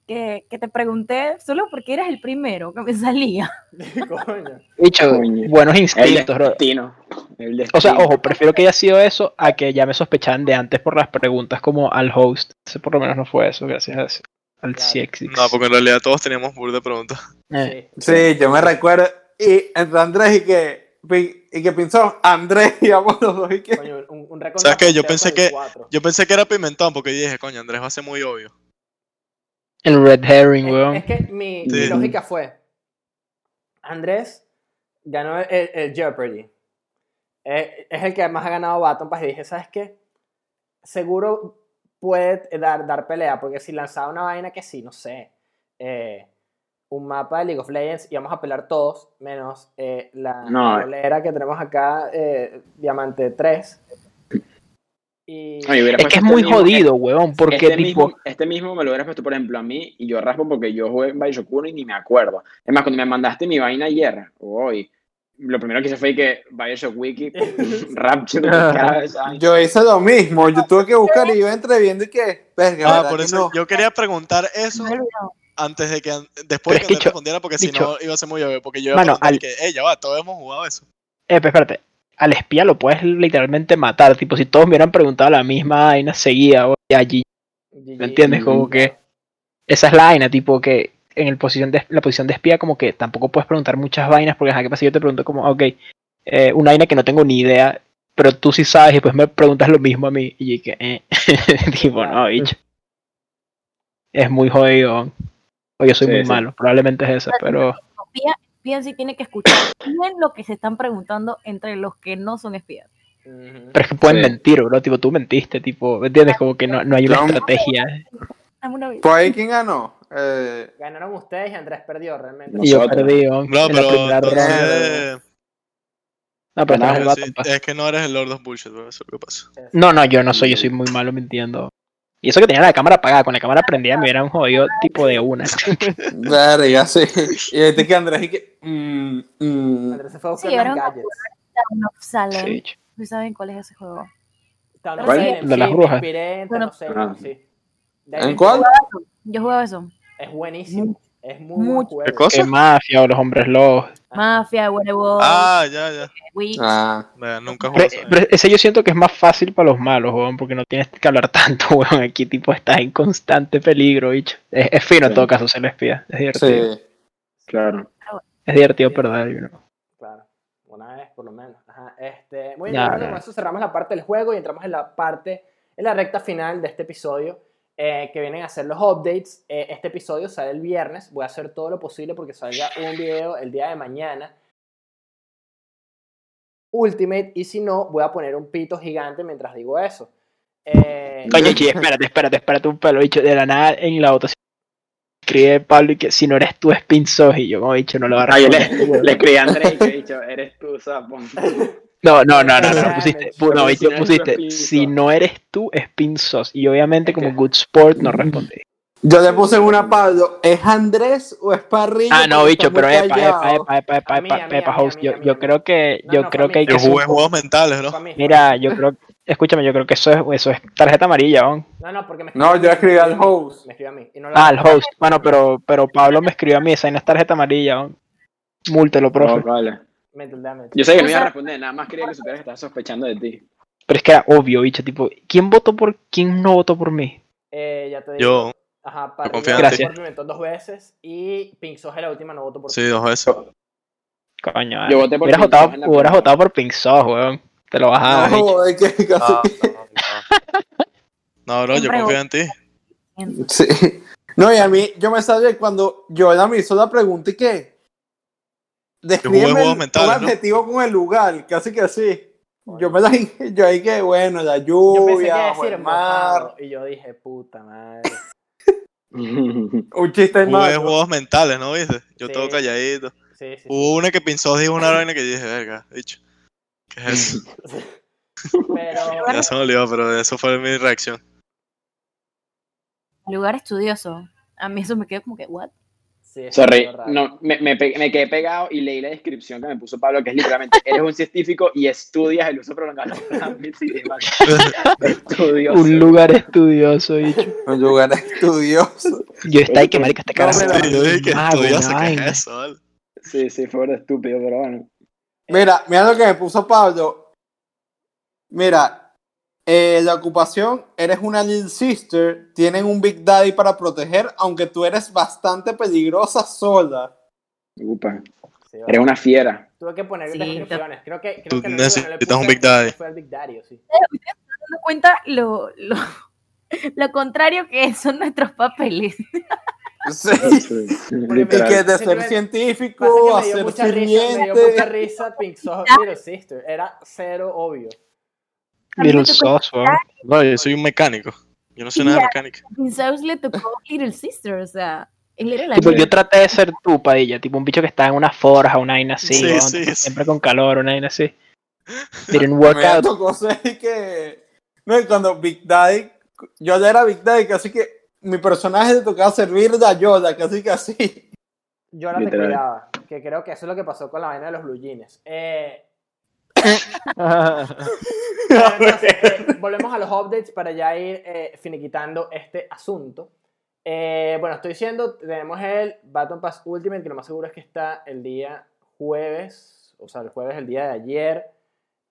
Speaker 5: que, que te pregunté solo porque eras el primero que me salía.
Speaker 1: Coño.
Speaker 2: Bicho,
Speaker 7: Coño.
Speaker 2: buenos
Speaker 7: El
Speaker 2: instintos, bro.
Speaker 7: destino. El
Speaker 2: O sea,
Speaker 7: destino.
Speaker 2: ojo, prefiero que haya sido eso a que ya me sospechaban de antes por las preguntas como al host. Ese por lo menos no fue eso, gracias al
Speaker 1: Claro.
Speaker 2: CXX.
Speaker 6: No, porque en realidad todos teníamos burda de preguntas.
Speaker 2: Eh,
Speaker 1: Sí.
Speaker 4: Sí, yo me recuerdo. Y entre Andrés y que, y que pinzó, Andrés y ambos los dos y que.
Speaker 1: Coño, un, un
Speaker 6: ¿Sabes qué?
Speaker 1: recontraposteo
Speaker 6: Yo pensé
Speaker 1: con el
Speaker 6: que-
Speaker 1: cuatro.
Speaker 6: Yo pensé que era pimentón porque yo dije, coño, Andrés va a ser muy obvio.
Speaker 2: El Red Herring, weón.
Speaker 1: Es, es que mi, mi
Speaker 6: Sí.
Speaker 1: lógica fue: Andrés ganó el, el- el Jeopardy. Eh, es el que más ha ganado Baton Pass. Y dije: ¿Sabes qué? Seguro puede dar, dar pelea. Porque si lanzaba una vaina que sí, no sé. eh, un mapa de League of Legends y vamos a pelear todos, menos eh, la
Speaker 7: No.
Speaker 1: bolera que tenemos acá, eh, Diamante 3. Y.
Speaker 7: Ay, hubiera
Speaker 2: Es que
Speaker 7: puesto
Speaker 2: es
Speaker 7: este
Speaker 2: muy
Speaker 7: mismo-
Speaker 2: jodido, weón, porque
Speaker 7: este,
Speaker 2: tipo,
Speaker 7: mismo, este mismo me lo hubieras puesto, por ejemplo, a mí y yo raspo porque yo jugué en Bioshock 1 y ni me acuerdo. Es más, cuando me mandaste mi vaina ayer, o hoy, lo primero que hice fue que Bioshock Wiki, Rapture, cada vez, ay,
Speaker 4: Yo hice lo mismo, yo tuve que buscar y iba entreviendo y que. Verga,
Speaker 6: Ah,
Speaker 4: ¿verdad
Speaker 6: por
Speaker 4: que
Speaker 6: eso
Speaker 4: no?
Speaker 6: yo quería preguntar eso
Speaker 5: Me he olvidado.
Speaker 6: antes de que an-
Speaker 2: Pero
Speaker 6: después
Speaker 2: es que
Speaker 6: de que te
Speaker 2: dicho-
Speaker 6: respondiera porque si
Speaker 2: dicho-
Speaker 6: no iba a ser muy obvio porque yo iba a
Speaker 2: Mano,
Speaker 6: preguntar
Speaker 2: al-
Speaker 6: que, "Ey, ya va, todos hemos jugado eso.
Speaker 2: eh, pero espérate, al espía lo puedes literalmente matar, tipo, si todos me hubieran preguntado la misma vaina seguida, weón, y allí,
Speaker 1: GG.
Speaker 2: ¿me entiendes? Como que esa es la vaina, tipo, que en el posición de, la posición de espía como que tampoco puedes preguntar muchas vainas, porque ajá, qué pasa, si yo te pregunto como, "Ah, ok, eh, una vaina que no tengo ni idea, pero tú sí sabes, y después me preguntas lo mismo a mí, y yo que, eh, tipo, no, bicho. Es muy jodido, weón. o yo soy
Speaker 7: Sí,
Speaker 2: muy
Speaker 7: sí.
Speaker 2: malo, probablemente es esa, pero...
Speaker 5: Piensa y tiene que escuchar bien lo que se están preguntando entre los que no son espías.
Speaker 1: Ujú.
Speaker 2: Pero es que pueden
Speaker 7: Sí.
Speaker 2: mentir, bro. Tipo, tú mentiste, tipo, ¿me entiendes? Como que no, no hay una
Speaker 4: Trump.
Speaker 2: estrategia.
Speaker 5: Dame una vez.
Speaker 4: Pues ahí quién ganó. Eh,
Speaker 1: Ganaron ustedes y Andrés perdió realmente.
Speaker 7: No.
Speaker 2: Y yo
Speaker 7: Nosotros.
Speaker 2: perdí, bro,
Speaker 6: No,
Speaker 2: en la
Speaker 6: pero
Speaker 2: primera
Speaker 6: entonces,
Speaker 2: ronda.
Speaker 6: eh,
Speaker 2: No, pero estás en pues, el
Speaker 6: pero sí, eh.
Speaker 2: bottom pass.
Speaker 6: es que no eres el Lord of Bullshit, bro, eso es lo que pasa.
Speaker 2: No, no, yo no soy, yo soy muy malo mintiendo. Y eso que tenía la cámara apagada, con la cámara prendida me hubieran jodido tipo de una.
Speaker 4: Verga, sí. Y ahorita que Andrés y que. mm, mm.
Speaker 1: Andrés se fue a buscar
Speaker 5: Sí,
Speaker 1: unos
Speaker 5: era un-
Speaker 1: gadgets.
Speaker 5: Town of Salem.
Speaker 2: Sí, ch-
Speaker 5: ¿No saben cuál es ese juego?
Speaker 1: Town of
Speaker 5: ¿Cuál?
Speaker 1: Salem,
Speaker 2: De
Speaker 1: sí,
Speaker 2: las brujas.
Speaker 1: me inspiré en Town of Salem,
Speaker 7: Bueno.
Speaker 1: sí. De ahí
Speaker 4: Ah. ¿En cuál?
Speaker 5: Yo jugaba eso.
Speaker 1: Es buenísimo. Es muy buen
Speaker 5: Mucho.
Speaker 1: juego.
Speaker 6: ¿Qué cosa?
Speaker 2: que mafia o los hombres lobos.
Speaker 1: Ajá.
Speaker 5: Mafia, Werewolf,
Speaker 6: Ah, ya, ya.
Speaker 5: Witch.
Speaker 4: Ah,
Speaker 6: Ve, Nunca
Speaker 2: Pero,
Speaker 6: jugué. esa vaina.
Speaker 2: pero ese yo siento que es más fácil para los malos, weón, porque no tienes que hablar tanto, weón. Aquí tipo estás en constante peligro, bicho. Es, es fino en
Speaker 7: Sí.
Speaker 2: todo caso, se lo espía. Es divertido.
Speaker 4: sí.
Speaker 7: Claro.
Speaker 2: Es divertido perder, you know.
Speaker 1: Claro, una vez por lo menos. Ajá, Este, muy
Speaker 2: Ya,
Speaker 1: bien, bueno,
Speaker 2: ya.
Speaker 1: con eso cerramos la parte del juego y entramos en la parte, en la recta final de este episodio, eh, que vienen a ser los updates. Eh, este episodio sale el viernes, voy a hacer todo lo posible porque salga un video el día de mañana. Ultimate, y si no, voy a poner un pito gigante mientras digo eso. Eh,
Speaker 2: Coño, chi, espérate, espérate, espérate un pelo, bicho. De la nada en la votación escribe Pablo y que si no eres tú es Pinzos y yo como bicho no lo
Speaker 7: Ah, yo
Speaker 2: agarré.
Speaker 7: le, le escribí a Andrés y te he dicho, eres tú, sapo.
Speaker 2: No, no, no, no, no,
Speaker 1: Ah,
Speaker 2: no pusiste,
Speaker 1: me-
Speaker 2: pu- no,
Speaker 7: Pero
Speaker 2: bicho,
Speaker 7: si no eres tú, es
Speaker 2: pusiste,
Speaker 7: Pinzos.
Speaker 2: si no eres tú es Pinzos y obviamente
Speaker 7: Es
Speaker 2: como
Speaker 7: que-
Speaker 2: good sport no respondí.
Speaker 4: Yo le puse una a Pablo. ¿Es Andrés o es Parrillo?
Speaker 2: Ah, no,
Speaker 4: Porque está
Speaker 2: bicho,
Speaker 4: muy
Speaker 2: pero epa, epa,
Speaker 4: callado.
Speaker 2: epa, epa, epa,
Speaker 1: A mí, a
Speaker 2: epa,
Speaker 1: mí, a
Speaker 2: epa,
Speaker 1: mí, a
Speaker 2: host,
Speaker 1: mí,
Speaker 2: yo,
Speaker 1: a mí, a
Speaker 2: yo
Speaker 1: mí.
Speaker 2: creo que,
Speaker 1: No, no,
Speaker 2: yo
Speaker 1: fue a
Speaker 2: creo
Speaker 1: mí.
Speaker 2: que hay que
Speaker 6: Yo
Speaker 2: hacer un
Speaker 6: jugué juegos mentales,
Speaker 1: fue a
Speaker 6: bro.
Speaker 1: mí, fue a
Speaker 2: Mira,
Speaker 1: mí.
Speaker 2: yo creo, escúchame, yo creo que eso es, eso es tarjeta amarilla, ¿on?
Speaker 1: No, no, porque me
Speaker 4: No,
Speaker 1: escribió
Speaker 4: yo
Speaker 1: a mí,
Speaker 4: escribí al host.
Speaker 1: Me escribió a mí. y no lo-
Speaker 2: Ah, el host. Bueno, pero, pero Pablo me escribió a mí, esa no es tarjeta amarilla, ¿on? Múltelo, profe.
Speaker 7: Oh, vale.
Speaker 1: Mental damage.
Speaker 7: Yo sé que no
Speaker 5: O
Speaker 7: iba a
Speaker 5: sea-
Speaker 7: responder, nada más quería que supieras que estaba sospechando de ti.
Speaker 2: Pero es que era obvio, bicho, tipo, ¿quién votó por, quién no votó por mí?
Speaker 1: Eh, ya te digo.
Speaker 6: Yo,
Speaker 1: Ajá, para
Speaker 6: confío
Speaker 2: en ti.
Speaker 1: por Pimentón dos veces y Pink Soja la última no voto por
Speaker 6: sí, dos veces.
Speaker 2: Coño,
Speaker 7: Yo
Speaker 2: eh.
Speaker 7: voté por
Speaker 2: hubieras
Speaker 7: Pink
Speaker 2: votado,
Speaker 7: Sauce en la
Speaker 2: hubieras
Speaker 7: primera.
Speaker 2: votado por Pink Sauce, weón. Te lo bajaba, Ah, bicho. Ah.
Speaker 4: No, es que casi.
Speaker 6: No, no, no. No, bro, yo
Speaker 5: Siempre
Speaker 6: confío en ti.
Speaker 5: Entonces,
Speaker 4: Sí. No, y a mí, yo me salí cuando Yola me hizo la pregunta y que. Descríbeme
Speaker 6: juegos
Speaker 4: el-
Speaker 6: mentales,
Speaker 4: un
Speaker 6: ¿no?
Speaker 4: adjetivo con el lugar, casi que así. Yo me la yo ahí que, bueno, la
Speaker 1: Yo pensé que iba a
Speaker 4: lluvia, o
Speaker 1: decir
Speaker 4: el mar,
Speaker 1: mojado, y yo dije, puta madre.
Speaker 4: un chiste en
Speaker 6: Jugué
Speaker 4: mar.
Speaker 6: juegos mentales, ¿no viste? Yo todo
Speaker 1: Sí.
Speaker 6: calladito.
Speaker 1: Sí, sí, sí.
Speaker 6: Hubo una que pinzó, dijo una vaina que yo dije, verga, bicho. ¿Qué es eso?
Speaker 1: Pero
Speaker 6: Ya se me olvidó, pero eso fue mi reacción.
Speaker 5: lugar estudioso. A mí eso me quedó como que, ¿what?
Speaker 1: sí, es
Speaker 7: Sorry,
Speaker 1: algo raro.
Speaker 7: no, me, me, pe- me quedé pegado y leí la descripción que me puso Pablo, que es literalmente, eres un científico y estudias el uso prolongado de la medicina. Estudioso.
Speaker 2: Un lugar estudioso, bicho.
Speaker 4: Un lugar estudioso.
Speaker 2: Yo estaba ahí que marica este carajo.
Speaker 4: pero-
Speaker 6: Sí, yo dije que
Speaker 2: es mago,
Speaker 6: estudioso,
Speaker 2: una
Speaker 6: ¿qué es
Speaker 2: vaina.
Speaker 6: eso? vale?
Speaker 7: Sí, sí, fue estúpido, pero bueno.
Speaker 4: Mira, mira lo que me puso Pablo. Mira, eh, la ocupación, eres una Lil Sister, tienen un Big Daddy para proteger, aunque tú eres bastante peligrosa sola.
Speaker 7: Upa,
Speaker 1: Sí, vale.
Speaker 7: eres una fiera.
Speaker 1: Tuve que poner
Speaker 5: Sí,
Speaker 1: descripciones. Creo que, creo
Speaker 6: Tú
Speaker 1: que lo único que no le
Speaker 6: necesitas
Speaker 1: puse
Speaker 6: un Big Daddy.
Speaker 1: Fue el Big Daddy, ¿o sí.
Speaker 5: dando cuenta lo, lo, lo contrario que son nuestros papeles.
Speaker 4: Sí.
Speaker 7: Sí,
Speaker 4: Y que
Speaker 7: literal.
Speaker 4: de
Speaker 1: Simplemente-
Speaker 4: ser
Speaker 1: Pasa
Speaker 4: científico,
Speaker 1: que
Speaker 4: a
Speaker 1: me dio
Speaker 4: ser
Speaker 1: mucha risa, me dio mucha
Speaker 4: sirviente.
Speaker 1: risa Pink Soja Little Sister. Era cero obvio.
Speaker 5: A mí me
Speaker 2: Little
Speaker 5: tocó,
Speaker 2: Sauce, weón.
Speaker 6: No, yo soy un mecánico. Yo no sé nada de
Speaker 5: Ya.
Speaker 6: mecánica.
Speaker 5: en Zeus le tocó Little Sister, o sea, él era la
Speaker 2: Tipo,
Speaker 5: niña.
Speaker 2: yo traté de ser tú, Padilla, tipo un bicho que está en una forja, una vaina así,
Speaker 6: Sí,
Speaker 2: weón,
Speaker 6: sí,
Speaker 2: tipo,
Speaker 6: sí.
Speaker 2: siempre con calor, una vaina así. Didn't work
Speaker 4: Me
Speaker 2: out.
Speaker 4: tocó ser que. No, y cuando Big Daddy. Yo ya era Big Daddy, así que mi personaje le tocaba servir de Yoda, casi que así.
Speaker 1: Yo ahora te
Speaker 7: Literal.
Speaker 1: cuidaba. Que creo que eso es lo que pasó con la vaina de los blue jeans. Eh, Pero entonces, eh, volvemos a los updates para ya ir eh, finiquitando este asunto. Eh, bueno, estoy diciendo, tenemos el Baton Pass Ultimate, que lo más seguro es que está el día jueves, o sea, el jueves, el día de ayer.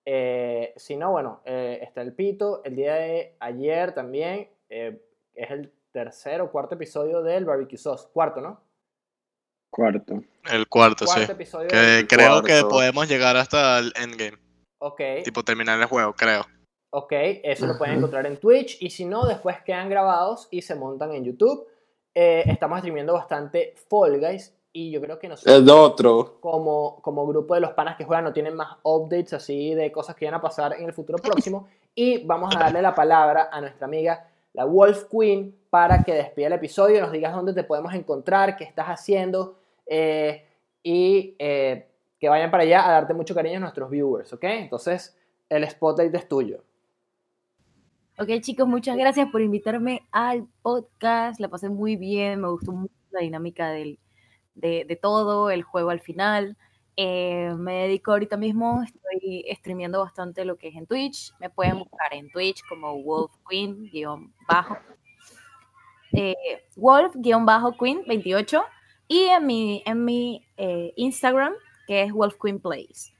Speaker 1: Eh, si no, bueno, eh, está el Pito, el día de ayer también, eh, es el tercer o cuarto episodio del Barbecue Sauce, cuarto, ¿no?
Speaker 7: Cuarto.
Speaker 6: El cuarto, sí.
Speaker 1: Cuarto episodio
Speaker 6: Que
Speaker 1: del-
Speaker 6: creo que
Speaker 4: cuarto.
Speaker 6: podemos llegar hasta el endgame.
Speaker 1: Ok,
Speaker 6: Tipo terminar el juego, creo.
Speaker 1: Ok, eso lo pueden encontrar en Twitch y si no, después quedan grabados y se montan en YouTube. Eh, estamos streamiendo bastante Fall Guys y yo creo que nosotros
Speaker 4: El otro.
Speaker 1: como, como grupo de los panas que juegan no tienen más updates así de cosas que van a pasar en el futuro próximo y vamos a darle la palabra a nuestra amiga la Wolf Queen para que despida el episodio, nos digas dónde te podemos encontrar, qué estás haciendo eh, y eh, que vayan para allá a darte mucho cariño a nuestros viewers, ¿ok? Entonces, el spotlight es tuyo.
Speaker 5: Ok, chicos, muchas gracias por invitarme al podcast. La pasé muy bien, me gustó mucho la dinámica del, de, de todo, el juego al final. Eh, me dedico ahorita mismo, estoy streameando bastante lo que es en Twitch. Me pueden buscar en Twitch como Wolf Queen guión bajo. Eh, Wolf guión bajo Queen 28 y en mi, en mi eh, Instagram que es Wolf Queen Plays.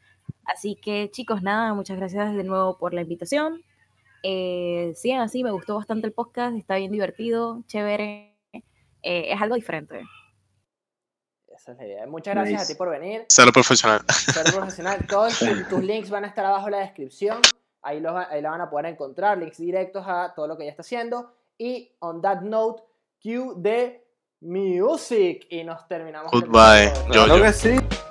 Speaker 5: Así que chicos, nada, muchas gracias de nuevo por la invitación. Eh, sigan así, me gustó bastante el podcast, está bien divertido, chévere, eh, es algo diferente.
Speaker 1: Esa es la idea. Muchas gracias
Speaker 7: Nice.
Speaker 1: a ti por venir.
Speaker 6: Salud profesional.
Speaker 1: ser profesional. Todos tus, tus links van a estar abajo en la descripción. Ahí, los, va- ahí la van a poder encontrar. Links directos a todo lo que ella está haciendo. Y on that note, cue de music. Y nos terminamos. el
Speaker 6: Goodbye.
Speaker 1: episodio.
Speaker 6: Yo,
Speaker 4: Claro
Speaker 6: yo.
Speaker 4: que sí.